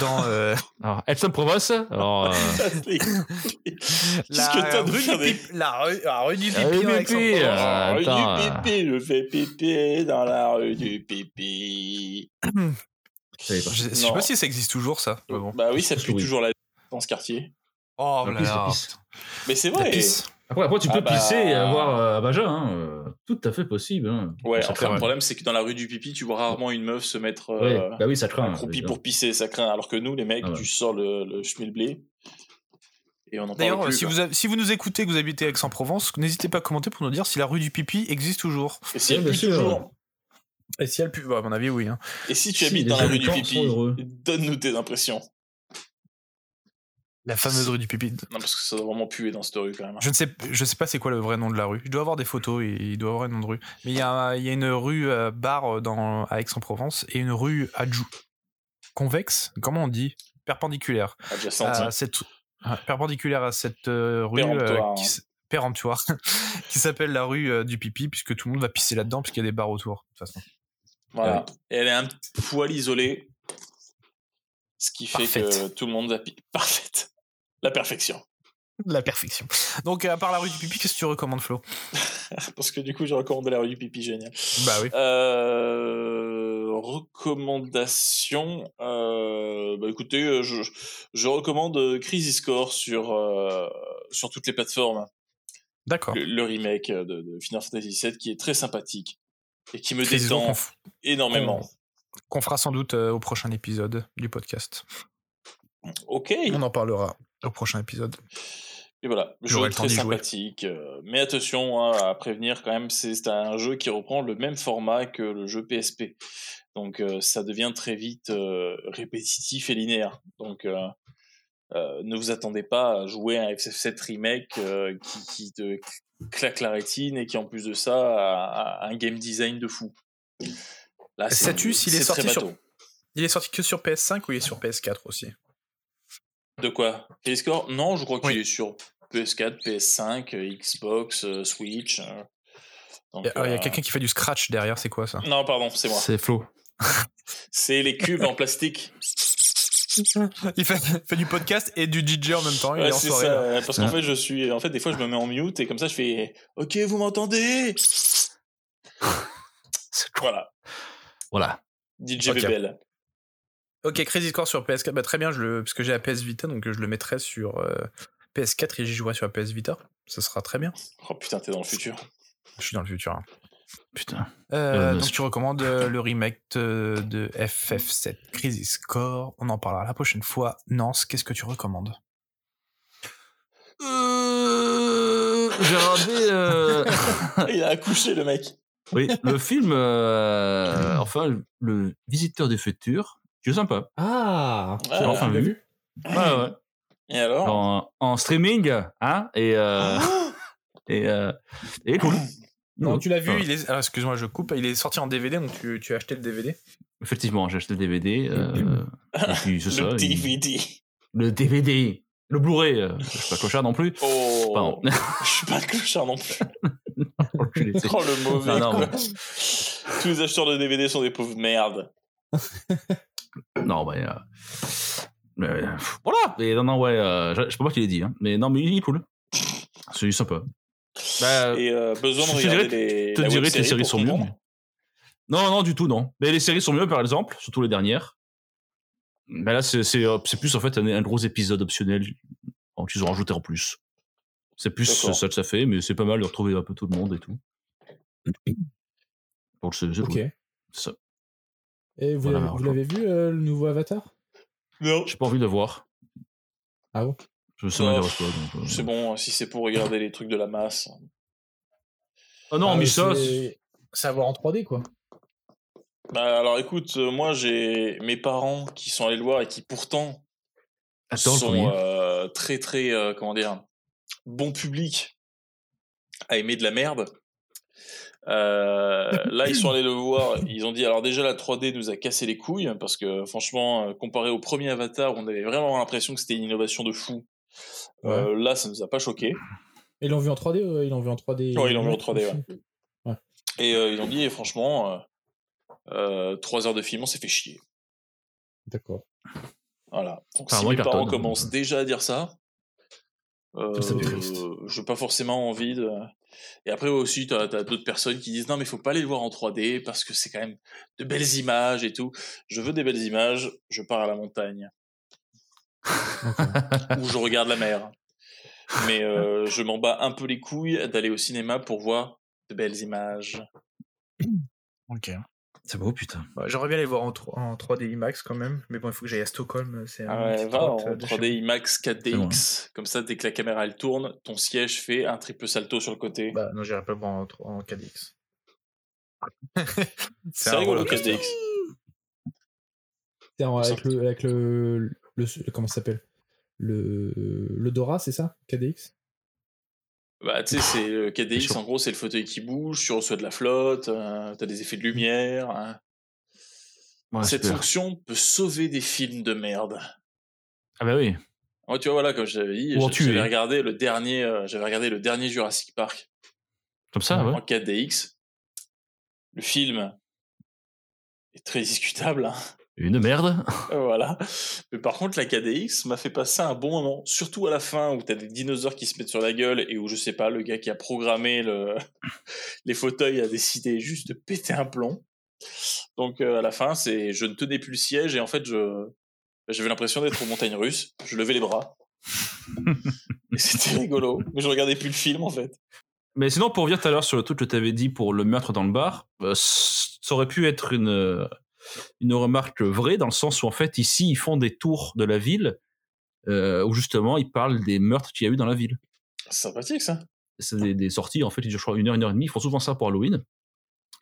Speaker 5: Dans euh,
Speaker 3: Alors, Aix-en-Provence. Alors. euh,
Speaker 6: Qu'est-ce que t'as de
Speaker 5: rue
Speaker 6: faire
Speaker 5: du
Speaker 6: des-
Speaker 5: Pip- la rue- la rue du
Speaker 3: Ah,
Speaker 5: Pipi en
Speaker 3: Pipi,
Speaker 5: Aix-en-Provence.
Speaker 3: Ah,
Speaker 6: rue
Speaker 3: attends, euh.
Speaker 6: du pipi, je fais pipi dans la rue du pipi.
Speaker 3: je savais pas.
Speaker 5: Je, je sais
Speaker 6: Non.
Speaker 5: pas si ça existe toujours ça. mais bon.
Speaker 6: Bah oui, ça pue
Speaker 3: Oui.
Speaker 6: toujours la dans ce quartier.
Speaker 5: Oh
Speaker 3: La
Speaker 5: là
Speaker 3: pisse, la
Speaker 5: là.
Speaker 3: pisse.
Speaker 6: Mais c'est
Speaker 5: La
Speaker 6: vrai.
Speaker 5: pisse.
Speaker 3: Après, après, tu
Speaker 6: Ah
Speaker 3: peux
Speaker 6: bah.
Speaker 3: pisser et avoir euh, à Baja. Hein. euh, Tout à fait possible. Hein.
Speaker 6: Ouais,
Speaker 3: ça
Speaker 6: enfin,
Speaker 3: craint.
Speaker 6: le problème, c'est que dans la rue du pipi, tu vois rarement une meuf se mettre
Speaker 3: Ouais,
Speaker 6: euh,
Speaker 3: Bah oui, ça craint.
Speaker 6: accroupie
Speaker 3: déjà.
Speaker 6: pour pisser, ça craint. Alors que nous, les mecs,
Speaker 3: Ah ouais.
Speaker 6: tu sors le, le schmilblé Et on en parle
Speaker 5: D'ailleurs,
Speaker 6: plus,
Speaker 5: si
Speaker 6: quoi.
Speaker 5: vous, avez- si vous nous écoutez, que vous habitez Aix-en-Provence, n'hésitez pas à commenter pour nous dire si la rue du pipi existe toujours.
Speaker 6: Et si
Speaker 9: Ouais,
Speaker 6: elle
Speaker 9: bien
Speaker 6: pue
Speaker 9: sûr.
Speaker 6: toujours,
Speaker 5: Et si elle pue, bah, à mon avis, oui. hein.
Speaker 6: et si tu
Speaker 3: Si,
Speaker 6: habites
Speaker 3: les
Speaker 6: dans la rue du
Speaker 3: habitants sont
Speaker 6: pipi,
Speaker 3: heureux.
Speaker 6: donne-nous tes impressions.
Speaker 5: La fameuse rue du pipi.
Speaker 6: Non, parce que ça doit vraiment puer dans cette rue quand même.
Speaker 5: Je ne sais, je sais pas c'est quoi le vrai nom de la rue. Je dois avoir des photos et il doit avoir un nom de rue. Mais il y a, il y a une rue euh, barre dans, à Aix-en-Provence et une rue adjou convexe. Comment on dit Perpendiculaire.
Speaker 6: Adjacente.
Speaker 5: À
Speaker 6: hein.
Speaker 5: cette, Ah ouais, perpendiculaire à cette euh, rue
Speaker 6: Péremptoire,
Speaker 5: euh, qui,
Speaker 6: hein.
Speaker 5: s- péremptoire qui s'appelle la rue euh, du pipi puisque tout le monde va pisser là-dedans puisqu'il y a des bars autour. De toute façon.
Speaker 6: Voilà.
Speaker 3: Ah.
Speaker 6: Et elle est un petit poil isolée. Ce qui fait que
Speaker 5: Parfaite.
Speaker 6: tout le monde va piquer. Parfaite. La perfection.
Speaker 5: La perfection. Donc euh, à part la rue du pipi, qu'est-ce que tu recommandes Flo
Speaker 6: Parce que du coup, j'ai recommandé la rue du pipi, génial.
Speaker 5: Bah oui.
Speaker 6: Euh, recommandation. euh, bah écoutez, euh, je, je recommande euh, Crisis Core sur, euh, sur toutes les plateformes.
Speaker 5: D'accord.
Speaker 6: Le, le remake euh, de, de Final Fantasy VII qui est très sympathique et qui me
Speaker 5: Précisons
Speaker 6: détend
Speaker 5: qu'on f-
Speaker 6: énormément.
Speaker 5: qu'on fera sans doute euh, au prochain épisode du podcast.
Speaker 6: Ok.
Speaker 5: On en parlera au prochain épisode.
Speaker 6: Et voilà, le jeu
Speaker 5: J'aurai
Speaker 6: est
Speaker 5: le temps
Speaker 6: très
Speaker 5: d'y jouer.
Speaker 6: sympathique. euh, mais attention hein, à prévenir quand même, c'est c'est un jeu qui reprend le même format que le jeu PSP. Donc euh, ça devient très vite euh, répétitif et linéaire. Donc euh, euh, ne vous attendez pas à jouer un FF7 remake euh, qui, qui te claque la rétine et qui en plus de ça a, a un game design de fou. Là, c'est-
Speaker 5: Satus, il est
Speaker 6: c'est très
Speaker 5: sorti sur-
Speaker 6: bateau.
Speaker 5: Il est sorti que sur PS5 ou il est sur PS4 aussi
Speaker 6: De quoi PS4 Non, je crois qu'il
Speaker 5: Oui.
Speaker 6: est sur PS4, PS5, euh, Xbox, euh, Switch. euh. Donc,
Speaker 5: Il y a,
Speaker 6: euh,
Speaker 5: quelqu'un qui fait du scratch derrière, c'est quoi ça
Speaker 6: Non, pardon, c'est moi.
Speaker 3: C'est Flo.
Speaker 6: C'est les cubes en plastique.
Speaker 5: Il fait, fait du podcast et du DJ en même temps.
Speaker 6: Ouais, c'est ça.
Speaker 5: là.
Speaker 6: euh, Parce qu'en
Speaker 3: Ah.
Speaker 6: fait, je suis. En fait, des fois, je me mets en mute et comme ça, je fais OK, vous m'entendez Voilà.
Speaker 3: Voilà.
Speaker 6: DJ
Speaker 5: Ok.
Speaker 6: Bebel.
Speaker 5: Ok, Crisis Core sur PS4. Bah, très bien, je le, parce que j'ai la PS Vita, donc je le mettrai sur euh, PS4 et j'y jouerai sur la PS Vita. Ça sera très bien.
Speaker 6: Oh putain, t'es dans le futur.
Speaker 5: Je suis dans le futur. hein.
Speaker 3: Putain.
Speaker 5: Euh,
Speaker 3: Euh,
Speaker 5: donc
Speaker 3: c'est-
Speaker 5: tu recommandes euh, le remake de, de FF7 Crisis Core. On en parlera la prochaine fois. Nance, qu'est-ce que tu recommandes
Speaker 3: J'ai regardé. euh,
Speaker 6: Ah, Il a accouché, le mec.
Speaker 3: oui, le film. euh, Enfin, le Visiteur des Futurs. qui est sympa.
Speaker 9: Ah
Speaker 6: Ah,
Speaker 3: J'ai enfin
Speaker 9: tu l'as
Speaker 3: vu. Ouais, ouais.
Speaker 6: Et alors
Speaker 3: En, en streaming, hein, et euh, et euh, et cool.
Speaker 5: Non, tu l'as vu,
Speaker 3: Ah.
Speaker 5: il est... alors, excuse-moi, je coupe, il est sorti en DVD, donc tu, tu as acheté le DVD.
Speaker 3: Effectivement, j'ai acheté le DVD. euh, et puis c'est ça.
Speaker 6: Le
Speaker 3: il-
Speaker 6: DVD.
Speaker 3: le DVD, le Blu-ray, euh, je suis pas clochard non plus.
Speaker 6: Oh.
Speaker 3: Pardon.
Speaker 6: Je suis pas un clochard non plus.
Speaker 3: Enculé, c'est-
Speaker 6: Oh, le mauvais.
Speaker 3: Non, non,
Speaker 6: quoi.
Speaker 3: mais-
Speaker 6: Tous les acheteurs de DVD sont des pauvres merdes.
Speaker 3: non, mais euh, euh, pff, voilà. Et non, non, ouais, euh, je je sais pas qu'il ait dit, hein, mais non, mais il est cool. C'est sympa. Bah,
Speaker 6: Et euh, besoin de
Speaker 3: je te dirais-
Speaker 6: regarder les.
Speaker 3: te
Speaker 6: la
Speaker 3: dirais que les
Speaker 6: web-série
Speaker 3: séries
Speaker 6: pour
Speaker 3: sont mieux.
Speaker 6: comprendre.
Speaker 3: mais- Non, non, du tout, non. Mais les séries sont mieux, par exemple, surtout les dernières. Mais là, c'est c'est, euh, c'est plus en fait un, un gros épisode optionnel en- qu'ils ont rajouté en plus. C'est plus
Speaker 6: D'accord.
Speaker 3: ça que ça fait, mais c'est pas mal de retrouver un peu tout le monde et tout. Donc c'est c'est
Speaker 9: Ok.
Speaker 3: cool. Ça.
Speaker 9: Et vous
Speaker 3: Voilà,
Speaker 9: l'avez-
Speaker 3: ma
Speaker 9: vous l'avez vu, euh, le nouveau Avatar
Speaker 6: Non.
Speaker 3: J'ai pas envie de le voir.
Speaker 9: Ah bon
Speaker 3: Je- Ça
Speaker 6: Ah,
Speaker 3: m'intéresse pas. donc, euh.
Speaker 6: C'est bon, hein, si c'est pour regarder les trucs de la masse.
Speaker 3: Ah non,
Speaker 9: Ah,
Speaker 3: mais ça, c'est-
Speaker 9: c'est- c'est à voir en 3D, quoi.
Speaker 6: Bah, alors écoute, euh, moi j'ai mes parents qui sont allés le voir et qui pourtant
Speaker 3: attends, Ah, le
Speaker 6: sont
Speaker 3: premier.
Speaker 6: euh, très très, euh, comment dire, bon public à aimer de la merde. Euh, là, ils sont allés le voir. Ils ont dit alors déjà la 3D nous a cassé les couilles hein, parce que franchement, euh, comparé au premier Avatar, on avait vraiment l'impression que c'était une innovation de fou. Euh, là, ça nous a pas choqué.
Speaker 9: Et Ils l'ont vu en 3D euh, Ils l'ont vu en 3D
Speaker 6: Ouais, ils l'ont vu en 3D, ouais.
Speaker 9: aussi.
Speaker 6: Et euh, ils ont dit franchement, euh, euh, trois heures de film, on s'est fait chier.
Speaker 9: D'accord.
Speaker 6: Voilà. Donc,
Speaker 3: Enfin,
Speaker 6: si
Speaker 3: moi,
Speaker 6: mes
Speaker 3: il
Speaker 6: parents
Speaker 3: cartonne. hein,
Speaker 6: commencent déjà à dire ça, euh,
Speaker 9: Ça me triste.
Speaker 6: je n'ai pas forcément envie de. Et après ouais, aussi, tu as, d'autres personnes qui disent non, mais faut pas aller le voir en 3D parce que c'est quand même de belles images et tout. Je veux des belles images, je pars à la montagne ou je regarde la mer. Mais euh, je m'en bats un peu les couilles d'aller au cinéma pour voir de belles images.
Speaker 5: Ok.
Speaker 3: C'est beau, putain.
Speaker 10: Ouais, J'aimerais bien les voir en, tro- en 3D IMAX quand même, mais bon, il faut que j'aille à
Speaker 5: euh,
Speaker 10: Stockholm. C'est
Speaker 6: Ah
Speaker 10: un
Speaker 6: ouais,
Speaker 10: petit
Speaker 6: va en
Speaker 10: trot, euh, de chez
Speaker 6: 3D IMAX
Speaker 3: loin.
Speaker 6: 4DX. Comme ça, dès que la caméra elle tourne, ton siège fait un triple salto sur le côté.
Speaker 10: Bah non, j'irai pas le voir en, tro- en 4DX.
Speaker 6: c'est
Speaker 10: un
Speaker 6: rigolo,
Speaker 10: roller
Speaker 6: 4DX.
Speaker 9: C'est en- avec le, avec le, le, le- comment ça s'appelle le, le Dora, c'est ça KDX
Speaker 6: Bah, tu sais, c'est le
Speaker 3: C'est
Speaker 6: KDX,
Speaker 3: chaud.
Speaker 6: en gros, c'est le fauteuil qui bouge, tu reçois de la flotte, euh, t'as des effets de lumière. hein.
Speaker 3: Mm. Ouais,
Speaker 6: Cette
Speaker 3: super.
Speaker 6: fonction peut sauver des films de merde.
Speaker 3: Ah bah oui.
Speaker 6: Ouais, tu vois, voilà, comme je t'avais dit,
Speaker 3: Ou en
Speaker 6: j'a-
Speaker 3: tuer.
Speaker 6: j'avais regardé, le dernier, euh, j'avais regardé le dernier Jurassic Park
Speaker 3: Comme ça, ouais.
Speaker 6: en 4DX. Le film est très discutable, hein.
Speaker 3: Une merde.
Speaker 6: voilà. Mais par contre, la KDX m'a fait passer un bon moment, surtout à la fin où t'as des dinosaures qui se mettent sur la gueule et où je sais pas, le gars qui a programmé le... les fauteuils a décidé juste de péter un plomb. Donc euh, à la fin, c'est je ne tenais plus le siège et en fait je j'avais l'impression d'être aux montagnes russes. Je levais les bras. Et C'était rigolo, mais je regardais plus le film en fait.
Speaker 3: Mais sinon, pour revenir tout à l'heure sur le truc que tu avais dit pour le meurtre dans le bar, euh, c- ça aurait pu être une, euh, une remarque vraie dans le sens où, en fait, ici, ils font des tours de la ville euh, où, justement, ils parlent des meurtres qu'il y a eu dans la ville.
Speaker 6: C'est sympathique ça.
Speaker 3: C'est des, des sorties, en fait, ils durent, je crois, une heure, une heure et demie. Ils font souvent ça pour Halloween.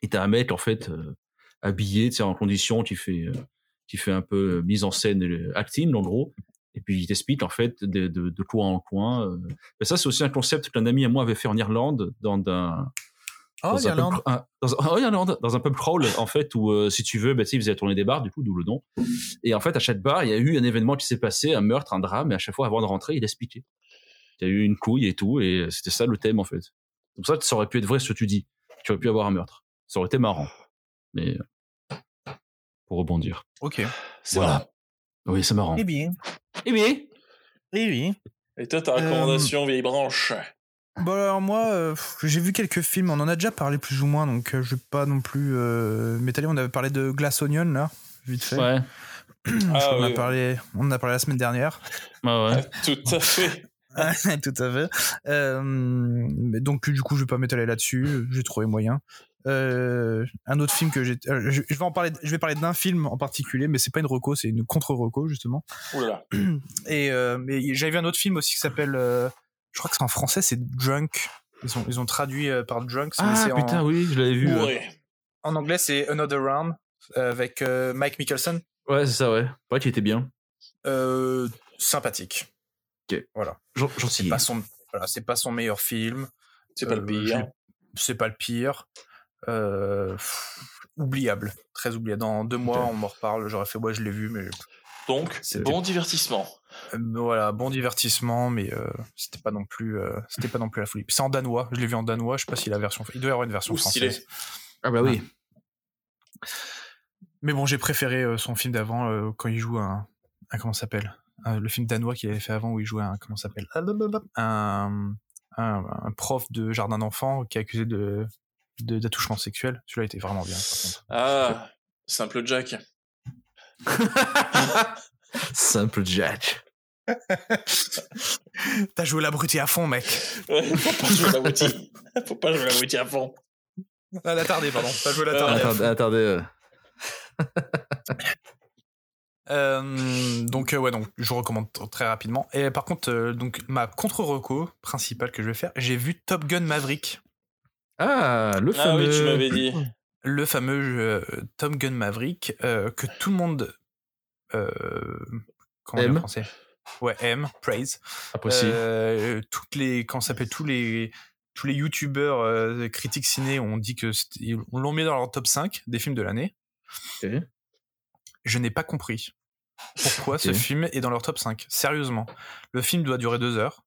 Speaker 3: Et t'as un mec, en fait, euh, habillé, tu sais, en condition, qui fait, euh, qui fait un peu euh, mise en scène, euh, acting, en gros. Et puis, il t'explique, en fait, de, de, de coin en coin. euh. Mais ça, c'est aussi un concept qu'un ami à moi avait fait en Irlande, dans un
Speaker 11: Oh,
Speaker 3: dans un pub- un- dans un- oh, Irlande, dans un pub crawl, en fait, où, euh, si tu veux, bah, tu sais, ils faisaient tourner des bars, du coup, d'où le nom. Et en fait, à chaque bar, il y a eu un événement qui s'est passé, un meurtre, un drame, et à chaque fois, avant de rentrer, il expliquait. Il y a eu une couille et tout, et euh, c'était ça le thème, en fait. Comme ça, ça aurait pu être vrai ce que tu dis. Tu aurais pu avoir un meurtre. Ça aurait été marrant. Mais, euh, pour rebondir.
Speaker 11: Ok.
Speaker 6: C'est
Speaker 3: Voilà.
Speaker 6: marrant.
Speaker 3: Oui, c'est marrant.
Speaker 11: Eh bien.
Speaker 3: Eh bien,
Speaker 11: Eh bien.
Speaker 6: Et toi, ta
Speaker 5: Euh,
Speaker 6: recommandation vieille branche.
Speaker 5: Bon alors moi, euh, pff, j'ai vu quelques films, on en a déjà parlé plus ou moins, donc euh, je vais pas non plus euh, m'étaler. On avait parlé de Glass Onion là, vite fait.
Speaker 3: ouais.
Speaker 6: Ah
Speaker 5: on, a
Speaker 6: oui.
Speaker 5: parlé, on en a parlé la semaine dernière.
Speaker 3: Ouais, ouais.
Speaker 6: Tout à fait.
Speaker 5: Tout à fait. Euh, mais donc du coup, je vais pas m'étaler là-dessus. J'ai trouvé moyen. Euh, un autre film que j'ai, euh, je je vais en parler. Je vais parler d'un film en particulier, mais c'est pas une reco, c'est une contre-reco justement.
Speaker 6: Ouh là là.
Speaker 5: Et euh, mais j'avais vu un autre film aussi qui s'appelle, euh, je crois que c'est en français, c'est Drunk. Ils ont ils ont traduit euh, par Drunk. mais
Speaker 3: Ah,
Speaker 5: c'est en-
Speaker 3: putain, oui, je l'avais vu.
Speaker 5: Euh,
Speaker 3: ouais.
Speaker 6: Bourré.
Speaker 5: En anglais, c'est Another Round euh, avec euh, Mike Mickelson.
Speaker 3: Ouais, c'est ça, ouais. Ouais, qui était bien.
Speaker 5: Euh, sympathique.
Speaker 3: J'en j'en sais
Speaker 5: Pas son, voilà, c'est pas son meilleur film.
Speaker 6: C'est pas le hein.
Speaker 5: Euh,
Speaker 6: pire.
Speaker 5: C'est pas le pire. Euh, pff, oubliable, très oubliable. Dans deux mois, on m'en reparle. J'aurais fait, ouais, je l'ai vu, mais
Speaker 6: Donc,
Speaker 5: C'est-
Speaker 6: bon divertissement.
Speaker 5: euh, voilà, bon divertissement, mais euh, c'était pas non plus, euh, c'était pas non plus la folie. Puis C'est en danois. Je l'ai vu en danois. Je sais pas si la version, il doit y avoir une version
Speaker 6: Ou stylé.
Speaker 5: française.
Speaker 3: Ah, bah oui.
Speaker 5: Mais bon, j'ai préféré euh, son film d'avant euh, quand il joue un, un comment ça s'appelle Un- Le film danois qu'il avait fait avant où il jouait un comment ça
Speaker 6: Ah,
Speaker 5: s'appelle un, un, un prof de jardin d'enfants qui est accusé de de- d'attouchement sexuel. Celui-là était vraiment bien. par contre.
Speaker 6: Ah, simple Jack.
Speaker 3: Simple Jack.
Speaker 5: T'as joué l'abruti à fond, mec.
Speaker 6: Ouais, faut pas jouer la moitié. Faut pas jouer la moitié à fond.
Speaker 5: Ah, l'attardé, pardon. T'as joué l'attardé.
Speaker 3: Attendez, attendez. euh,
Speaker 5: Euh, donc euh, ouais, donc je recommande t- très rapidement. Et par contre, euh, donc ma contre-reco principale que je vais faire, j'ai vu Top Gun Maverick.
Speaker 3: Ah, le
Speaker 6: Ah
Speaker 3: fameux.
Speaker 6: oui, tu m'avais dit.
Speaker 5: le fameux euh, Tom Gun Maverick euh, que tout le monde euh, comment on dit
Speaker 3: Aime.
Speaker 5: en français ouais aime praise
Speaker 3: Après, si.
Speaker 5: Euh, toutes les comment ça s'appelle tous les tous les youtubeurs euh, critiques ciné ont dit que c'était- ils- on l'ont mis dans leur top 5 des films de l'année
Speaker 3: Ok.
Speaker 6: Euh.
Speaker 5: je n'ai pas compris pourquoi ce
Speaker 3: Ok.
Speaker 5: film est dans leur top 5 sérieusement le film doit durer deux heures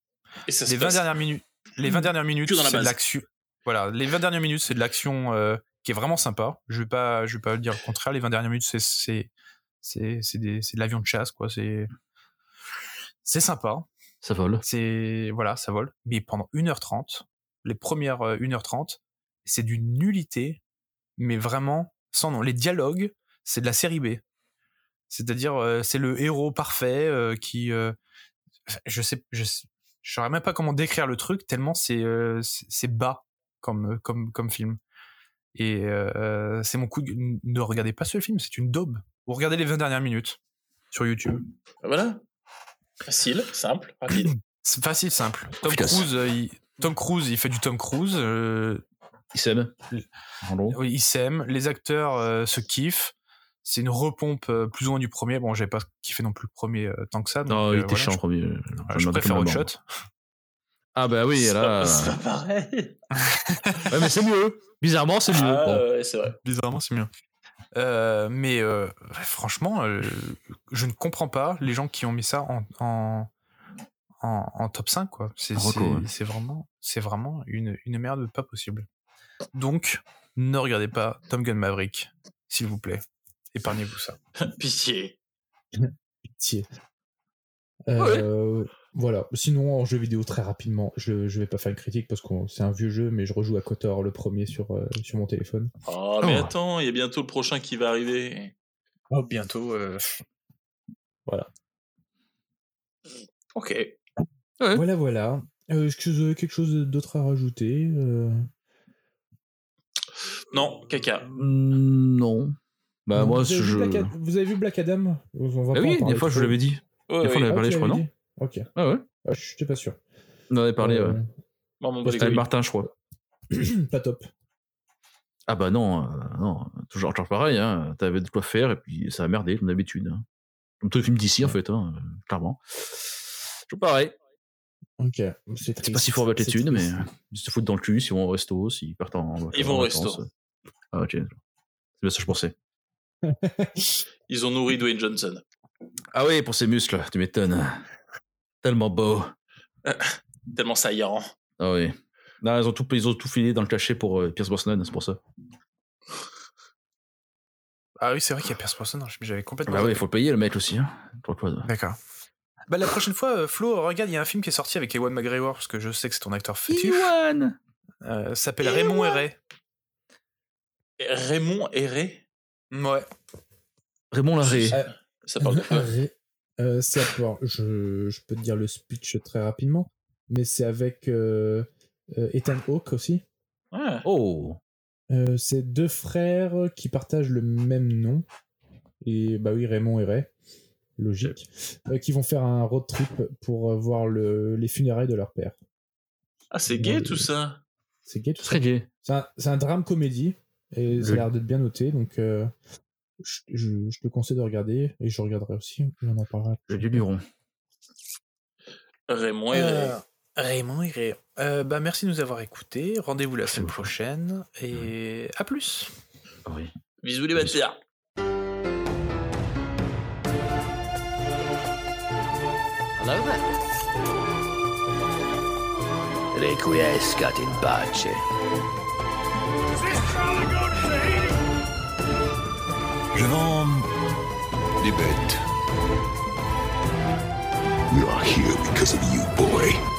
Speaker 6: Et ça se
Speaker 5: les 20
Speaker 6: passe. Hmm.
Speaker 5: dernières minutes les 20 dernières minutes
Speaker 6: Que dans la
Speaker 5: c'est de
Speaker 6: base.
Speaker 5: l'action voilà les 20 dernières minutes c'est de l'action euh, qui est vraiment sympa je vais pas je vais pas dire le contraire les 20 dernières minutes c'est c'est c'est c'est des- c'est de l'avion de chasse quoi c'est c'est sympa
Speaker 3: Ça vole.
Speaker 5: c'est voilà ça vole mais pendant 1h30 les premières euh, 1h30 c'est d'une nullité mais vraiment sans nom les dialogues c'est de la série B c'est-à-dire euh, c'est le héros parfait euh, qui euh, je sais je sais- je saurais même pas comment décrire le truc tellement c'est euh, c'est c'est bas comme euh, comme comme film Et euh, c'est mon coup de... Ne regardez pas ce film, c'est une daube. Vous regardez les 20 dernières minutes sur YouTube.
Speaker 6: Voilà. Facile, simple, rapide.
Speaker 5: C'est facile, simple. Tom
Speaker 12: Efficace.
Speaker 5: Cruise, euh, il... Tom Cruise, il fait du Tom Cruise. euh,
Speaker 3: Il s'aime. Euh, En gros.
Speaker 5: Oui, Ils s'aiment, les acteurs euh, se kiffent. C'est une repompe euh, plus ou moins du premier. Bon, j'ai pas kiffé non plus le premier euh, tant que ça. donc,
Speaker 3: Non,
Speaker 5: euh,
Speaker 3: il était
Speaker 5: voilà,
Speaker 3: chiant en premier.
Speaker 5: Je, voilà, je préfère Hot Shot.
Speaker 3: Ah bah oui,
Speaker 6: C'est
Speaker 3: là.
Speaker 6: pas- C'est pas pareil.
Speaker 3: Ouais, mais c'est mieux. Bizarrement, c'est mieux.
Speaker 6: Ah,
Speaker 3: Bon.
Speaker 6: ouais, c'est vrai.
Speaker 5: Bizarrement, c'est mieux. Euh, mais euh, ouais, franchement, euh, je ne comprends pas les gens qui ont mis ça en, en, en- en top 5. quoi. C'est
Speaker 3: En
Speaker 5: c'est-
Speaker 3: reco, ouais.
Speaker 5: c'est vraiment, c'est vraiment une, une merde pas possible. Donc, ne regardez pas Tom Gun Maverick, s'il vous plaît. Épargnez-vous ça.
Speaker 6: Pitié.
Speaker 9: Pitié. Euh, Voilà. Sinon, en jeu vidéo, très rapidement, je, je vais pas faire une critique parce que c'est un vieux jeu, mais je rejoue à Kotor le premier sur, euh, sur mon téléphone.
Speaker 6: Oh, mais attends, il y a bientôt le prochain qui va arriver.
Speaker 5: Oh, bientôt.
Speaker 6: Ok.
Speaker 9: Voilà, voilà. Euh, Est-ce que vous avez quelque chose d'autre à rajouter Euh,
Speaker 6: Non, caca.
Speaker 3: Mm, Non. Bah moi,
Speaker 9: vous
Speaker 3: ce
Speaker 9: avez vu
Speaker 3: jeu.
Speaker 9: Black Ad- Vous avez vu Black Adam On va
Speaker 3: Ah
Speaker 9: pas en
Speaker 3: oui,
Speaker 9: parler
Speaker 3: des fois, je vous
Speaker 9: trop.
Speaker 3: l'avais dit.
Speaker 6: Ouais,
Speaker 3: Des fois, on
Speaker 6: ouais.
Speaker 3: avait parlé,
Speaker 9: Ah,
Speaker 3: je
Speaker 9: tu
Speaker 3: crois,
Speaker 9: l'avais
Speaker 3: non
Speaker 9: dit Ok.
Speaker 3: Ah ouais
Speaker 9: Ah, je n'étais pas sûr.
Speaker 3: On en avait parlé,
Speaker 9: Euh, ah
Speaker 3: ouais.
Speaker 6: Bon, bon,
Speaker 9: Parce
Speaker 6: bon,
Speaker 3: C'était
Speaker 6: les couilles.
Speaker 3: Martin, je crois.
Speaker 9: Pas top.
Speaker 3: Ah bah non, euh, non. Toujours, toujours pareil, hein. T'avais de quoi faire et puis ça a merdé, comme d'habitude. hein. Comme tous les films d'ici, en fait, hein, euh, clairement. Toujours pareil.
Speaker 9: Ok. C'est
Speaker 3: C'est pas si fort avec les
Speaker 9: c'est
Speaker 3: thunes, mais
Speaker 9: triste.
Speaker 3: ils se foutent dans le cul, s'ils vont au resto, s'ils partent en vacances.
Speaker 6: Ils vont au
Speaker 3: en
Speaker 6: resto.
Speaker 3: vacances. Ah, ok. C'est bien ça que je pensais.
Speaker 6: Ils ont nourri Dwayne Johnson.
Speaker 3: Ah oui, pour ses muscles, tu m'étonnes. Tellement beau.
Speaker 6: Tellement saillant.
Speaker 3: Ah oui. Non, ils ont tout, ils ont tout filé dans le cachet pour euh, Pierce Brosnan, c'est pour ça.
Speaker 5: Ah oui, c'est vrai qu'il y a Pierce Brosnan. J'avais complètement.
Speaker 3: Bah oui, il faut le payer, le mec aussi. Hein. Je crois que-
Speaker 5: D'accord. Bah, la prochaine fois, euh, Flo, regarde, il y a un film qui est sorti avec Ewan McGregor, parce que je sais que c'est ton acteur fétiche. Euh, ça s'appelle Raymond Herret.
Speaker 6: Et Raymond Herré
Speaker 5: Ouais.
Speaker 3: Raymond Larré.
Speaker 9: Ah.
Speaker 6: Ça parle de quoi
Speaker 9: Euh, c'est à- bon, je, je peux te dire le speech très rapidement, mais c'est avec euh, euh, Ethan Hawke aussi.
Speaker 6: Ouais.
Speaker 3: Oh
Speaker 9: Euh, c'est deux frères qui partagent le même nom. Et bah oui, Raymond et Ray, logique, Euh, qui vont faire un road trip pour euh, voir le, les funérailles de leur père.
Speaker 6: Ah, c'est gay tout ça.
Speaker 9: C'est gay tout ça.
Speaker 3: Très gay.
Speaker 9: C'est un, c'est un drame comédie et ça a
Speaker 3: Oui.
Speaker 9: l'air d'être bien noté, donc euh, je, je- je te conseille de regarder et je regarderai aussi. et On en parlera.
Speaker 3: J'ai du luron.
Speaker 6: Raymond Herré.
Speaker 5: Euh, Raymond Herret. Euh, bah, merci de nous avoir écoutés. Rendez-vous la semaine prochaine. Et à plus.
Speaker 3: Ah oui.
Speaker 6: Bisous les bâtards.
Speaker 12: Hello there.
Speaker 2: Requiescat in pace.
Speaker 4: Je vends des bêtes. We are here because of you, boy.